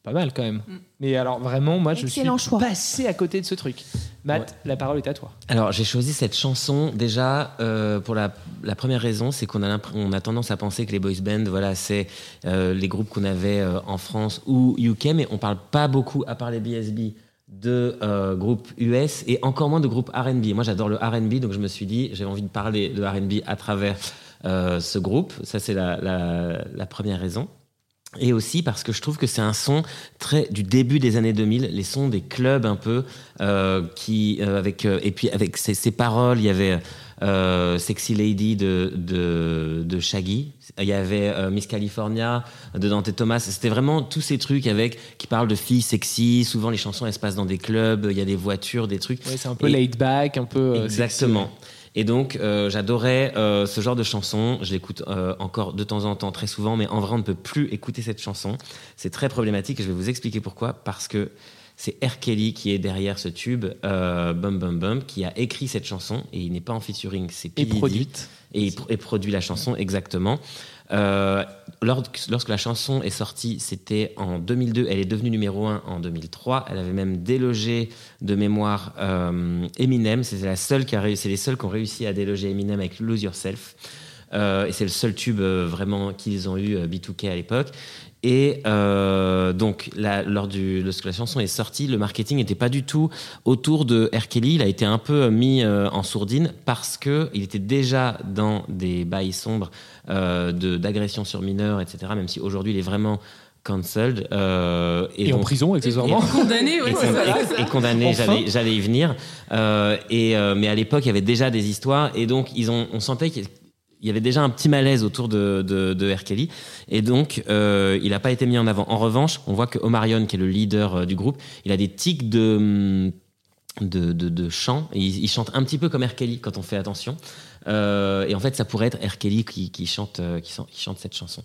[SPEAKER 1] Pas mal quand même. Mais alors vraiment, moi,
[SPEAKER 5] Excellent
[SPEAKER 1] je suis
[SPEAKER 5] choix.
[SPEAKER 1] passé à côté de ce truc. Matt,
[SPEAKER 2] Ouais.
[SPEAKER 1] la parole est à toi.
[SPEAKER 2] Alors j'ai choisi cette chanson déjà euh, pour la, la première raison, c'est qu'on a, l'impr- on a tendance à penser que les boys bands, voilà, c'est euh, les groupes qu'on avait euh, en France ou UK, mais on parle pas beaucoup, à part les BSB, de euh, groupes US et encore moins de groupes RB. Moi j'adore le RB, donc je me suis dit, j'avais envie de parler de RB à travers euh, ce groupe. Ça c'est la- la- la première raison. Et aussi parce que je trouve que c'est un son très du début des années 2000, les sons des clubs un peu euh, qui euh, avec euh, et puis avec ces, ces paroles, il y avait euh, Sexy Lady de, de de Shaggy, il y avait euh, Miss California de Dante Thomas. C'était vraiment tous ces trucs avec qui parlent de filles sexy. Souvent les chansons elles se passent dans des clubs, il y a des voitures, des trucs.
[SPEAKER 1] Ouais, c'est un peu
[SPEAKER 2] Et-
[SPEAKER 1] laid back, un peu. euh,
[SPEAKER 2] Exactement. Et donc, euh, j'adorais euh, ce genre de chanson. Je l'écoute euh, encore de temps en temps, très souvent, mais en vrai, on ne peut plus écouter cette chanson. C'est très problématique et je vais vous expliquer pourquoi. Parce que c'est R. Kelly qui est derrière ce tube, euh, Bum Bum Bum, qui a écrit cette chanson et il n'est pas en featuring, c'est P.
[SPEAKER 1] et
[SPEAKER 2] Diddy.
[SPEAKER 1] produite.
[SPEAKER 2] Et, il pro- et produit la chanson, exactement. Euh, lors- lorsque la chanson est sortie, c'était en 2002. Elle est devenue numéro 1 en 2003. Elle avait même délogé de mémoire euh, Eminem. C'est la seule qui a réussi. C'est les seuls qui ont réussi à déloger Eminem avec Lose Yourself. Euh, et c'est le seul tube euh, vraiment qu'ils ont eu euh, B2K à l'époque. Et euh, donc, la- lors du, lorsque la chanson est sortie, le marketing n'était pas du tout autour de R. Kelly. Il a été un peu mis euh, en sourdine parce que il était déjà dans des bails sombres euh, de- d'agressions sur mineurs, etc. Même si aujourd'hui, il est vraiment cancelled. euh,
[SPEAKER 1] Et, en
[SPEAKER 2] donc-
[SPEAKER 1] prison, accessoirement.
[SPEAKER 4] Condamné,
[SPEAKER 2] et,
[SPEAKER 4] oui,
[SPEAKER 2] con-
[SPEAKER 4] c'est ça.
[SPEAKER 2] et- et condamné,
[SPEAKER 1] Enfin.
[SPEAKER 2] j'allais- j'allais y venir. Euh, et, euh, mais à l'époque, il y avait déjà des histoires, et donc ils ont, on sentait qu'il y avait déjà un petit malaise autour de, de, de R. Kelly, et donc euh, il n'a pas été mis en avant. En revanche, on voit que Omarion, qui est le leader euh, du groupe, il a des tics de... hum, de, de, de chant. Et il, il chante un petit peu comme R. Kelly quand on fait attention. Euh, et en fait, ça pourrait être R. Kelly qui, qui chante, euh, qui, san- qui chante cette chanson.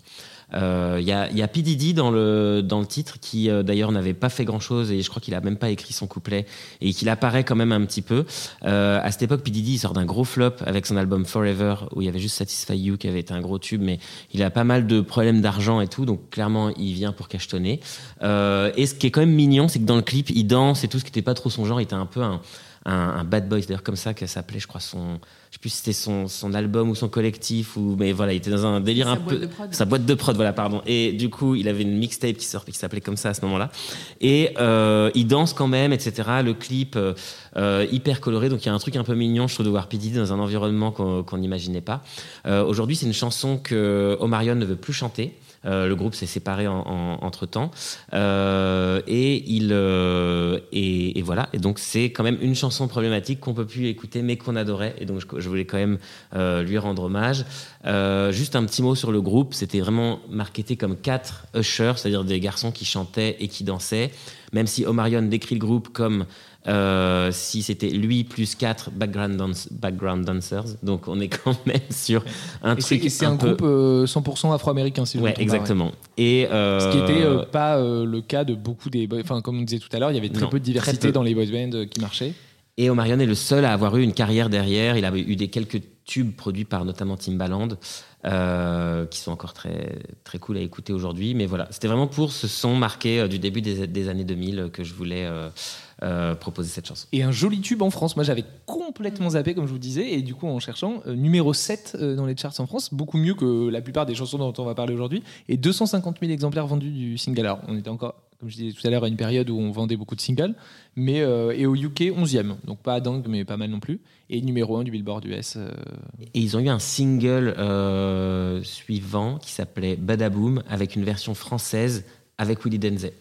[SPEAKER 2] Euh, Il y a, il y a P. Diddy dans le, dans le titre qui, euh, d'ailleurs, n'avait pas fait grand-chose et je crois qu'il a même pas écrit son couplet et qu'il apparaît quand même un petit peu. Euh, à cette époque, P. Diddy il sort d'un gros flop avec son album Forever où il y avait juste Satisfy You qui avait été un gros tube, mais il a pas mal de problèmes d'argent et tout, donc clairement, il vient pour cachetonner. Euh, et ce qui est quand même mignon, c'est que dans le clip, il danse et tout, ce qui n'était pas trop son genre, il était un peu un, un, un bad boy, c'est d'ailleurs comme ça que ça s'appelait, je crois, son, je sais plus si c'était son, son album ou son collectif, ou, mais voilà, il était dans un délire
[SPEAKER 4] Sa
[SPEAKER 2] un
[SPEAKER 4] boîte
[SPEAKER 2] peu.
[SPEAKER 4] de prod.
[SPEAKER 2] Sa boîte de prod, voilà, pardon. Et du coup, il avait une mixtape qui sortait, qui s'appelait comme ça à ce moment-là. Et euh, il danse quand même, etc. Le clip euh, euh, hyper coloré, donc il y a un truc un peu mignon, je trouve, de voir P. Diddy dans un environnement qu'on qu'on n'imaginait pas. Euh, Aujourd'hui, c'est une chanson que Omarion euh, ne veut plus chanter. Euh, le groupe s'est séparé en, entre temps. et il euh, et, et voilà. Et donc c'est quand même une chanson problématique qu'on peut plus écouter, mais qu'on adorait. Et donc je, je voulais quand même euh, lui rendre hommage. Euh, juste un petit mot sur le groupe. C'était vraiment marketé comme quatre ushers, c'est-à-dire des garçons qui chantaient et qui dansaient. Même si Omarion décrit le groupe comme euh, si c'était lui plus quatre background, dance- background dancers. Donc on est quand même sur un
[SPEAKER 8] Et c'est-
[SPEAKER 2] truc
[SPEAKER 8] et c'est un,
[SPEAKER 2] peu.
[SPEAKER 8] groupe euh, 100% afro-américain, si je ne me
[SPEAKER 2] ouais,
[SPEAKER 8] trompe pas,
[SPEAKER 2] exactement. Et euh,
[SPEAKER 8] Ce qui n'était pas euh, le cas de beaucoup des. Enfin, comme on disait tout à l'heure, il y avait très
[SPEAKER 2] Non,
[SPEAKER 8] peu de
[SPEAKER 2] très
[SPEAKER 8] diversité
[SPEAKER 2] peu.
[SPEAKER 8] dans les boys bands euh, qui marchaient.
[SPEAKER 2] Et Omarion est le seul à avoir eu une carrière derrière. Il avait eu des quelques tubes produits par notamment Timbaland, euh, qui sont encore très, très cool à écouter aujourd'hui. Mais voilà, c'était vraiment pour ce son marqué euh, du début des, des années 2000 euh, que je voulais euh, euh, proposer cette chanson.
[SPEAKER 1] Et un joli tube en France. Moi, j'avais complètement zappé, comme je vous disais. Et du coup, en cherchant, euh, numéro 7 euh, dans les charts en France, beaucoup mieux que la plupart des chansons dont on va parler aujourd'hui. Et 250 000 exemplaires vendus du single. Alors, on était encore, comme je disais tout à l'heure, à une période où on vendait beaucoup de singles. Mais, euh, et au UK, 11e. Donc, pas dingue, mais pas mal non plus. Et numéro 1 du Billboard US. euh,
[SPEAKER 2] Et ils ont eu un single euh, suivant qui s'appelait Badaboom avec une version française avec Willy Denzey.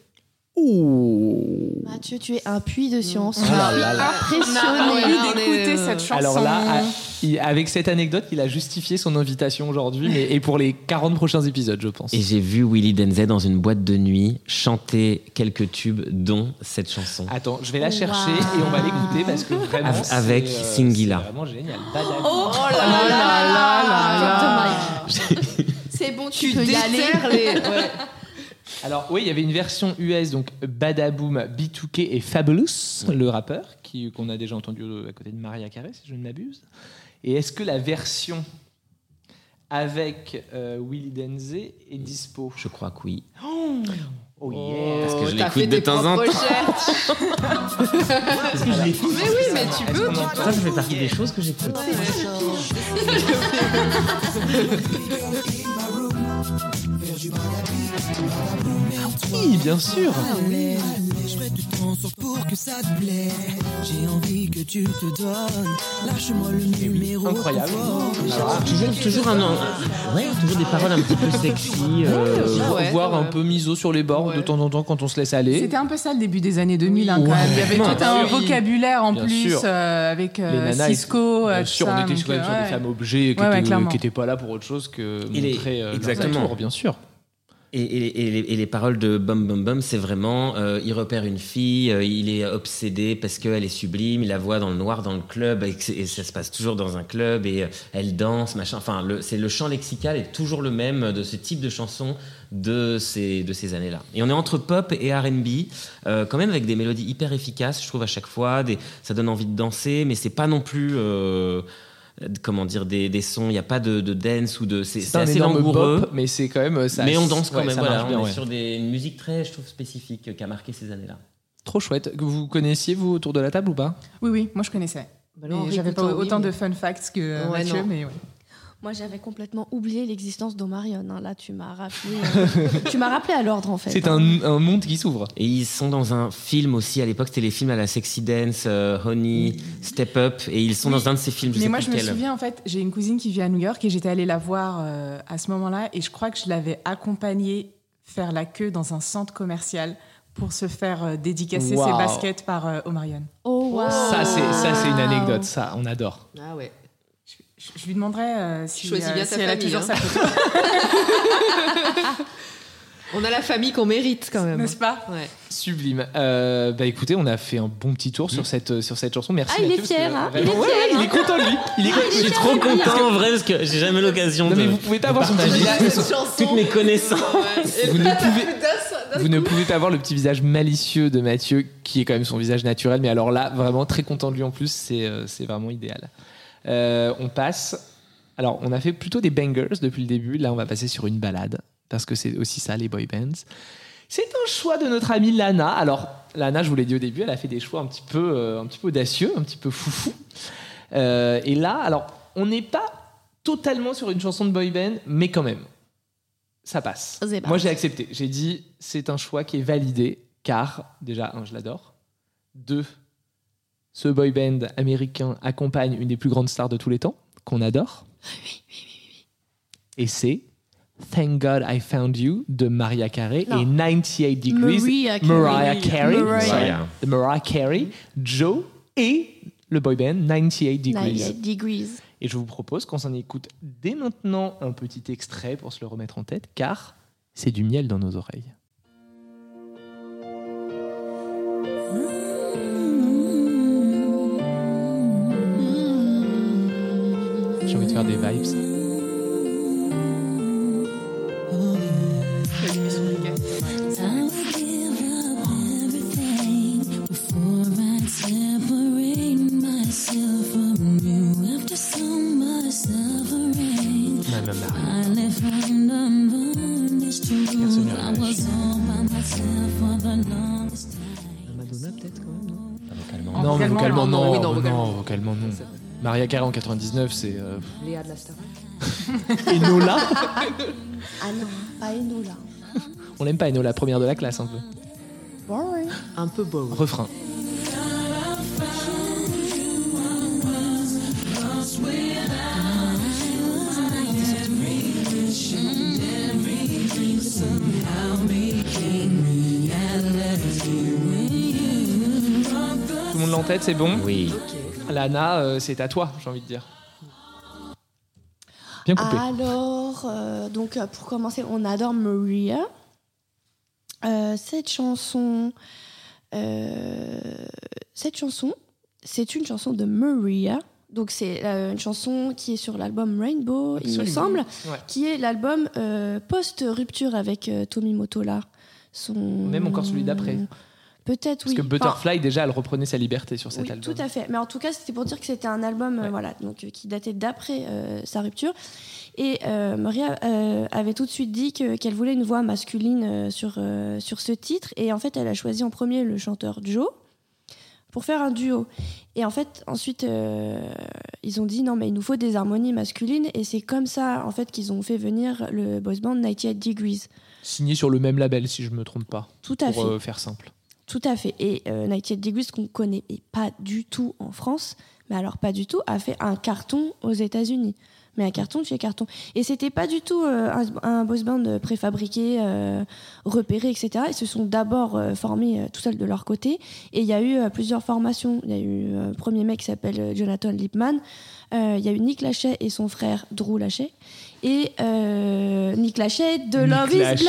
[SPEAKER 5] Mathieu, tu es un puits de science.
[SPEAKER 1] Oh là là là.
[SPEAKER 4] J'ai
[SPEAKER 5] Impressionné.
[SPEAKER 4] envie
[SPEAKER 3] on est-
[SPEAKER 4] d'écouter cette chanson.
[SPEAKER 1] Alors là, à- il- avec cette anecdote, il a justifié son invitation aujourd'hui, mais et pour les 40 prochains épisodes, je pense.
[SPEAKER 2] Et j'ai vu Willy Denzey dans une boîte de nuit chanter quelques tubes, dont cette chanson.
[SPEAKER 1] Attends, je vais la chercher et on va l'écouter parce que vraiment.
[SPEAKER 2] Av-
[SPEAKER 1] c'est, euh,
[SPEAKER 2] avec Singila.
[SPEAKER 1] C'est vraiment génial. Badaboum.
[SPEAKER 3] Oh là là là
[SPEAKER 5] C'est bon, tu,
[SPEAKER 3] Tu
[SPEAKER 5] peux y aller.
[SPEAKER 3] déterres les. ouais.
[SPEAKER 1] Alors oui, il y avait une version US, donc Badaboom, B2K et Fabulous, le rappeur, qui- qu'on a déjà entendu euh, à côté de Maria Carey, si je ne m'abuse. Et est-ce que la version avec euh, Willy Denzey est dispo
[SPEAKER 2] Je crois que oui.
[SPEAKER 1] Oh yeah
[SPEAKER 2] Parce que je
[SPEAKER 3] T'as
[SPEAKER 2] l'écoute
[SPEAKER 3] fait
[SPEAKER 2] de
[SPEAKER 3] tes
[SPEAKER 2] temps en
[SPEAKER 3] propres
[SPEAKER 2] temps.
[SPEAKER 3] recherches. Mais oui, mais tu peux. tu-
[SPEAKER 2] Ça, ça fait partie des choses que j'écoute.
[SPEAKER 1] Oui, bien sûr
[SPEAKER 6] Je ferai du transport pour que ça te plaise. J'ai envie que tu te donnes. Lâche-moi le numéro.
[SPEAKER 1] Incroyable.
[SPEAKER 2] Toujours, toujours un, un- ouais, toujours des paroles un petit peu sexy. euh,
[SPEAKER 3] Ouais, ouais,
[SPEAKER 1] Voir
[SPEAKER 3] quand
[SPEAKER 1] un
[SPEAKER 3] même.
[SPEAKER 1] peu miso sur les bords de
[SPEAKER 3] Ouais.
[SPEAKER 1] temps en temps quand on se laisse aller.
[SPEAKER 4] C'était un peu ça le début des années 2000 hein, quand
[SPEAKER 1] Ouais.
[SPEAKER 4] même. Il y avait
[SPEAKER 1] Bien
[SPEAKER 4] tout un
[SPEAKER 1] sûr.
[SPEAKER 4] vocabulaire en
[SPEAKER 1] Bien
[SPEAKER 4] plus
[SPEAKER 1] sûr.
[SPEAKER 4] euh, avec euh,
[SPEAKER 1] Les nanas, ils-
[SPEAKER 4] Cisco. euh,
[SPEAKER 1] Bien
[SPEAKER 4] tout
[SPEAKER 1] sûr,
[SPEAKER 4] ça,
[SPEAKER 1] on était
[SPEAKER 4] donc,
[SPEAKER 1] sur, quand même sur
[SPEAKER 4] euh,
[SPEAKER 1] des
[SPEAKER 4] ouais.
[SPEAKER 1] femmes objets qui
[SPEAKER 4] Ouais, ouais,
[SPEAKER 1] n'étaient
[SPEAKER 4] clairement.
[SPEAKER 1] pas là pour autre chose que
[SPEAKER 2] Il est-
[SPEAKER 1] montrer euh, leur
[SPEAKER 2] exactement.
[SPEAKER 1] détour, bien sûr.
[SPEAKER 2] Et, et- et les, et les paroles de Bum Bum Bum, c'est vraiment, euh, il repère une fille, euh, il est obsédé parce qu'elle est sublime, il la voit dans le noir, dans le club, et, que c'est- et ça se passe toujours dans un club, et euh, elle danse, machin. Enfin, le, c'est le champ lexical est toujours le même de ce type de chanson de ces, de ces années-là. Et on est entre pop et RB, euh, quand même avec des mélodies hyper efficaces, je trouve, à chaque fois. Des, ça donne envie de danser, mais c'est pas non plus... euh, comment dire des, des sons il n'y a pas de, de dance ou de c'est
[SPEAKER 1] C'est
[SPEAKER 2] c'est
[SPEAKER 1] un
[SPEAKER 2] assez
[SPEAKER 1] énorme
[SPEAKER 2] langoureux
[SPEAKER 1] bop, mais c'est quand même euh, ça.
[SPEAKER 2] mais on danse quand
[SPEAKER 1] ouais,
[SPEAKER 2] même,
[SPEAKER 1] ça
[SPEAKER 2] voilà,
[SPEAKER 1] marche bien,
[SPEAKER 2] on est
[SPEAKER 1] ouais.
[SPEAKER 2] sur des, une musique très, je trouve, spécifique euh, qui a marqué ces années-là.
[SPEAKER 1] Trop chouette. Que vous connaissiez vous autour de la table ou pas
[SPEAKER 4] Oui, oui, moi je connaissais.
[SPEAKER 3] Bah
[SPEAKER 4] Mais
[SPEAKER 3] non, Henri,
[SPEAKER 4] J'avais pas
[SPEAKER 3] plutôt, oui,
[SPEAKER 4] autant
[SPEAKER 3] mais-
[SPEAKER 4] de fun facts que euh,
[SPEAKER 3] Ouais,
[SPEAKER 4] Mathieu,
[SPEAKER 3] non.
[SPEAKER 4] mais ouais.
[SPEAKER 5] Moi, j'avais complètement oublié l'existence d'Omarion. hein. Là, tu m'as rappelé. euh, tu m'as rappelé à l'ordre, en fait.
[SPEAKER 1] C'est
[SPEAKER 5] hein.
[SPEAKER 1] un, un monde qui s'ouvre.
[SPEAKER 2] Et ils sont dans un film aussi, à l'époque, c'était les films à la sexy dance, euh, Honey, Step Up, et ils sont
[SPEAKER 4] Oui.
[SPEAKER 2] dans un de ces films, je
[SPEAKER 4] mais
[SPEAKER 2] sais
[SPEAKER 4] moi,
[SPEAKER 2] plus
[SPEAKER 4] je me
[SPEAKER 2] lequel.
[SPEAKER 4] souviens, en fait, j'ai une cousine qui vit à New York et j'étais allée la voir euh, à ce moment-là et je crois que je l'avais accompagnée faire la queue dans un centre commercial pour se faire euh, dédicacer ses
[SPEAKER 1] Waouh.
[SPEAKER 4] baskets par euh, Omarion.
[SPEAKER 5] Oh, wow.
[SPEAKER 1] Ça c'est ça c'est une anecdote. Ça on adore.
[SPEAKER 3] Ah ouais.
[SPEAKER 4] Je, je lui demanderai euh, si,
[SPEAKER 3] choisis
[SPEAKER 4] euh,
[SPEAKER 3] bien ta
[SPEAKER 4] si elle
[SPEAKER 3] famille,
[SPEAKER 4] a toujours
[SPEAKER 3] hein.
[SPEAKER 4] sa photo,
[SPEAKER 3] On a la famille qu'on mérite quand même.
[SPEAKER 4] n'est-ce pas
[SPEAKER 3] Ouais.
[SPEAKER 1] Sublime. Euh, bah écoutez, on a fait un bon petit tour sur cette euh, sur cette chanson. Merci.
[SPEAKER 5] Ah, il est
[SPEAKER 1] Mathieu, parce
[SPEAKER 5] fier,
[SPEAKER 1] que
[SPEAKER 5] hein.
[SPEAKER 1] vraiment-
[SPEAKER 5] Il est
[SPEAKER 1] Ouais,
[SPEAKER 5] fier,
[SPEAKER 1] ouais, il
[SPEAKER 5] hein.
[SPEAKER 1] est content lui. Il est content.
[SPEAKER 2] Je suis trop content, en vrai, parce que j'ai jamais l'occasion
[SPEAKER 1] Non
[SPEAKER 2] de...
[SPEAKER 1] mais vous pouvez pas avoir son petit
[SPEAKER 2] partager.
[SPEAKER 1] visage.
[SPEAKER 3] Cette chanson.
[SPEAKER 2] Toutes mes connaissances.
[SPEAKER 3] Ouais. Et
[SPEAKER 1] Vous ne
[SPEAKER 3] là, t'as
[SPEAKER 1] pouvez-
[SPEAKER 3] plus d'un- d'un
[SPEAKER 1] Vous ne
[SPEAKER 3] coup.
[SPEAKER 1] pouvez pas voir le petit visage malicieux de Mathieu, qui est quand même son visage naturel, mais alors là, vraiment très content de lui en plus, c'est euh, c'est vraiment idéal. Euh, on passe. Alors, on a fait plutôt des bangers depuis le début, là, on va passer sur une balade, parce que c'est aussi ça, les boy bands. C'est un choix de notre amie Lana. Alors, Lana, je vous l'ai dit au début, elle a fait des choix un petit peu, euh, un petit peu audacieux, un petit peu foufou. Euh, et là, alors, on n'est pas totalement sur une chanson de boy band, mais quand même, ça passe.
[SPEAKER 5] C'est pas-
[SPEAKER 1] Moi, j'ai accepté. J'ai dit, c'est un choix qui est validé, car, déjà, un, je l'adore. Deux, ce boy band américain accompagne une des plus grandes stars de tous les temps, qu'on adore. Et c'est Thank God I Found You de Maria Carey
[SPEAKER 5] Non.
[SPEAKER 1] et 98 Degrees
[SPEAKER 5] Mariah Carey.
[SPEAKER 1] Mariah Carey,
[SPEAKER 5] Mariah.
[SPEAKER 2] Mariah.
[SPEAKER 1] de Mariah Carey, Joe et le boy band 98 Degrees.
[SPEAKER 5] 98 degrees.
[SPEAKER 1] Et je vous propose qu'on s'en écoute dès maintenant un petit extrait pour se le remettre en tête car c'est du miel dans nos oreilles. J'ai envie de faire des vibes.
[SPEAKER 2] Madonna, peut-être, quand même. non Ah, vocalement.
[SPEAKER 4] En vocalement,
[SPEAKER 1] vocalement
[SPEAKER 4] non,
[SPEAKER 1] non,
[SPEAKER 4] oui, non,
[SPEAKER 1] non,
[SPEAKER 4] vocalement.
[SPEAKER 1] vocalement, non. Maria Carey en 99, c'est euh,
[SPEAKER 3] Léa de la Star.
[SPEAKER 1] Enola.
[SPEAKER 5] Ah non, pas Enola.
[SPEAKER 1] On l'aime pas Enola, première de la classe un peu.
[SPEAKER 5] Boring.
[SPEAKER 3] Un peu beau.
[SPEAKER 1] Refrain. Tout le monde l'a en tête, c'est bon.
[SPEAKER 2] Oui.
[SPEAKER 1] Lana, euh, c'est à toi, j'ai envie de dire. Bien coupé.
[SPEAKER 5] Ah, Alors, euh, donc euh, pour commencer, on adore Maria. Euh, cette chanson, euh, cette chanson, c'est une chanson de Maria. Donc c'est euh, une chanson qui est sur l'album Rainbow, il me
[SPEAKER 1] Absolument.
[SPEAKER 5] semble,
[SPEAKER 1] Ouais.
[SPEAKER 5] qui est l'album euh, post-rupture avec euh, Tommy Motola. Son...
[SPEAKER 1] Même encore celui d'après.
[SPEAKER 5] Peut-être,
[SPEAKER 1] Parce
[SPEAKER 5] oui.
[SPEAKER 1] que
[SPEAKER 5] Enfin,
[SPEAKER 1] Butterfly, déjà, elle reprenait sa liberté sur cet
[SPEAKER 5] oui,
[SPEAKER 1] album.
[SPEAKER 5] Tout à fait. Mais en tout cas, c'était pour dire que c'était un album euh,
[SPEAKER 1] Ouais.
[SPEAKER 5] voilà, donc, euh, qui datait d'après euh, sa rupture. Et euh, Maria euh, avait tout de suite dit que- qu'elle voulait une voix masculine euh, sur, euh, sur ce titre. Et en fait, elle a choisi en premier le chanteur Joe pour faire un duo. Et en fait, ensuite, euh, ils ont dit non, mais il nous faut des harmonies masculines. Et c'est comme ça, en fait, qu'ils ont fait venir le boys band 98 Degrees.
[SPEAKER 1] Signé sur le même label, si je me trompe pas,
[SPEAKER 5] Tout à fait.
[SPEAKER 1] pour euh, faire simple.
[SPEAKER 5] Tout à fait. Et euh, Nighty Degrees, qu'on connaît et pas du tout en France, mais alors pas du tout, a fait un carton aux États-Unis. Mais un carton de chez carton. Et c'était pas du tout euh, un, un boss band préfabriqué, euh, repéré, etc. Ils se sont d'abord euh, formés euh, tout seuls de leur côté. Et il y a eu euh, plusieurs formations. Il y a eu euh, un premier mec qui s'appelle euh, Jonathan Lipman. Euh, Il y a eu Nick Lachey et son frère Drew Lachey. Et euh, Nick Lachey de
[SPEAKER 1] Nick
[SPEAKER 5] Love is
[SPEAKER 1] Lachey.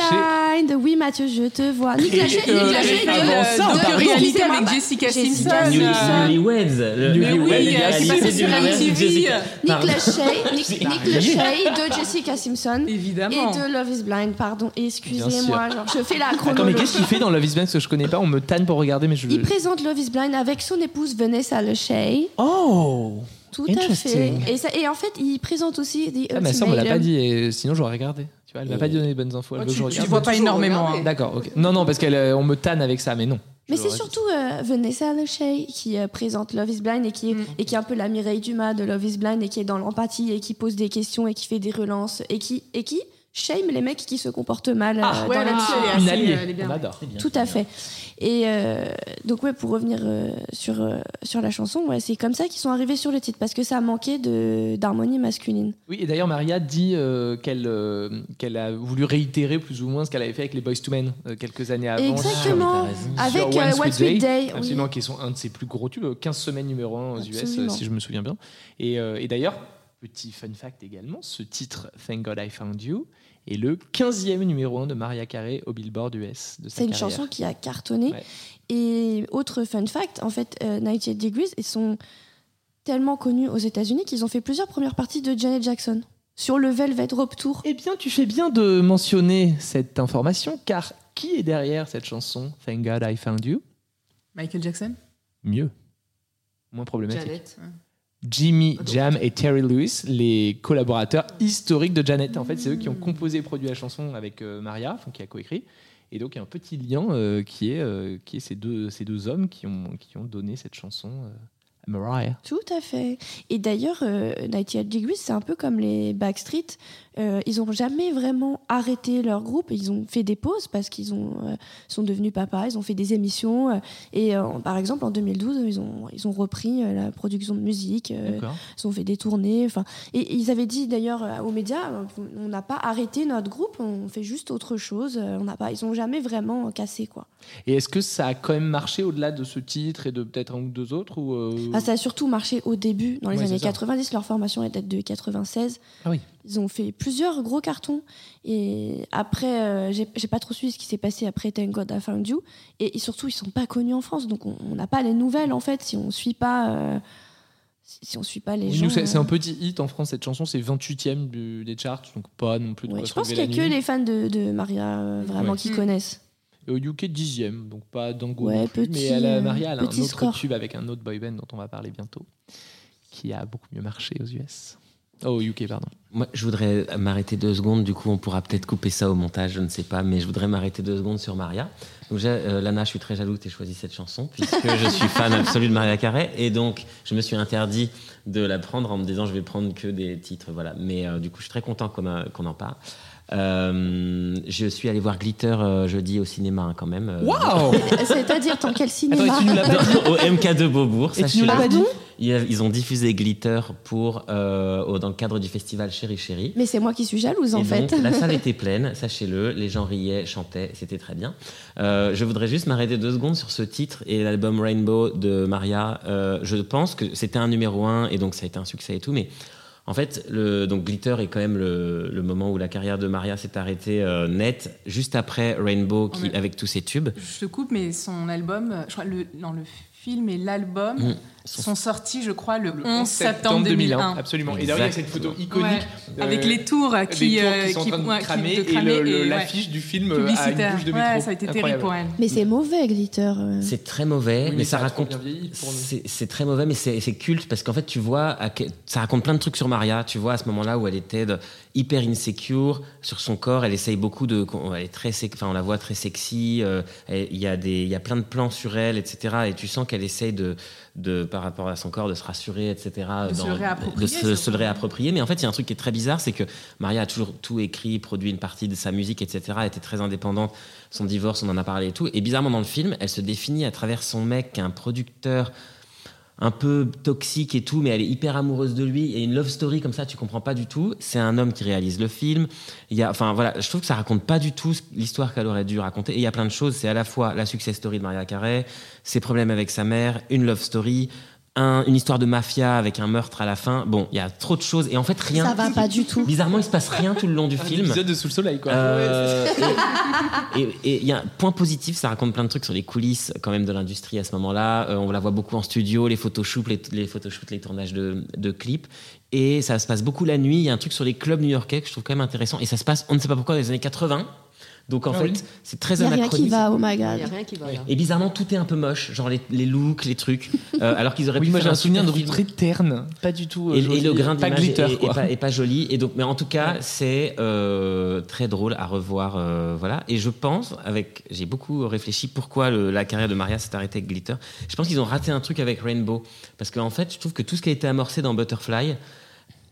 [SPEAKER 5] Blind. Oui, Mathieu, je te vois. Nick Lachey,
[SPEAKER 1] euh,
[SPEAKER 5] Nick
[SPEAKER 1] Lachey,
[SPEAKER 5] Lachey de-
[SPEAKER 1] avant
[SPEAKER 5] de-
[SPEAKER 1] ça, on
[SPEAKER 5] de-
[SPEAKER 1] parlait
[SPEAKER 5] excusez-moi,
[SPEAKER 4] réalité avec
[SPEAKER 5] bah,
[SPEAKER 4] Jessica
[SPEAKER 5] Jessica
[SPEAKER 4] Simpson. euh,
[SPEAKER 2] New-
[SPEAKER 5] Simpson.
[SPEAKER 2] Newlyweds. Le
[SPEAKER 1] Mais oui,
[SPEAKER 2] Newlyweds,
[SPEAKER 1] il a
[SPEAKER 2] réalisé
[SPEAKER 1] passé
[SPEAKER 2] du
[SPEAKER 1] sur
[SPEAKER 2] Newlyweds,
[SPEAKER 4] MTV.
[SPEAKER 2] Jessica.
[SPEAKER 5] Nick
[SPEAKER 2] Pardon.
[SPEAKER 5] Lachey, Nick, Nick
[SPEAKER 1] Bah,
[SPEAKER 5] Lachey de Jessica Simpson.
[SPEAKER 4] Évidemment.
[SPEAKER 5] Et de Love is Blind, pardon. Excusez-moi, genre, je fais la
[SPEAKER 1] Attends, mais
[SPEAKER 5] chronologie.
[SPEAKER 1] qu'est-ce qu'il fait dans Love is Blind Parce que je connais pas, on me tanne pour regarder, mais je.
[SPEAKER 5] Il présente Love is Blind avec son épouse Vanessa Lachey.
[SPEAKER 1] Oh
[SPEAKER 5] Tout à fait.
[SPEAKER 1] Interesting.
[SPEAKER 5] Et, ça- et en fait, il présente aussi The
[SPEAKER 1] Ah, mais ça, on me l'a pas
[SPEAKER 5] Ultimatum.
[SPEAKER 1] dit, et sinon j'aurais regardé. Tu vois, elle m'a
[SPEAKER 2] Et-
[SPEAKER 1] pas donné les bonnes infos, elle veut que je
[SPEAKER 4] Oh. tu, tu
[SPEAKER 1] regarde.
[SPEAKER 4] vois pas
[SPEAKER 3] toujours
[SPEAKER 4] énormément.
[SPEAKER 3] regarder.
[SPEAKER 4] hein.
[SPEAKER 1] D'accord, ok. Non, non, parce qu'on me tanne avec ça, mais non.
[SPEAKER 5] Mais
[SPEAKER 1] Je
[SPEAKER 5] c'est
[SPEAKER 1] l'aurais
[SPEAKER 5] surtout euh, Vanessa Lachey qui euh, présente Love is Blind et qui,
[SPEAKER 4] Mm.
[SPEAKER 5] est, et qui est un peu la Mireille Dumas de Love is Blind et qui est dans l'empathie et qui pose des questions et qui fait des relances et qui, et qui shame les mecs qui se comportent mal euh, dans
[SPEAKER 4] Ah, ouais,
[SPEAKER 5] la
[SPEAKER 4] là-dessus,
[SPEAKER 5] vie.
[SPEAKER 4] elle est
[SPEAKER 1] dit. Une
[SPEAKER 4] assez, euh, elle est
[SPEAKER 1] alliée,
[SPEAKER 4] bien.
[SPEAKER 1] on adore.
[SPEAKER 2] C'est bien,
[SPEAKER 5] Tout
[SPEAKER 2] c'est
[SPEAKER 5] à
[SPEAKER 2] bien.
[SPEAKER 5] fait. Et euh, donc ouais, pour revenir euh, sur euh, sur la chanson, ouais, c'est comme ça qu'ils sont arrivés sur le titre parce que ça manquait de d'harmonie masculine.
[SPEAKER 1] Oui, et d'ailleurs, Maria dit euh, qu'elle euh, qu'elle a voulu réitérer plus ou moins ce qu'elle avait fait avec les Boys to Men euh, quelques années avant.
[SPEAKER 2] Ah, mais t'as
[SPEAKER 5] Exactement.
[SPEAKER 2] raison.
[SPEAKER 1] sur- sur
[SPEAKER 5] Avec
[SPEAKER 1] One
[SPEAKER 5] euh, What
[SPEAKER 1] Sweet
[SPEAKER 5] We Day, oui.
[SPEAKER 1] Absolument, qui sont un de ses plus gros tubes, euh, 15 semaines numéro 1 aux US, euh,
[SPEAKER 5] Absolument.
[SPEAKER 1] si je me souviens bien. Et, euh, et d'ailleurs, petit fun fact également, ce titre, Thank God I Found You, est le 15e numéro 1 de Maria Carey au Billboard US. de sa
[SPEAKER 5] C'est une
[SPEAKER 1] carrière.
[SPEAKER 5] chanson qui a cartonné.
[SPEAKER 1] Ouais.
[SPEAKER 5] Et autre fun fact, en fait, euh, 98 Degrees, ils sont tellement connus aux États-Unis qu'ils ont fait plusieurs premières parties de Janet Jackson sur le Velvet Rope Tour.
[SPEAKER 1] Eh bien, tu fais bien de mentionner cette information, car qui est derrière cette chanson, Thank God I Found You
[SPEAKER 4] Michael Jackson
[SPEAKER 1] Mieux. Moins problématique.
[SPEAKER 2] Ah
[SPEAKER 3] Janet.
[SPEAKER 1] Jimmy Jam et Terry Lewis, les collaborateurs historiques de Janet. En fait, c'est eux qui ont composé et produit la chanson avec euh, Maria, enfin, qui a coécrit. Et donc, il y a un petit lien euh, qui est, euh, qui est ces, deux, ces deux hommes qui ont, qui ont donné cette chanson euh, Mariah.
[SPEAKER 5] Tout à fait. Et d'ailleurs, euh, 98 Degrees, c'est un peu comme les Backstreet. Euh, ils n'ont jamais vraiment arrêté leur groupe. Ils ont fait des pauses parce qu'ils ont euh, sont devenus papas. Ils ont fait des émissions. euh, et euh, par exemple, en 2012, ils ont ils ont repris euh, la production de musique. euh,
[SPEAKER 1] D'accord.
[SPEAKER 5] ils ont fait des tournées. Enfin, et, et ils avaient dit d'ailleurs euh, aux médias, euh, on n'a pas arrêté notre groupe. On fait juste autre chose. euh, On n'a pas. Ils ont jamais vraiment cassé quoi.
[SPEAKER 8] Et est-ce que ça a quand même marché au-delà de ce titre et de peut-être un ou deux autres ou euh,
[SPEAKER 5] Ah, ça a surtout marché au début, dans les
[SPEAKER 8] Ouais, c'est
[SPEAKER 5] années
[SPEAKER 8] ça.
[SPEAKER 5] 90. Leur formation elle date de 96.
[SPEAKER 8] Ah oui.
[SPEAKER 5] Ils ont fait plusieurs gros cartons. Et après, euh, j'ai j'ai pas trop suivi ce qui s'est passé après Thank God I Found You. Et, et surtout, ils sont pas connus en France. Donc, on on n'a pas les nouvelles, en fait, si on suit pas. euh, si si on suit pas les
[SPEAKER 8] Oui,
[SPEAKER 5] gens.
[SPEAKER 8] nous, c'est c'est
[SPEAKER 5] euh,
[SPEAKER 8] un petit hit en France, cette chanson, c'est 28ème du- des charts, donc pas non plus de
[SPEAKER 5] ouais,
[SPEAKER 8] quoi
[SPEAKER 5] je
[SPEAKER 8] se
[SPEAKER 5] pense qu'il
[SPEAKER 8] relever
[SPEAKER 5] y a
[SPEAKER 8] la
[SPEAKER 5] que
[SPEAKER 8] nuit.
[SPEAKER 5] les fans de, de Maria euh, vraiment
[SPEAKER 8] Ouais.
[SPEAKER 5] qui
[SPEAKER 4] Mm.
[SPEAKER 5] connaissent.
[SPEAKER 8] Et au UK, 10ème, donc pas dingo
[SPEAKER 5] Ouais,
[SPEAKER 8] non plus,
[SPEAKER 5] petit,
[SPEAKER 8] mais elle a,
[SPEAKER 5] euh,
[SPEAKER 8] Maria, elle a un
[SPEAKER 5] petit
[SPEAKER 8] autre
[SPEAKER 5] score.
[SPEAKER 8] tube avec un autre boy band dont on va parler bientôt, qui a beaucoup mieux marché aux US. Oh, au UK, pardon.
[SPEAKER 2] Moi, je voudrais m'arrêter deux secondes. Du coup, on pourra peut-être couper ça au montage, je ne sais pas, mais je voudrais m'arrêter deux secondes sur Maria. Donc, j'ai- euh, Lana, je suis très jaloux que tu aies choisi cette chanson, puisque je suis fan absolu de Maria Carré. Et donc, je me suis interdit de la prendre en me disant, je vais prendre que des titres. Voilà. Mais euh, du coup, je suis très content qu'on a- qu'on en parle. Euh, je suis allé voir Glitter euh, jeudi au cinéma, hein, quand même. Euh,
[SPEAKER 8] Waouh
[SPEAKER 5] C'est-à-dire, dans quel cinéma
[SPEAKER 8] Attends, et tu nous l'as pas dit
[SPEAKER 2] au MK de Beaubourg,
[SPEAKER 8] Et tu nous
[SPEAKER 2] sachez-le.
[SPEAKER 8] l'as pas dit
[SPEAKER 2] Ils ils ont diffusé Glitter pour, euh, au- dans le cadre du festival Chéri Chéri.
[SPEAKER 5] Mais c'est moi qui suis jalouse, en
[SPEAKER 2] Et
[SPEAKER 5] fait.
[SPEAKER 2] donc, la salle était pleine, sachez-le, les gens riaient, chantaient, c'était très bien. Euh, je voudrais juste m'arrêter deux secondes sur ce titre et l'album Rainbow de Maria. Euh, je pense que c'était un numéro un et donc ça a été un succès et tout, mais en fait, le, donc Glitter est quand même le, le moment où la carrière de Maria s'est arrêtée euh, net, juste après Rainbow qui,
[SPEAKER 4] mais-
[SPEAKER 2] avec tous ses tubes.
[SPEAKER 4] Je te coupe, mais son album, euh, je crois, le, non, le film et l'album
[SPEAKER 2] Mm. Son-
[SPEAKER 4] sont sortis, je crois, le, 11 septembre 2001.
[SPEAKER 1] Absolument. Et derrière, il y a cette photo iconique.
[SPEAKER 4] Ouais,
[SPEAKER 1] euh,
[SPEAKER 4] avec les tours
[SPEAKER 1] des
[SPEAKER 4] qui,
[SPEAKER 1] tours
[SPEAKER 4] euh,
[SPEAKER 1] qui sont en train de
[SPEAKER 4] ouais, qui-
[SPEAKER 1] cramer
[SPEAKER 4] de
[SPEAKER 1] et le- le-
[SPEAKER 4] ouais,
[SPEAKER 1] l'affiche du film euh, à une
[SPEAKER 4] publicitaire.
[SPEAKER 1] bouche de
[SPEAKER 4] Ouais,
[SPEAKER 1] métro.
[SPEAKER 4] ça a été terrible
[SPEAKER 1] Incroyable.
[SPEAKER 4] pour elle.
[SPEAKER 5] Mais c'est mauvais, Glitter. euh.
[SPEAKER 2] C'est très mauvais,
[SPEAKER 1] Oui,
[SPEAKER 2] mais, ça
[SPEAKER 1] a trop
[SPEAKER 2] raconte
[SPEAKER 1] bien vieilli pour nous.
[SPEAKER 2] C'est c'est très mauvais, mais c'est c'est culte parce qu'en fait, tu vois, à que- ça raconte plein de trucs sur Maria. Tu vois, à ce moment-là où elle était de- hyper insecure sur son corps, elle essaye beaucoup de. Elle est très, sec- enfin, on la voit très sexy. euh, elle- Il y a des, il y a plein de plans sur elle, etc. Et tu sens qu'elle essaye de, de, par rapport à son corps, de se rassurer, etc.
[SPEAKER 4] De se le réapproprier,
[SPEAKER 2] de se, se le
[SPEAKER 4] surtout.
[SPEAKER 2] réapproprier. Mais en fait, il y a un truc qui est très bizarre, c'est que Maria a toujours tout écrit, produit une partie de sa musique, etc. Elle était très indépendante. Son divorce, on en a parlé et tout. Et bizarrement, dans le film, elle se définit à travers son mec, qui est un producteur un peu toxique et tout, mais elle est hyper amoureuse de lui. Et une love story comme ça, tu comprends pas du tout. C'est un homme qui réalise le film. Il y a, enfin voilà, je trouve que ça raconte pas du tout ce- l'histoire qu'elle aurait dû raconter. Et il y a plein de choses. C'est à la fois la success story de Maria Carey, ses problèmes avec sa mère, une love story, un- une histoire de mafia avec un meurtre à la fin. Bon, il y a trop de choses. Et en fait, rien.
[SPEAKER 5] Ça va pas du tout.
[SPEAKER 2] Bizarrement, il se passe rien tout le long du
[SPEAKER 1] Un
[SPEAKER 2] film.
[SPEAKER 1] épisode de Sous le Soleil, quoi.
[SPEAKER 2] Euh, et- et il y a un point positif, ça raconte plein de trucs sur les coulisses quand même de l'industrie à ce moment-là. Euh, on la voit beaucoup en studio, les photoshoots, les, les photoshoots, les tournages de, de clips. Et ça se passe beaucoup la nuit. Il y a un truc sur les clubs new-yorkais que je trouve quand même intéressant. Et ça se passe, on ne sait pas pourquoi, dans les années 80. Donc en
[SPEAKER 1] Ah
[SPEAKER 2] fait,
[SPEAKER 1] oui.
[SPEAKER 2] c'est très
[SPEAKER 5] Il a rien qui
[SPEAKER 2] anachronique.
[SPEAKER 5] va, oh my
[SPEAKER 3] Il
[SPEAKER 5] god.
[SPEAKER 3] n'y a rien qui va. là.
[SPEAKER 2] Et bizarrement, tout est un peu moche, genre les, les looks, les trucs. Euh, alors qu'ils auraient
[SPEAKER 1] Oui,
[SPEAKER 2] pu
[SPEAKER 1] moi
[SPEAKER 2] faire
[SPEAKER 1] j'ai un souvenir de
[SPEAKER 2] super film.
[SPEAKER 1] très terne, pas du tout. euh,
[SPEAKER 2] Et,
[SPEAKER 1] joli,
[SPEAKER 2] et le grain
[SPEAKER 1] pas
[SPEAKER 2] d'image est,
[SPEAKER 1] glitter,
[SPEAKER 2] est
[SPEAKER 1] quoi.
[SPEAKER 2] pas, est pas joli. Et donc, mais en tout cas, c'est euh, très drôle à revoir. euh, voilà. Et je pense, avec, j'ai beaucoup réfléchi pourquoi le- la carrière de Maria s'est arrêtée avec Glitter. Je pense qu'ils ont raté un truc avec Rainbow, parce qu'en fait, je trouve que tout ce qui a été amorcé dans Butterfly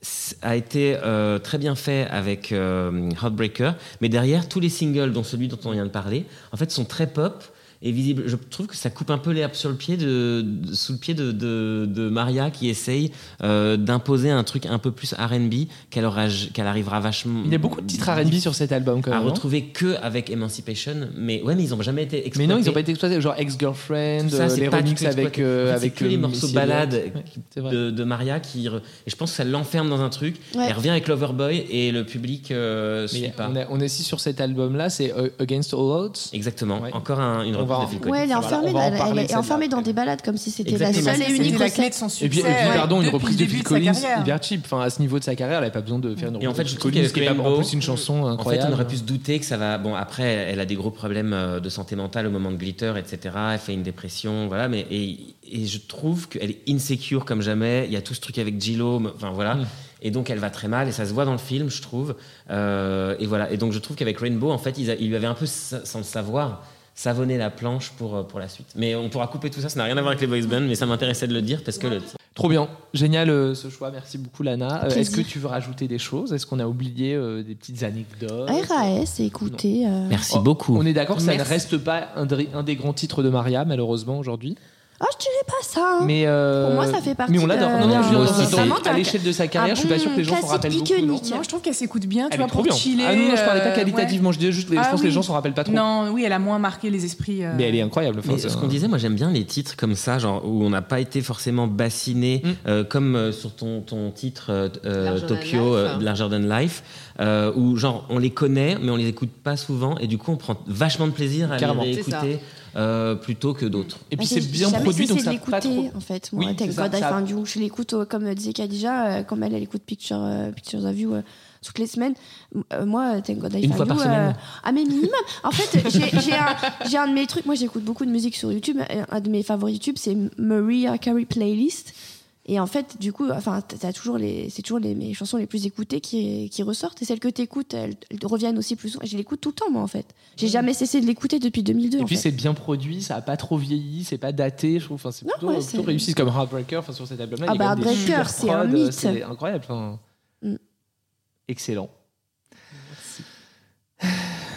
[SPEAKER 2] s- a été euh, très bien fait avec euh, Heartbreaker, mais derrière tous les singles, dont celui dont on vient de parler, en fait, sont très pop. Et visible, je trouve que ça coupe un peu l'herbe sur le pied de, de- sous le pied de, de- de Maria qui essaye euh, d'imposer un truc un peu plus R&B qu'elle aura- qu'elle arrivera vachement.
[SPEAKER 1] Il y a beaucoup de titres RB sur cet album, quand
[SPEAKER 2] à
[SPEAKER 1] même. hein. non
[SPEAKER 2] retrouver que avec Emancipation, mais ouais, mais ils ont jamais été
[SPEAKER 1] mais
[SPEAKER 2] exploités.
[SPEAKER 1] non, ils ont pas été exploités. Genre Ex-Girlfriend,
[SPEAKER 2] Tout ça,
[SPEAKER 1] euh,
[SPEAKER 2] c'est
[SPEAKER 1] les
[SPEAKER 2] pas du
[SPEAKER 1] remixes
[SPEAKER 2] tout
[SPEAKER 1] avec.
[SPEAKER 2] exploité.
[SPEAKER 1] euh,
[SPEAKER 2] En fait, c'est
[SPEAKER 1] avec
[SPEAKER 2] que les morceaux euh,
[SPEAKER 1] balades
[SPEAKER 2] balades
[SPEAKER 1] c'est vrai.
[SPEAKER 2] de, de Maria qui re- et je pense que ça l'enferme dans un truc.
[SPEAKER 5] Ouais.
[SPEAKER 2] Elle revient avec Loverboy et le public euh,
[SPEAKER 1] Mais
[SPEAKER 2] suit pas.
[SPEAKER 1] on, est- on est assis sur cet album-là, c'est euh, Against All Odds.
[SPEAKER 2] Exactement.
[SPEAKER 1] Ouais.
[SPEAKER 2] Encore un- une
[SPEAKER 1] On va
[SPEAKER 2] reprise
[SPEAKER 1] en-
[SPEAKER 2] de Phil Collins.
[SPEAKER 5] Ouais, elle est
[SPEAKER 1] Voilà,
[SPEAKER 5] enfermée,
[SPEAKER 1] on va en
[SPEAKER 5] elle-
[SPEAKER 1] parler
[SPEAKER 5] elle
[SPEAKER 1] de
[SPEAKER 5] est
[SPEAKER 1] celle-là
[SPEAKER 5] enfermée dans
[SPEAKER 1] après.
[SPEAKER 5] des balades comme si c'était la
[SPEAKER 2] Exactement.
[SPEAKER 5] seule et
[SPEAKER 4] C'était
[SPEAKER 5] unique
[SPEAKER 4] la
[SPEAKER 5] recette.
[SPEAKER 4] clé de son succès.
[SPEAKER 1] Et puis, et puis,
[SPEAKER 4] ouais,
[SPEAKER 1] pardon, une
[SPEAKER 4] depuis
[SPEAKER 1] reprise de
[SPEAKER 4] le début
[SPEAKER 1] Phil
[SPEAKER 4] sa
[SPEAKER 1] Collins
[SPEAKER 4] carrière.
[SPEAKER 1] hyper cheap. Enfin, à ce niveau de sa carrière, elle n'avait pas besoin de faire une
[SPEAKER 2] Et en
[SPEAKER 1] reprise
[SPEAKER 2] fait,
[SPEAKER 1] de
[SPEAKER 2] je
[SPEAKER 1] Phil
[SPEAKER 2] trouve
[SPEAKER 1] Collins,
[SPEAKER 2] qu'avec
[SPEAKER 1] qui est pas- en
[SPEAKER 2] Rainbow,
[SPEAKER 1] plus une chanson
[SPEAKER 2] En fait,
[SPEAKER 1] incroyable.
[SPEAKER 2] on aurait pu se douter que ça va. Bon, après, elle a des gros problèmes euh, de santé mentale au moment de Glitter, etc. Elle fait une dépression, voilà. Mais et, et je trouve qu'elle est insécure comme jamais. Il y a tout ce truc avec Gillo, m- enfin voilà.
[SPEAKER 1] Mm.
[SPEAKER 2] Et donc, elle va très mal et ça se voit dans le film, je trouve. Euh, et voilà. Et donc, je trouve qu'avec Rainbow, en fait, ils, a- ils lui avaient un peu, sa- sans le savoir, savonner la planche pour, euh, pour la suite. Mais on pourra couper tout ça, ça n'a rien à voir avec les boys bands, mais ça m'intéressait de le dire parce que le-
[SPEAKER 1] Trop bien, génial euh, ce choix, merci beaucoup Lana. Euh, Est-ce que
[SPEAKER 5] Plaisir.
[SPEAKER 1] tu veux rajouter des choses Est-ce qu'on a oublié euh, des petites anecdotes
[SPEAKER 5] RAS, écoutez. euh,
[SPEAKER 2] Merci
[SPEAKER 1] Oh,
[SPEAKER 2] beaucoup.
[SPEAKER 1] On est d'accord, ça ne
[SPEAKER 3] Merci.
[SPEAKER 1] reste pas un, dri- un des grands titres de Maria, malheureusement, aujourd'hui.
[SPEAKER 5] Ah, je dirais pas ça. hein.
[SPEAKER 1] Mais euh,
[SPEAKER 5] Pour moi, ça fait partie
[SPEAKER 1] Mais on l'adore.
[SPEAKER 5] de-
[SPEAKER 1] Non, non, je veux
[SPEAKER 2] Moi
[SPEAKER 1] dire,
[SPEAKER 2] aussi,
[SPEAKER 1] dans-
[SPEAKER 2] c'est-
[SPEAKER 5] Vraiment, t'as
[SPEAKER 1] à
[SPEAKER 5] un-
[SPEAKER 1] l'échelle de sa carrière, je suis pas
[SPEAKER 5] bon
[SPEAKER 1] sûr que les gens s'en
[SPEAKER 5] classique Hein,
[SPEAKER 1] rappellent beaucoup. non
[SPEAKER 5] iconique.
[SPEAKER 4] Non, je trouve qu'elle s'écoute bien, tu
[SPEAKER 1] Elle est
[SPEAKER 4] vois,
[SPEAKER 1] trop
[SPEAKER 4] pour
[SPEAKER 1] bien.
[SPEAKER 4] chiller.
[SPEAKER 1] Ah non, non, je parlais pas
[SPEAKER 4] euh,
[SPEAKER 1] qualitativement, je, dis juste, je
[SPEAKER 4] Ah
[SPEAKER 1] pense que les
[SPEAKER 4] oui.
[SPEAKER 1] gens s'en rappellent pas trop.
[SPEAKER 4] ouais. Non, oui, elle a moins marqué les esprits. euh,
[SPEAKER 1] Mais elle est incroyable. enfin,
[SPEAKER 2] Mais
[SPEAKER 1] c'est
[SPEAKER 2] ce
[SPEAKER 1] un-
[SPEAKER 2] qu'on disait, moi j'aime bien les titres comme ça, genre où on n'a pas été forcément bassiné,
[SPEAKER 1] Mm.
[SPEAKER 2] euh, comme euh, sur ton, ton titre euh, euh,
[SPEAKER 3] Larger than
[SPEAKER 2] Tokyo,
[SPEAKER 3] Life.
[SPEAKER 2] euh, Larger Than Life, euh, où genre on les connaît, mais on les écoute pas souvent, et du coup on prend vachement de plaisir à
[SPEAKER 1] Carrément.
[SPEAKER 2] les
[SPEAKER 3] C'est ça.
[SPEAKER 2] écouter euh, plutôt que d'autres.
[SPEAKER 1] Et puis
[SPEAKER 5] Bah,
[SPEAKER 1] c'est
[SPEAKER 5] j'ai
[SPEAKER 1] bien
[SPEAKER 5] jamais
[SPEAKER 1] produit,
[SPEAKER 5] cessé
[SPEAKER 1] donc
[SPEAKER 5] de
[SPEAKER 1] ça pas trop.
[SPEAKER 5] l'écouter, en fait. Moi,
[SPEAKER 1] Oui,
[SPEAKER 5] Thank
[SPEAKER 1] c'est ça,
[SPEAKER 5] God I
[SPEAKER 1] ça-
[SPEAKER 5] Found You. Je l'écoute, euh, comme disait Khadija, euh, comme elle, elle écoute Picture, euh, Pictures of You euh, toutes les semaines. M- euh, moi, euh, Thank God I
[SPEAKER 2] Une
[SPEAKER 5] Found
[SPEAKER 2] fois
[SPEAKER 5] You.
[SPEAKER 2] par semaine.
[SPEAKER 5] ah, mais minimum. En fait, j'ai- j'ai un, j'ai un de mes trucs. Moi, j'écoute beaucoup de musique sur YouTube. euh, Un- Un de mes favoris YouTube, c'est Maria Carey Playlist. Et en fait, du coup, enfin, t'as toujours les, c'est toujours les, mes chansons les plus écoutées qui, qui ressortent. Et celles que t'écoutes, elles, elles reviennent aussi plus souvent. Je l'écoute tout le temps, moi, en fait. J'ai jamais cessé de l'écouter depuis 2002.
[SPEAKER 1] Et
[SPEAKER 5] en
[SPEAKER 1] puis
[SPEAKER 5] fait.
[SPEAKER 1] c'est bien produit, ça a pas trop vieilli, c'est pas daté, je trouve. Enfin, c'est
[SPEAKER 5] Non,
[SPEAKER 1] plutôt,
[SPEAKER 5] ouais,
[SPEAKER 1] plutôt
[SPEAKER 5] c'est-
[SPEAKER 1] réussi. C'est comme Heartbreaker, enfin, sur cet album-là.
[SPEAKER 5] Ah
[SPEAKER 1] il y a
[SPEAKER 5] bah,
[SPEAKER 1] quand même des super
[SPEAKER 5] Heartbreaker, c'est un
[SPEAKER 1] prods, euh,
[SPEAKER 5] mythe.
[SPEAKER 1] C'est incroyable. enfin.
[SPEAKER 5] Mm.
[SPEAKER 1] Excellent.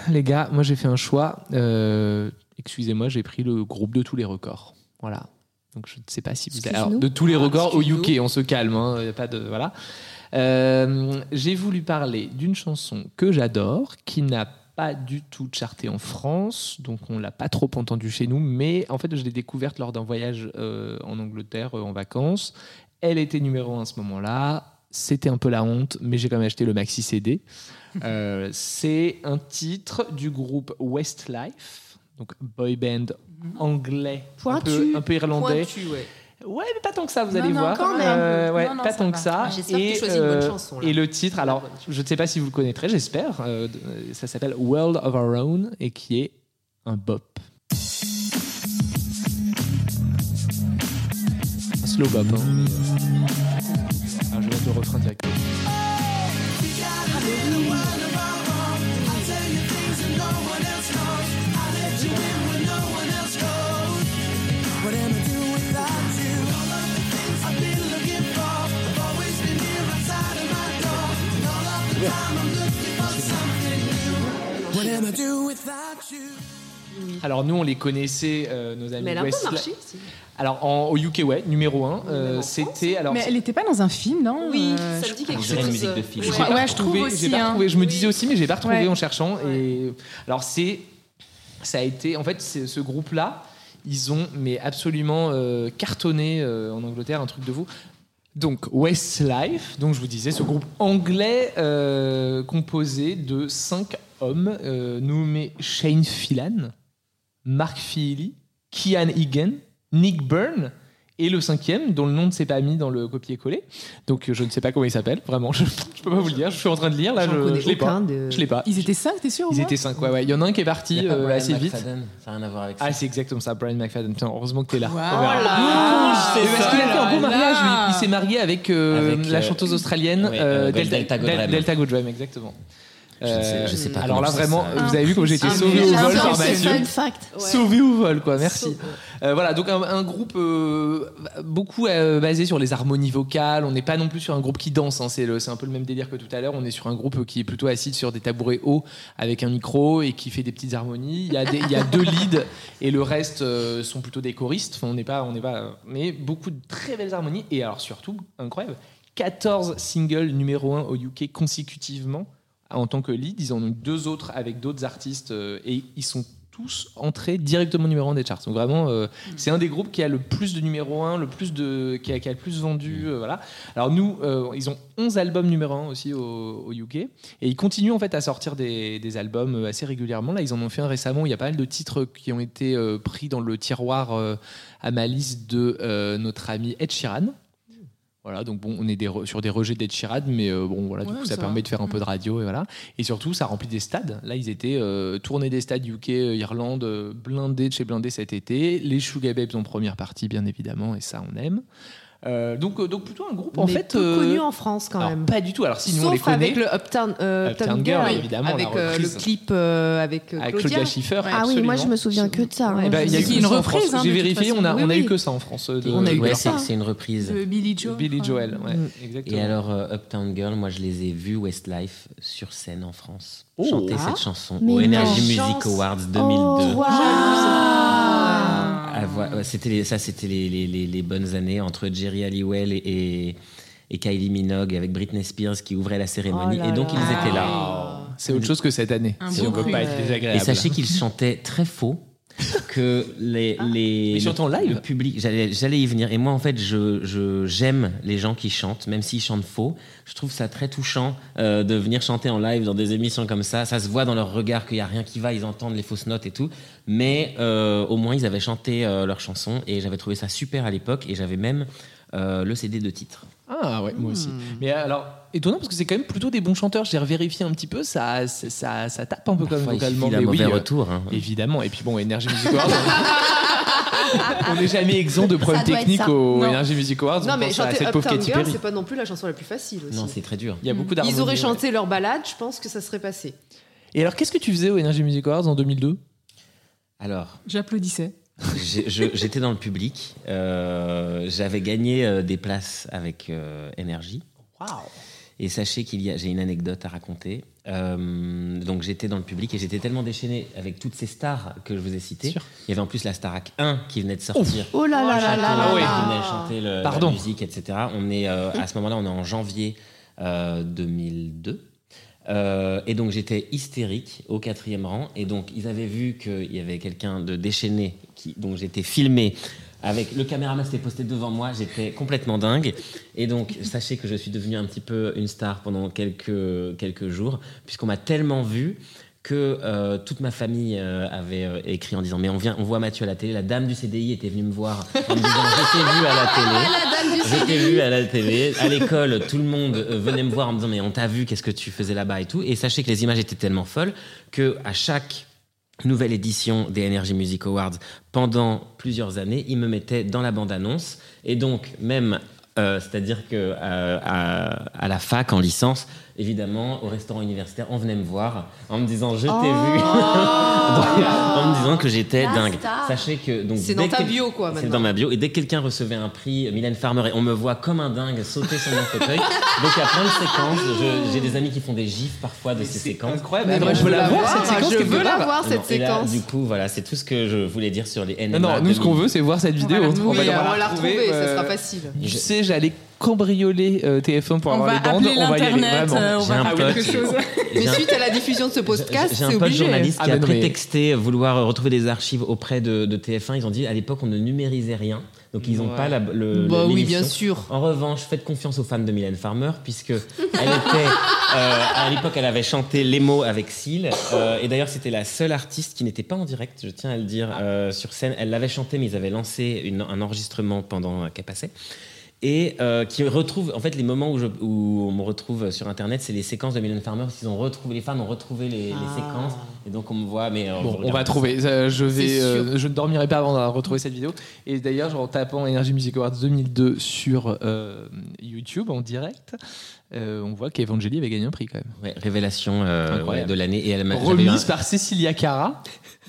[SPEAKER 1] Les gars, moi j'ai fait un choix. Euh, Excusez-moi, j'ai pris le groupe de tous les records. Voilà. Donc je ne sais pas si vous avez. Alors,
[SPEAKER 5] Excuse-nous.
[SPEAKER 1] de tous les records au
[SPEAKER 3] excuse-nous.
[SPEAKER 1] UK, on se calme. hein, y a pas de. Voilà. Euh, j'ai voulu parler d'une chanson que j'adore, qui n'a pas du tout charté en France, donc on l'a pas trop entendue chez nous, mais en fait je l'ai découverte lors d'un voyage euh, en Angleterre euh, en vacances. Elle était numéro un à ce moment-là, c'était un peu la honte, mais j'ai quand même acheté le maxi CD. Euh, c'est un titre du groupe Westlife, donc boy band anglais, un peu,
[SPEAKER 5] Pointu.
[SPEAKER 1] un peu irlandais.
[SPEAKER 3] Pointu, ouais.
[SPEAKER 1] Ouais, mais pas tant que ça, vous
[SPEAKER 4] Non,
[SPEAKER 1] allez
[SPEAKER 4] non,
[SPEAKER 1] voir. Euh,
[SPEAKER 5] quand même.
[SPEAKER 1] ouais,
[SPEAKER 4] Non, non,
[SPEAKER 1] pas
[SPEAKER 4] ça
[SPEAKER 1] tant
[SPEAKER 4] va.
[SPEAKER 1] que ça.
[SPEAKER 3] Ah, J'espère que
[SPEAKER 1] Et,
[SPEAKER 3] tu choisis une bonne
[SPEAKER 1] euh,
[SPEAKER 3] chanson, là.
[SPEAKER 1] Et le titre, alors,
[SPEAKER 3] bonne chanson.
[SPEAKER 1] je ne sais pas si vous le connaîtrez, j'espère. euh, de- ça s'appelle World of Our Own et qui est un bop. Un slow bop. Hein. Alors, je vais mettre le refrain direct.
[SPEAKER 6] What am I doing without you?
[SPEAKER 1] Alors, nous, on les connaissait, euh, nos amis
[SPEAKER 3] Mais elle a un peu
[SPEAKER 1] Westlife.
[SPEAKER 3] marché. c'est-
[SPEAKER 1] Alors, en, au UK, ouais, numéro 1.
[SPEAKER 3] Même en France.
[SPEAKER 1] C'était. Alors,
[SPEAKER 4] Mais elle n'était pas dans un film, non
[SPEAKER 3] Oui,
[SPEAKER 4] Euh,
[SPEAKER 3] ça me dit
[SPEAKER 2] on
[SPEAKER 3] quelque
[SPEAKER 2] dirait une
[SPEAKER 3] chose.
[SPEAKER 2] musique de film.
[SPEAKER 3] Ouais.
[SPEAKER 1] J'ai pas
[SPEAKER 4] ouais, je trouve
[SPEAKER 1] retrouvé-
[SPEAKER 4] aussi,
[SPEAKER 1] j'ai pas
[SPEAKER 4] hein.
[SPEAKER 1] retrouvé, je me
[SPEAKER 3] Oui.
[SPEAKER 1] disais aussi, mais j'ai pas retrouvé
[SPEAKER 4] Ouais.
[SPEAKER 1] en cherchant. Et alors c'est, ça a été, en fait, c'est- ce groupe-là, ils ont mais absolument euh, cartonné euh, en Angleterre, un truc de vous. Donc Westlife, donc je vous disais, ce groupe anglais euh, composé de cinq hommes euh, nommés Shane Filan, Mark Feely, Kian Egan, Nick Byrne et le cinquième, dont le nom ne s'est pas mis dans le copier-coller. Donc euh, je ne sais pas comment il s'appelle, vraiment, je, je peux pas vous le dire. Je suis en train de lire, là,
[SPEAKER 3] J'en
[SPEAKER 1] je,
[SPEAKER 3] connais
[SPEAKER 1] je l'ai pas.
[SPEAKER 3] aucun de- Ah,
[SPEAKER 1] Je l'ai pas.
[SPEAKER 4] Ils étaient cinq, t'es sûr au
[SPEAKER 1] euh, Ils
[SPEAKER 4] moins
[SPEAKER 1] étaient cinq, ouais, ouais. Il y en a un qui est
[SPEAKER 2] Il
[SPEAKER 1] parti
[SPEAKER 2] y a pas
[SPEAKER 1] euh,
[SPEAKER 2] Brian
[SPEAKER 1] assez vite.
[SPEAKER 2] McFadden, Ça n'a rien à voir avec ça.
[SPEAKER 1] Ah, c'est exactement ça, Brian McFadden. Putain, heureusement que t'es là.
[SPEAKER 4] Wow.
[SPEAKER 1] On verra.
[SPEAKER 4] Ah,
[SPEAKER 1] Mais parce qu'il a fait un beau
[SPEAKER 4] Voilà.
[SPEAKER 1] mariage, lui. Il s'est marié avec, euh,
[SPEAKER 2] Avec,
[SPEAKER 1] la
[SPEAKER 2] euh,
[SPEAKER 1] chanteuse australienne
[SPEAKER 2] ouais,
[SPEAKER 1] euh,
[SPEAKER 2] euh,
[SPEAKER 1] Delta,
[SPEAKER 2] Delta Goddard.
[SPEAKER 1] Del- Delta Goddard, exactement. Euh,
[SPEAKER 2] Je ne sais- je sais pas
[SPEAKER 1] alors
[SPEAKER 2] comment
[SPEAKER 1] là,
[SPEAKER 2] ça
[SPEAKER 1] vraiment,
[SPEAKER 2] s'appelle.
[SPEAKER 1] vous avez vu comme j'ai été
[SPEAKER 3] Ah,
[SPEAKER 1] sauvé au
[SPEAKER 3] mais j'ai
[SPEAKER 1] vol
[SPEAKER 3] adoré
[SPEAKER 1] par
[SPEAKER 3] ce
[SPEAKER 1] Mathieu.
[SPEAKER 5] fun fact.
[SPEAKER 3] Ouais.
[SPEAKER 1] Sauvé au vol, quoi, merci.
[SPEAKER 3] Sauvé.
[SPEAKER 1] Euh, voilà, donc un, un groupe euh, beaucoup euh, basé sur les harmonies vocales. On n'est pas non plus sur un groupe qui danse, hein. c'est le- c'est un peu le même délire que tout à l'heure. On est sur un groupe qui est plutôt assis sur des tabourets hauts avec un micro et qui fait des petites harmonies. Il y a, des- il y a deux leads et le reste euh, sont plutôt des choristes. Enfin, on n'est pas, on n'est pas, euh, mais beaucoup de très belles harmonies. Et alors surtout, incroyable, 14 singles numéro 1 au UK consécutivement en tant que lead. Ils en ont eu deux autres avec d'autres artistes euh, et ils sont tous entrés directement numéro 1 des charts. Donc vraiment, euh,
[SPEAKER 4] Mm.
[SPEAKER 1] c'est un des groupes qui a le plus de numéro 1, le plus de, qui, a, qui a le plus vendu. euh, voilà. Alors nous, euh, ils ont 11 albums numéro 1 aussi au, au UK et ils continuent en fait à sortir des, des albums euh, assez régulièrement. Là, ils en ont fait un récemment où il y a pas mal de titres qui ont été euh, pris dans le tiroir euh, à ma liste de euh, notre ami Ed Sheeran. Voilà, donc bon, on est des re- sur des rejets d'Ed Sheeran, mais euh, bon, voilà, du
[SPEAKER 4] Ouais,
[SPEAKER 1] coup, ça,
[SPEAKER 4] ça va. Mm.
[SPEAKER 1] permet de faire un peu de radio et voilà. Et surtout, ça remplit des stades. Là, ils étaient euh, tournés des stades UK, euh, Irlande, euh, blindés de chez blindés cet été. Les Sugar Babes en première partie, bien évidemment, et ça, on aime. Euh, donc, euh, donc plutôt un groupe en
[SPEAKER 3] mais
[SPEAKER 1] fait.
[SPEAKER 3] peu
[SPEAKER 1] euh,
[SPEAKER 3] connu en France quand
[SPEAKER 1] alors,
[SPEAKER 3] même.
[SPEAKER 1] pas du tout. Alors sinon on les
[SPEAKER 3] Sauf
[SPEAKER 1] connaît.
[SPEAKER 3] avec le Uptown, euh,
[SPEAKER 1] Uptown
[SPEAKER 3] Uptown
[SPEAKER 1] Girl,
[SPEAKER 3] Girl,
[SPEAKER 1] évidemment,
[SPEAKER 3] avec
[SPEAKER 1] la
[SPEAKER 3] euh, le
[SPEAKER 1] reprise.
[SPEAKER 3] clip euh, avec, euh,
[SPEAKER 1] Avec
[SPEAKER 3] Claudia.
[SPEAKER 1] Claudia Schiffer.
[SPEAKER 5] Ah oui, moi je me souviens que de ça. hein.
[SPEAKER 3] Ouais.
[SPEAKER 1] Eh ben, il y a eu
[SPEAKER 4] C'est
[SPEAKER 1] que
[SPEAKER 4] une
[SPEAKER 1] ça en
[SPEAKER 4] reprise,
[SPEAKER 1] France.
[SPEAKER 4] hein,
[SPEAKER 1] J'ai
[SPEAKER 4] de toute
[SPEAKER 1] vérifié,
[SPEAKER 4] façon.
[SPEAKER 1] on a,
[SPEAKER 3] Oui,
[SPEAKER 1] on a eu
[SPEAKER 3] oui.
[SPEAKER 1] que ça en France. euh, de-
[SPEAKER 3] On a eu
[SPEAKER 1] de
[SPEAKER 3] que
[SPEAKER 2] Ouais,
[SPEAKER 1] leur-
[SPEAKER 2] c'est
[SPEAKER 3] ça.
[SPEAKER 2] c'est une reprise.
[SPEAKER 4] De Billy Joe.
[SPEAKER 1] Billy Joel, ouais,
[SPEAKER 3] Mm.
[SPEAKER 1] exactement.
[SPEAKER 2] Et alors, euh, Uptown Girl, moi je les ai vus Westlife sur scène en France
[SPEAKER 1] Oh.
[SPEAKER 2] chanter
[SPEAKER 3] Ah.
[SPEAKER 2] cette chanson
[SPEAKER 5] Mais
[SPEAKER 2] au
[SPEAKER 5] non.
[SPEAKER 2] Energy
[SPEAKER 3] Chance.
[SPEAKER 2] Music Awards 2002.
[SPEAKER 5] Oh, waouh.
[SPEAKER 2] Ah, voilà, ouais, c'était les- ça, c'était les, les- les- les bonnes années entre Jerry Halliwell et, et, et Kylie Minogue avec Britney Spears qui ouvrait la cérémonie.
[SPEAKER 3] Oh là
[SPEAKER 2] et donc
[SPEAKER 3] là.
[SPEAKER 2] ils étaient là.
[SPEAKER 1] Ah, C'est autre chose que cette année.
[SPEAKER 4] Un
[SPEAKER 1] si
[SPEAKER 4] beau
[SPEAKER 1] on veut
[SPEAKER 4] cru,
[SPEAKER 1] pas
[SPEAKER 3] ouais.
[SPEAKER 1] être désagréable.
[SPEAKER 2] Et sachez qu'ils chantaient très faux. Que les. les
[SPEAKER 1] Ils chantent en live
[SPEAKER 2] le public. J'allais j'allais y venir. Et moi, en fait, j'aime je, j'aime les gens qui chantent, même s'ils chantent faux. Je trouve ça très touchant euh, de venir chanter en live dans des émissions comme ça. Ça se voit dans leur regard qu'il n'y a rien qui va. Ils entendent les fausses notes et tout. Mais euh, au moins, ils avaient chanté euh, leurs chansons. Et j'avais trouvé ça super à l'époque. Et j'avais même euh, le CD de titre.
[SPEAKER 1] Ah ouais, moi
[SPEAKER 3] Hmm.
[SPEAKER 1] aussi. Mais alors, étonnant parce que c'est quand même plutôt des bons chanteurs. J'ai revérifié un petit peu, ça, ça, ça, ça tape un peu quand même
[SPEAKER 2] Parfois, il
[SPEAKER 1] vocalement.
[SPEAKER 2] suffit d'un
[SPEAKER 1] mais oui,
[SPEAKER 2] mauvais
[SPEAKER 1] euh,
[SPEAKER 2] retour. hein.
[SPEAKER 1] évidemment. Et puis bon, Energy Music Awards. hein. on- on n'est jamais exempt de problèmes
[SPEAKER 5] Ça doit être
[SPEAKER 1] techniques
[SPEAKER 5] ça.
[SPEAKER 1] au
[SPEAKER 3] Non.
[SPEAKER 1] Energy Music Awards.
[SPEAKER 3] Non
[SPEAKER 1] on
[SPEAKER 3] mais
[SPEAKER 1] pense à
[SPEAKER 3] chanter
[SPEAKER 1] cette pauvre
[SPEAKER 3] Uptown
[SPEAKER 1] Katy
[SPEAKER 3] Girl,
[SPEAKER 1] Perry.
[SPEAKER 3] c'est pas non plus la chanson la plus facile aussi.
[SPEAKER 2] Non, c'est très dur.
[SPEAKER 1] Il y a beaucoup d'harmonie.
[SPEAKER 3] Ils auraient
[SPEAKER 1] ouais.
[SPEAKER 3] chanté leur balade, je pense que ça serait passé.
[SPEAKER 1] Et alors, qu'est-ce que tu faisais au Energy Music Awards en 2002
[SPEAKER 2] Alors.
[SPEAKER 4] J'applaudissais.
[SPEAKER 2] J'ai- je- J'étais dans le public. euh, J'avais gagné euh, des places avec euh, Énergie. Et sachez qu'il y a, j'ai une anecdote à raconter. Euh, donc j'étais dans le public et j'étais tellement déchaîné avec toutes ces stars que je vous ai citées.
[SPEAKER 1] Sûr.
[SPEAKER 2] Il y avait en plus la Starac 1 qui venait de sortir.
[SPEAKER 5] Oh là là là
[SPEAKER 2] Chanter,
[SPEAKER 5] là
[SPEAKER 1] Ah
[SPEAKER 5] là
[SPEAKER 1] oui.
[SPEAKER 5] là.
[SPEAKER 2] qui venait chanter euh, le-
[SPEAKER 1] Pardon.
[SPEAKER 2] la musique, etc. On est euh, à ce moment-là, on est en janvier euh, 2002. Euh, et donc j'étais hystérique au quatrième rang. Et donc ils avaient vu qu'il y avait quelqu'un de déchaîné, qui, donc j'étais filmé. Avec le caméraman s'était posté devant moi, j'étais complètement dingue. Et donc, sachez que je suis devenu un petit peu une star pendant quelques, quelques jours, puisqu'on m'a tellement vu que euh, toute ma famille euh, avait euh, écrit en disant Mais on, vient, on voit Mathieu à la télé. La dame du CDI était venue me voir en me disant Je t'ai vu à la télé. J'étais vu à la télé, à l'école, tout le monde euh, venait me voir en me disant mais on t'a vu, qu'est-ce que tu faisais là-bas et tout. Et sachez que les images étaient tellement folles que à chaque nouvelle édition des Energy Music Awards, pendant plusieurs années, ils me mettaient dans la bande-annonce. Et donc même, euh, c'est-à-dire que euh, à, à la fac en licence, évidemment, au restaurant universitaire, on venait me voir en me disant je t'ai vu, Donc, en me disant que j'étais
[SPEAKER 5] Oh. La
[SPEAKER 2] dingue.
[SPEAKER 5] star.
[SPEAKER 2] Sachez que donc
[SPEAKER 3] C'est
[SPEAKER 2] dès
[SPEAKER 3] dans ta
[SPEAKER 2] que-
[SPEAKER 3] bio quoi
[SPEAKER 2] c'est dans
[SPEAKER 3] maintenant.
[SPEAKER 2] ma bio. Et dès que quelqu'un recevait un prix, euh, Mylène Farmer, et on me voit comme un dingue sauter sur mon fauteuil. Donc il y a plein de séquences. Je- J'ai des amis qui font des gifs parfois de ces séquences.
[SPEAKER 1] Incroyable.
[SPEAKER 3] Mais
[SPEAKER 1] Alors,
[SPEAKER 3] moi,
[SPEAKER 1] je veux la voir, cette
[SPEAKER 3] hein,
[SPEAKER 1] séquence
[SPEAKER 3] Je
[SPEAKER 1] quelque
[SPEAKER 3] veux la
[SPEAKER 1] part.
[SPEAKER 3] voir cette
[SPEAKER 2] Non, et là,
[SPEAKER 3] séquence.
[SPEAKER 2] du coup, voilà, c'est tout ce que je voulais dire sur les
[SPEAKER 1] Non,
[SPEAKER 2] NMA.
[SPEAKER 1] non, nous ce qu'on veut, c'est voir cette
[SPEAKER 4] va
[SPEAKER 1] vidéo.
[SPEAKER 4] la
[SPEAKER 3] Oui, on va la retrouver,
[SPEAKER 1] euh,
[SPEAKER 3] ça sera facile.
[SPEAKER 1] Tu sais, j'allais cambrioler euh, TF1 pour
[SPEAKER 4] On
[SPEAKER 1] avoir
[SPEAKER 4] va
[SPEAKER 1] les bandes.
[SPEAKER 4] appeler
[SPEAKER 1] On va y aller
[SPEAKER 4] l'Internet,
[SPEAKER 1] vraiment.
[SPEAKER 4] euh, on
[SPEAKER 2] J'ai
[SPEAKER 4] va
[SPEAKER 2] un
[SPEAKER 4] faire quelque
[SPEAKER 2] pote.
[SPEAKER 4] chose.
[SPEAKER 2] J'ai
[SPEAKER 3] Mais
[SPEAKER 2] un-
[SPEAKER 3] suite à la diffusion de ce podcast,
[SPEAKER 2] J'ai
[SPEAKER 3] c'est
[SPEAKER 2] un pote
[SPEAKER 3] obligé.
[SPEAKER 2] journaliste
[SPEAKER 1] Ah,
[SPEAKER 2] qui a
[SPEAKER 1] ben non, mais-
[SPEAKER 2] prétexté vouloir retrouver des archives auprès de, de TF1. Ils ont dit à l'époque on ne numérisait rien, donc ils n'ont
[SPEAKER 1] Ouais.
[SPEAKER 2] pas la, le.
[SPEAKER 3] Bah oui,
[SPEAKER 2] l'émission.
[SPEAKER 3] bien sûr.
[SPEAKER 2] En revanche, faites confiance aux fans de Mylène Farmer, puisque elle était, euh, à l'époque, elle avait chanté les mots avec Seal. euh, et d'ailleurs, c'était la seule artiste qui n'était pas en direct, je tiens à le dire, euh, sur scène. Elle l'avait chanté, mais ils avaient lancé une- un enregistrement pendant euh, qu'elle passait. Et euh, qui retrouve, en fait, les moments où, je- où on me retrouve sur Internet, c'est les séquences de Mylène Farmer. Ils ont retrouvé, les fans ont retrouvé les, les
[SPEAKER 3] Ah.
[SPEAKER 2] séquences. Et donc, on me voit, mais. euh, vous
[SPEAKER 1] Bon, on
[SPEAKER 2] regardez
[SPEAKER 1] va
[SPEAKER 2] ça.
[SPEAKER 1] trouver. Euh, je vais,
[SPEAKER 3] C'est sûr.
[SPEAKER 1] euh, je ne dormirai pas avant de retrouver cette vidéo. Et d'ailleurs, en tapant Energy Music Awards 2002 sur euh, YouTube en direct, euh, on voit qu'Evangeli avait gagné un prix quand même.
[SPEAKER 2] Ouais, révélation euh,
[SPEAKER 1] Incroyable.
[SPEAKER 2] ouais, de l'année. Et elle m'a j'avais eu un-
[SPEAKER 1] Remise par Cecilia Cara,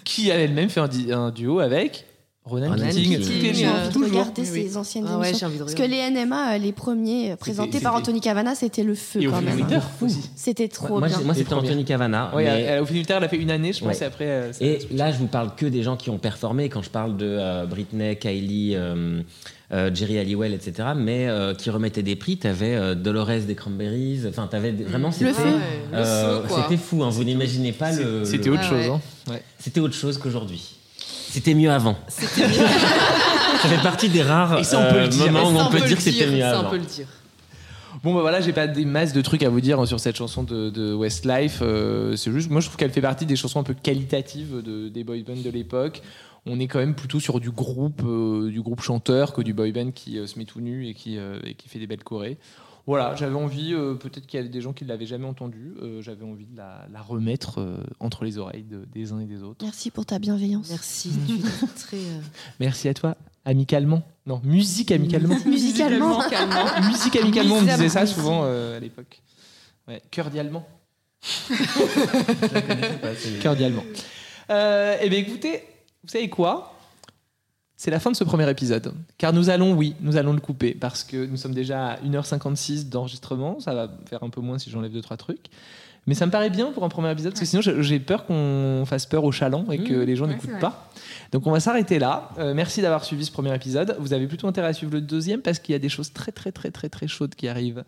[SPEAKER 1] qui a elle-même fait un, di- un duo avec Ronan
[SPEAKER 2] Ronan
[SPEAKER 1] Keating.
[SPEAKER 2] Keating.
[SPEAKER 1] Toutes les
[SPEAKER 5] J'ai
[SPEAKER 3] euh,
[SPEAKER 1] gens,
[SPEAKER 5] envie de
[SPEAKER 1] toujours.
[SPEAKER 5] regarder
[SPEAKER 1] Oui, oui.
[SPEAKER 5] ces anciennes
[SPEAKER 3] Ah ouais,
[SPEAKER 5] émissions.
[SPEAKER 3] j'ai envie de
[SPEAKER 5] Parce que
[SPEAKER 3] regarder.
[SPEAKER 5] les NMA, euh, les premiers euh, présentés par
[SPEAKER 1] c'était-
[SPEAKER 5] Anthony Cavana, c'était le feu
[SPEAKER 1] Et au
[SPEAKER 5] quand
[SPEAKER 1] film
[SPEAKER 5] même. hein.
[SPEAKER 1] Winter aussi.
[SPEAKER 5] C'était trop
[SPEAKER 2] Moi,
[SPEAKER 5] bien.
[SPEAKER 2] j'ai- moi,
[SPEAKER 1] Les
[SPEAKER 2] c'était
[SPEAKER 1] premières.
[SPEAKER 2] Anthony Cavana.
[SPEAKER 1] Ouais,
[SPEAKER 2] mais-
[SPEAKER 1] elle- au film Winter, elle a fait une année, je pense,
[SPEAKER 2] Ouais.
[SPEAKER 1] et après. euh, ça-
[SPEAKER 2] Et là, je vous parle que des gens qui ont performé. Quand je parle de euh, Britney, Kylie, euh, euh, Jerry Halliwell, etc., mais euh, qui remettaient des prix, t'avais euh, Dolores des Cranberries. Enfin, t'avais des- vraiment c'était.
[SPEAKER 5] feu.
[SPEAKER 3] Ouais, le
[SPEAKER 2] euh,
[SPEAKER 3] feu, quoi.
[SPEAKER 2] c'était fou, hein, vous n'imaginez pas le.
[SPEAKER 1] C'était
[SPEAKER 2] le-
[SPEAKER 1] autre
[SPEAKER 3] Ah
[SPEAKER 1] chose.
[SPEAKER 3] ouais.
[SPEAKER 1] hein.
[SPEAKER 2] C'était autre chose qu'aujourd'hui. C'était mieux avant. ça fait partie des rares
[SPEAKER 1] Et ça, on peut le
[SPEAKER 2] euh,
[SPEAKER 1] dire.
[SPEAKER 2] moments où
[SPEAKER 3] Ça,
[SPEAKER 2] on peut dire que c'était mieux
[SPEAKER 3] ça,
[SPEAKER 2] avant.
[SPEAKER 3] on peut le dire.
[SPEAKER 1] Bon bah voilà, j'ai pas des masses de trucs à vous dire hein, sur cette chanson de, de Westlife. Euh, c'est juste, moi je trouve qu'elle fait partie des chansons un peu qualitatives de- des boy bands de l'époque. On est quand même plutôt sur du groupe, euh, du groupe chanteur que du boy band qui euh, se met tout nu et qui, euh, et qui fait des belles chorées. Voilà, j'avais envie, euh, peut-être qu'il y a des gens qui ne l'avaient jamais entendue, euh, j'avais envie de la, la remettre euh, entre les oreilles de- des uns et des autres.
[SPEAKER 5] Merci pour ta bienveillance.
[SPEAKER 3] Merci, tu es très. euh,
[SPEAKER 1] Merci à toi, amicalement. Non, musique amicalement.
[SPEAKER 5] Musicalement.
[SPEAKER 1] musique amicalement, on me disait ça souvent euh, à l'époque. Ouais, cœur d'allemand. Cœur d'allemand. Euh, eh bien, écoutez, vous savez quoi C'est la fin de ce premier épisode. Car nous allons, oui, nous allons le couper. Parce que nous sommes déjà à 1h56 d'enregistrement. Ça va faire un peu moins si j'enlève 2-3 trucs. Mais ça me paraît bien pour un premier épisode. Parce que sinon, j'ai- j'ai peur qu'on fasse peur aux chalands et que les gens
[SPEAKER 4] Mmh. ouais, c'est
[SPEAKER 1] n'écoutent
[SPEAKER 4] vrai.
[SPEAKER 1] pas. Donc, on va s'arrêter là. Euh, merci d'avoir suivi ce premier épisode. Vous avez plutôt intérêt à suivre le deuxième parce qu'il y a des choses très, très, très, très, très chaudes qui arrivent.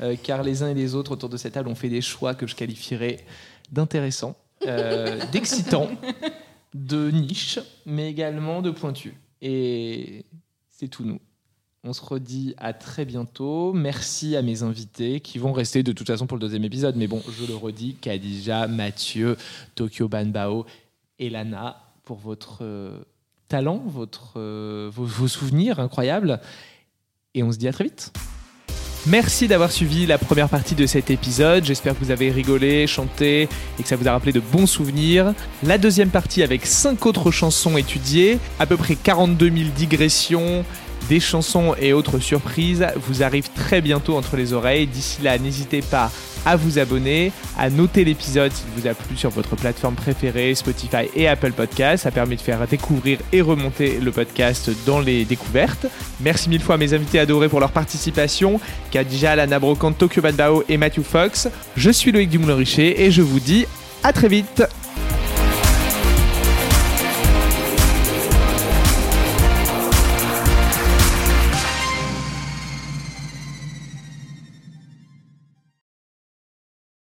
[SPEAKER 1] Euh, car les uns et les autres autour de cette table ont fait des choix que je qualifierais d'intéressants, euh, d'excitants, de niche, mais également de pointu. Et c'est tout nous. On se redit à très bientôt. Merci à mes invités qui vont rester de toute façon pour le deuxième épisode. Mais bon, je le redis, Khadija, Mathieu, Tokyo Banbao et Lana pour votre euh, talent, votre, euh, vos- vos souvenirs incroyables. Et on se dit à très vite. Merci d'avoir suivi la première partie de cet épisode. J'espère que vous avez rigolé, chanté et que ça vous a rappelé de bons souvenirs. La deuxième partie avec cinq autres chansons étudiées, à peu près 42 000 digressions, des chansons et autres surprises vous arrive très bientôt entre les oreilles. D'ici là, n'hésitez pas à vous abonner, à noter l'épisode s'il vous a plu sur votre plateforme préférée, Spotify et Apple Podcast. Ça permet de faire découvrir et remonter le podcast dans les découvertes. Merci mille fois à mes invités adorés pour leur participation. Kadija, Lana Brocante, Tokyo Badbao et Matthew Fox. Je suis Loïc Dumoulin-Richer et je vous dis à très vite.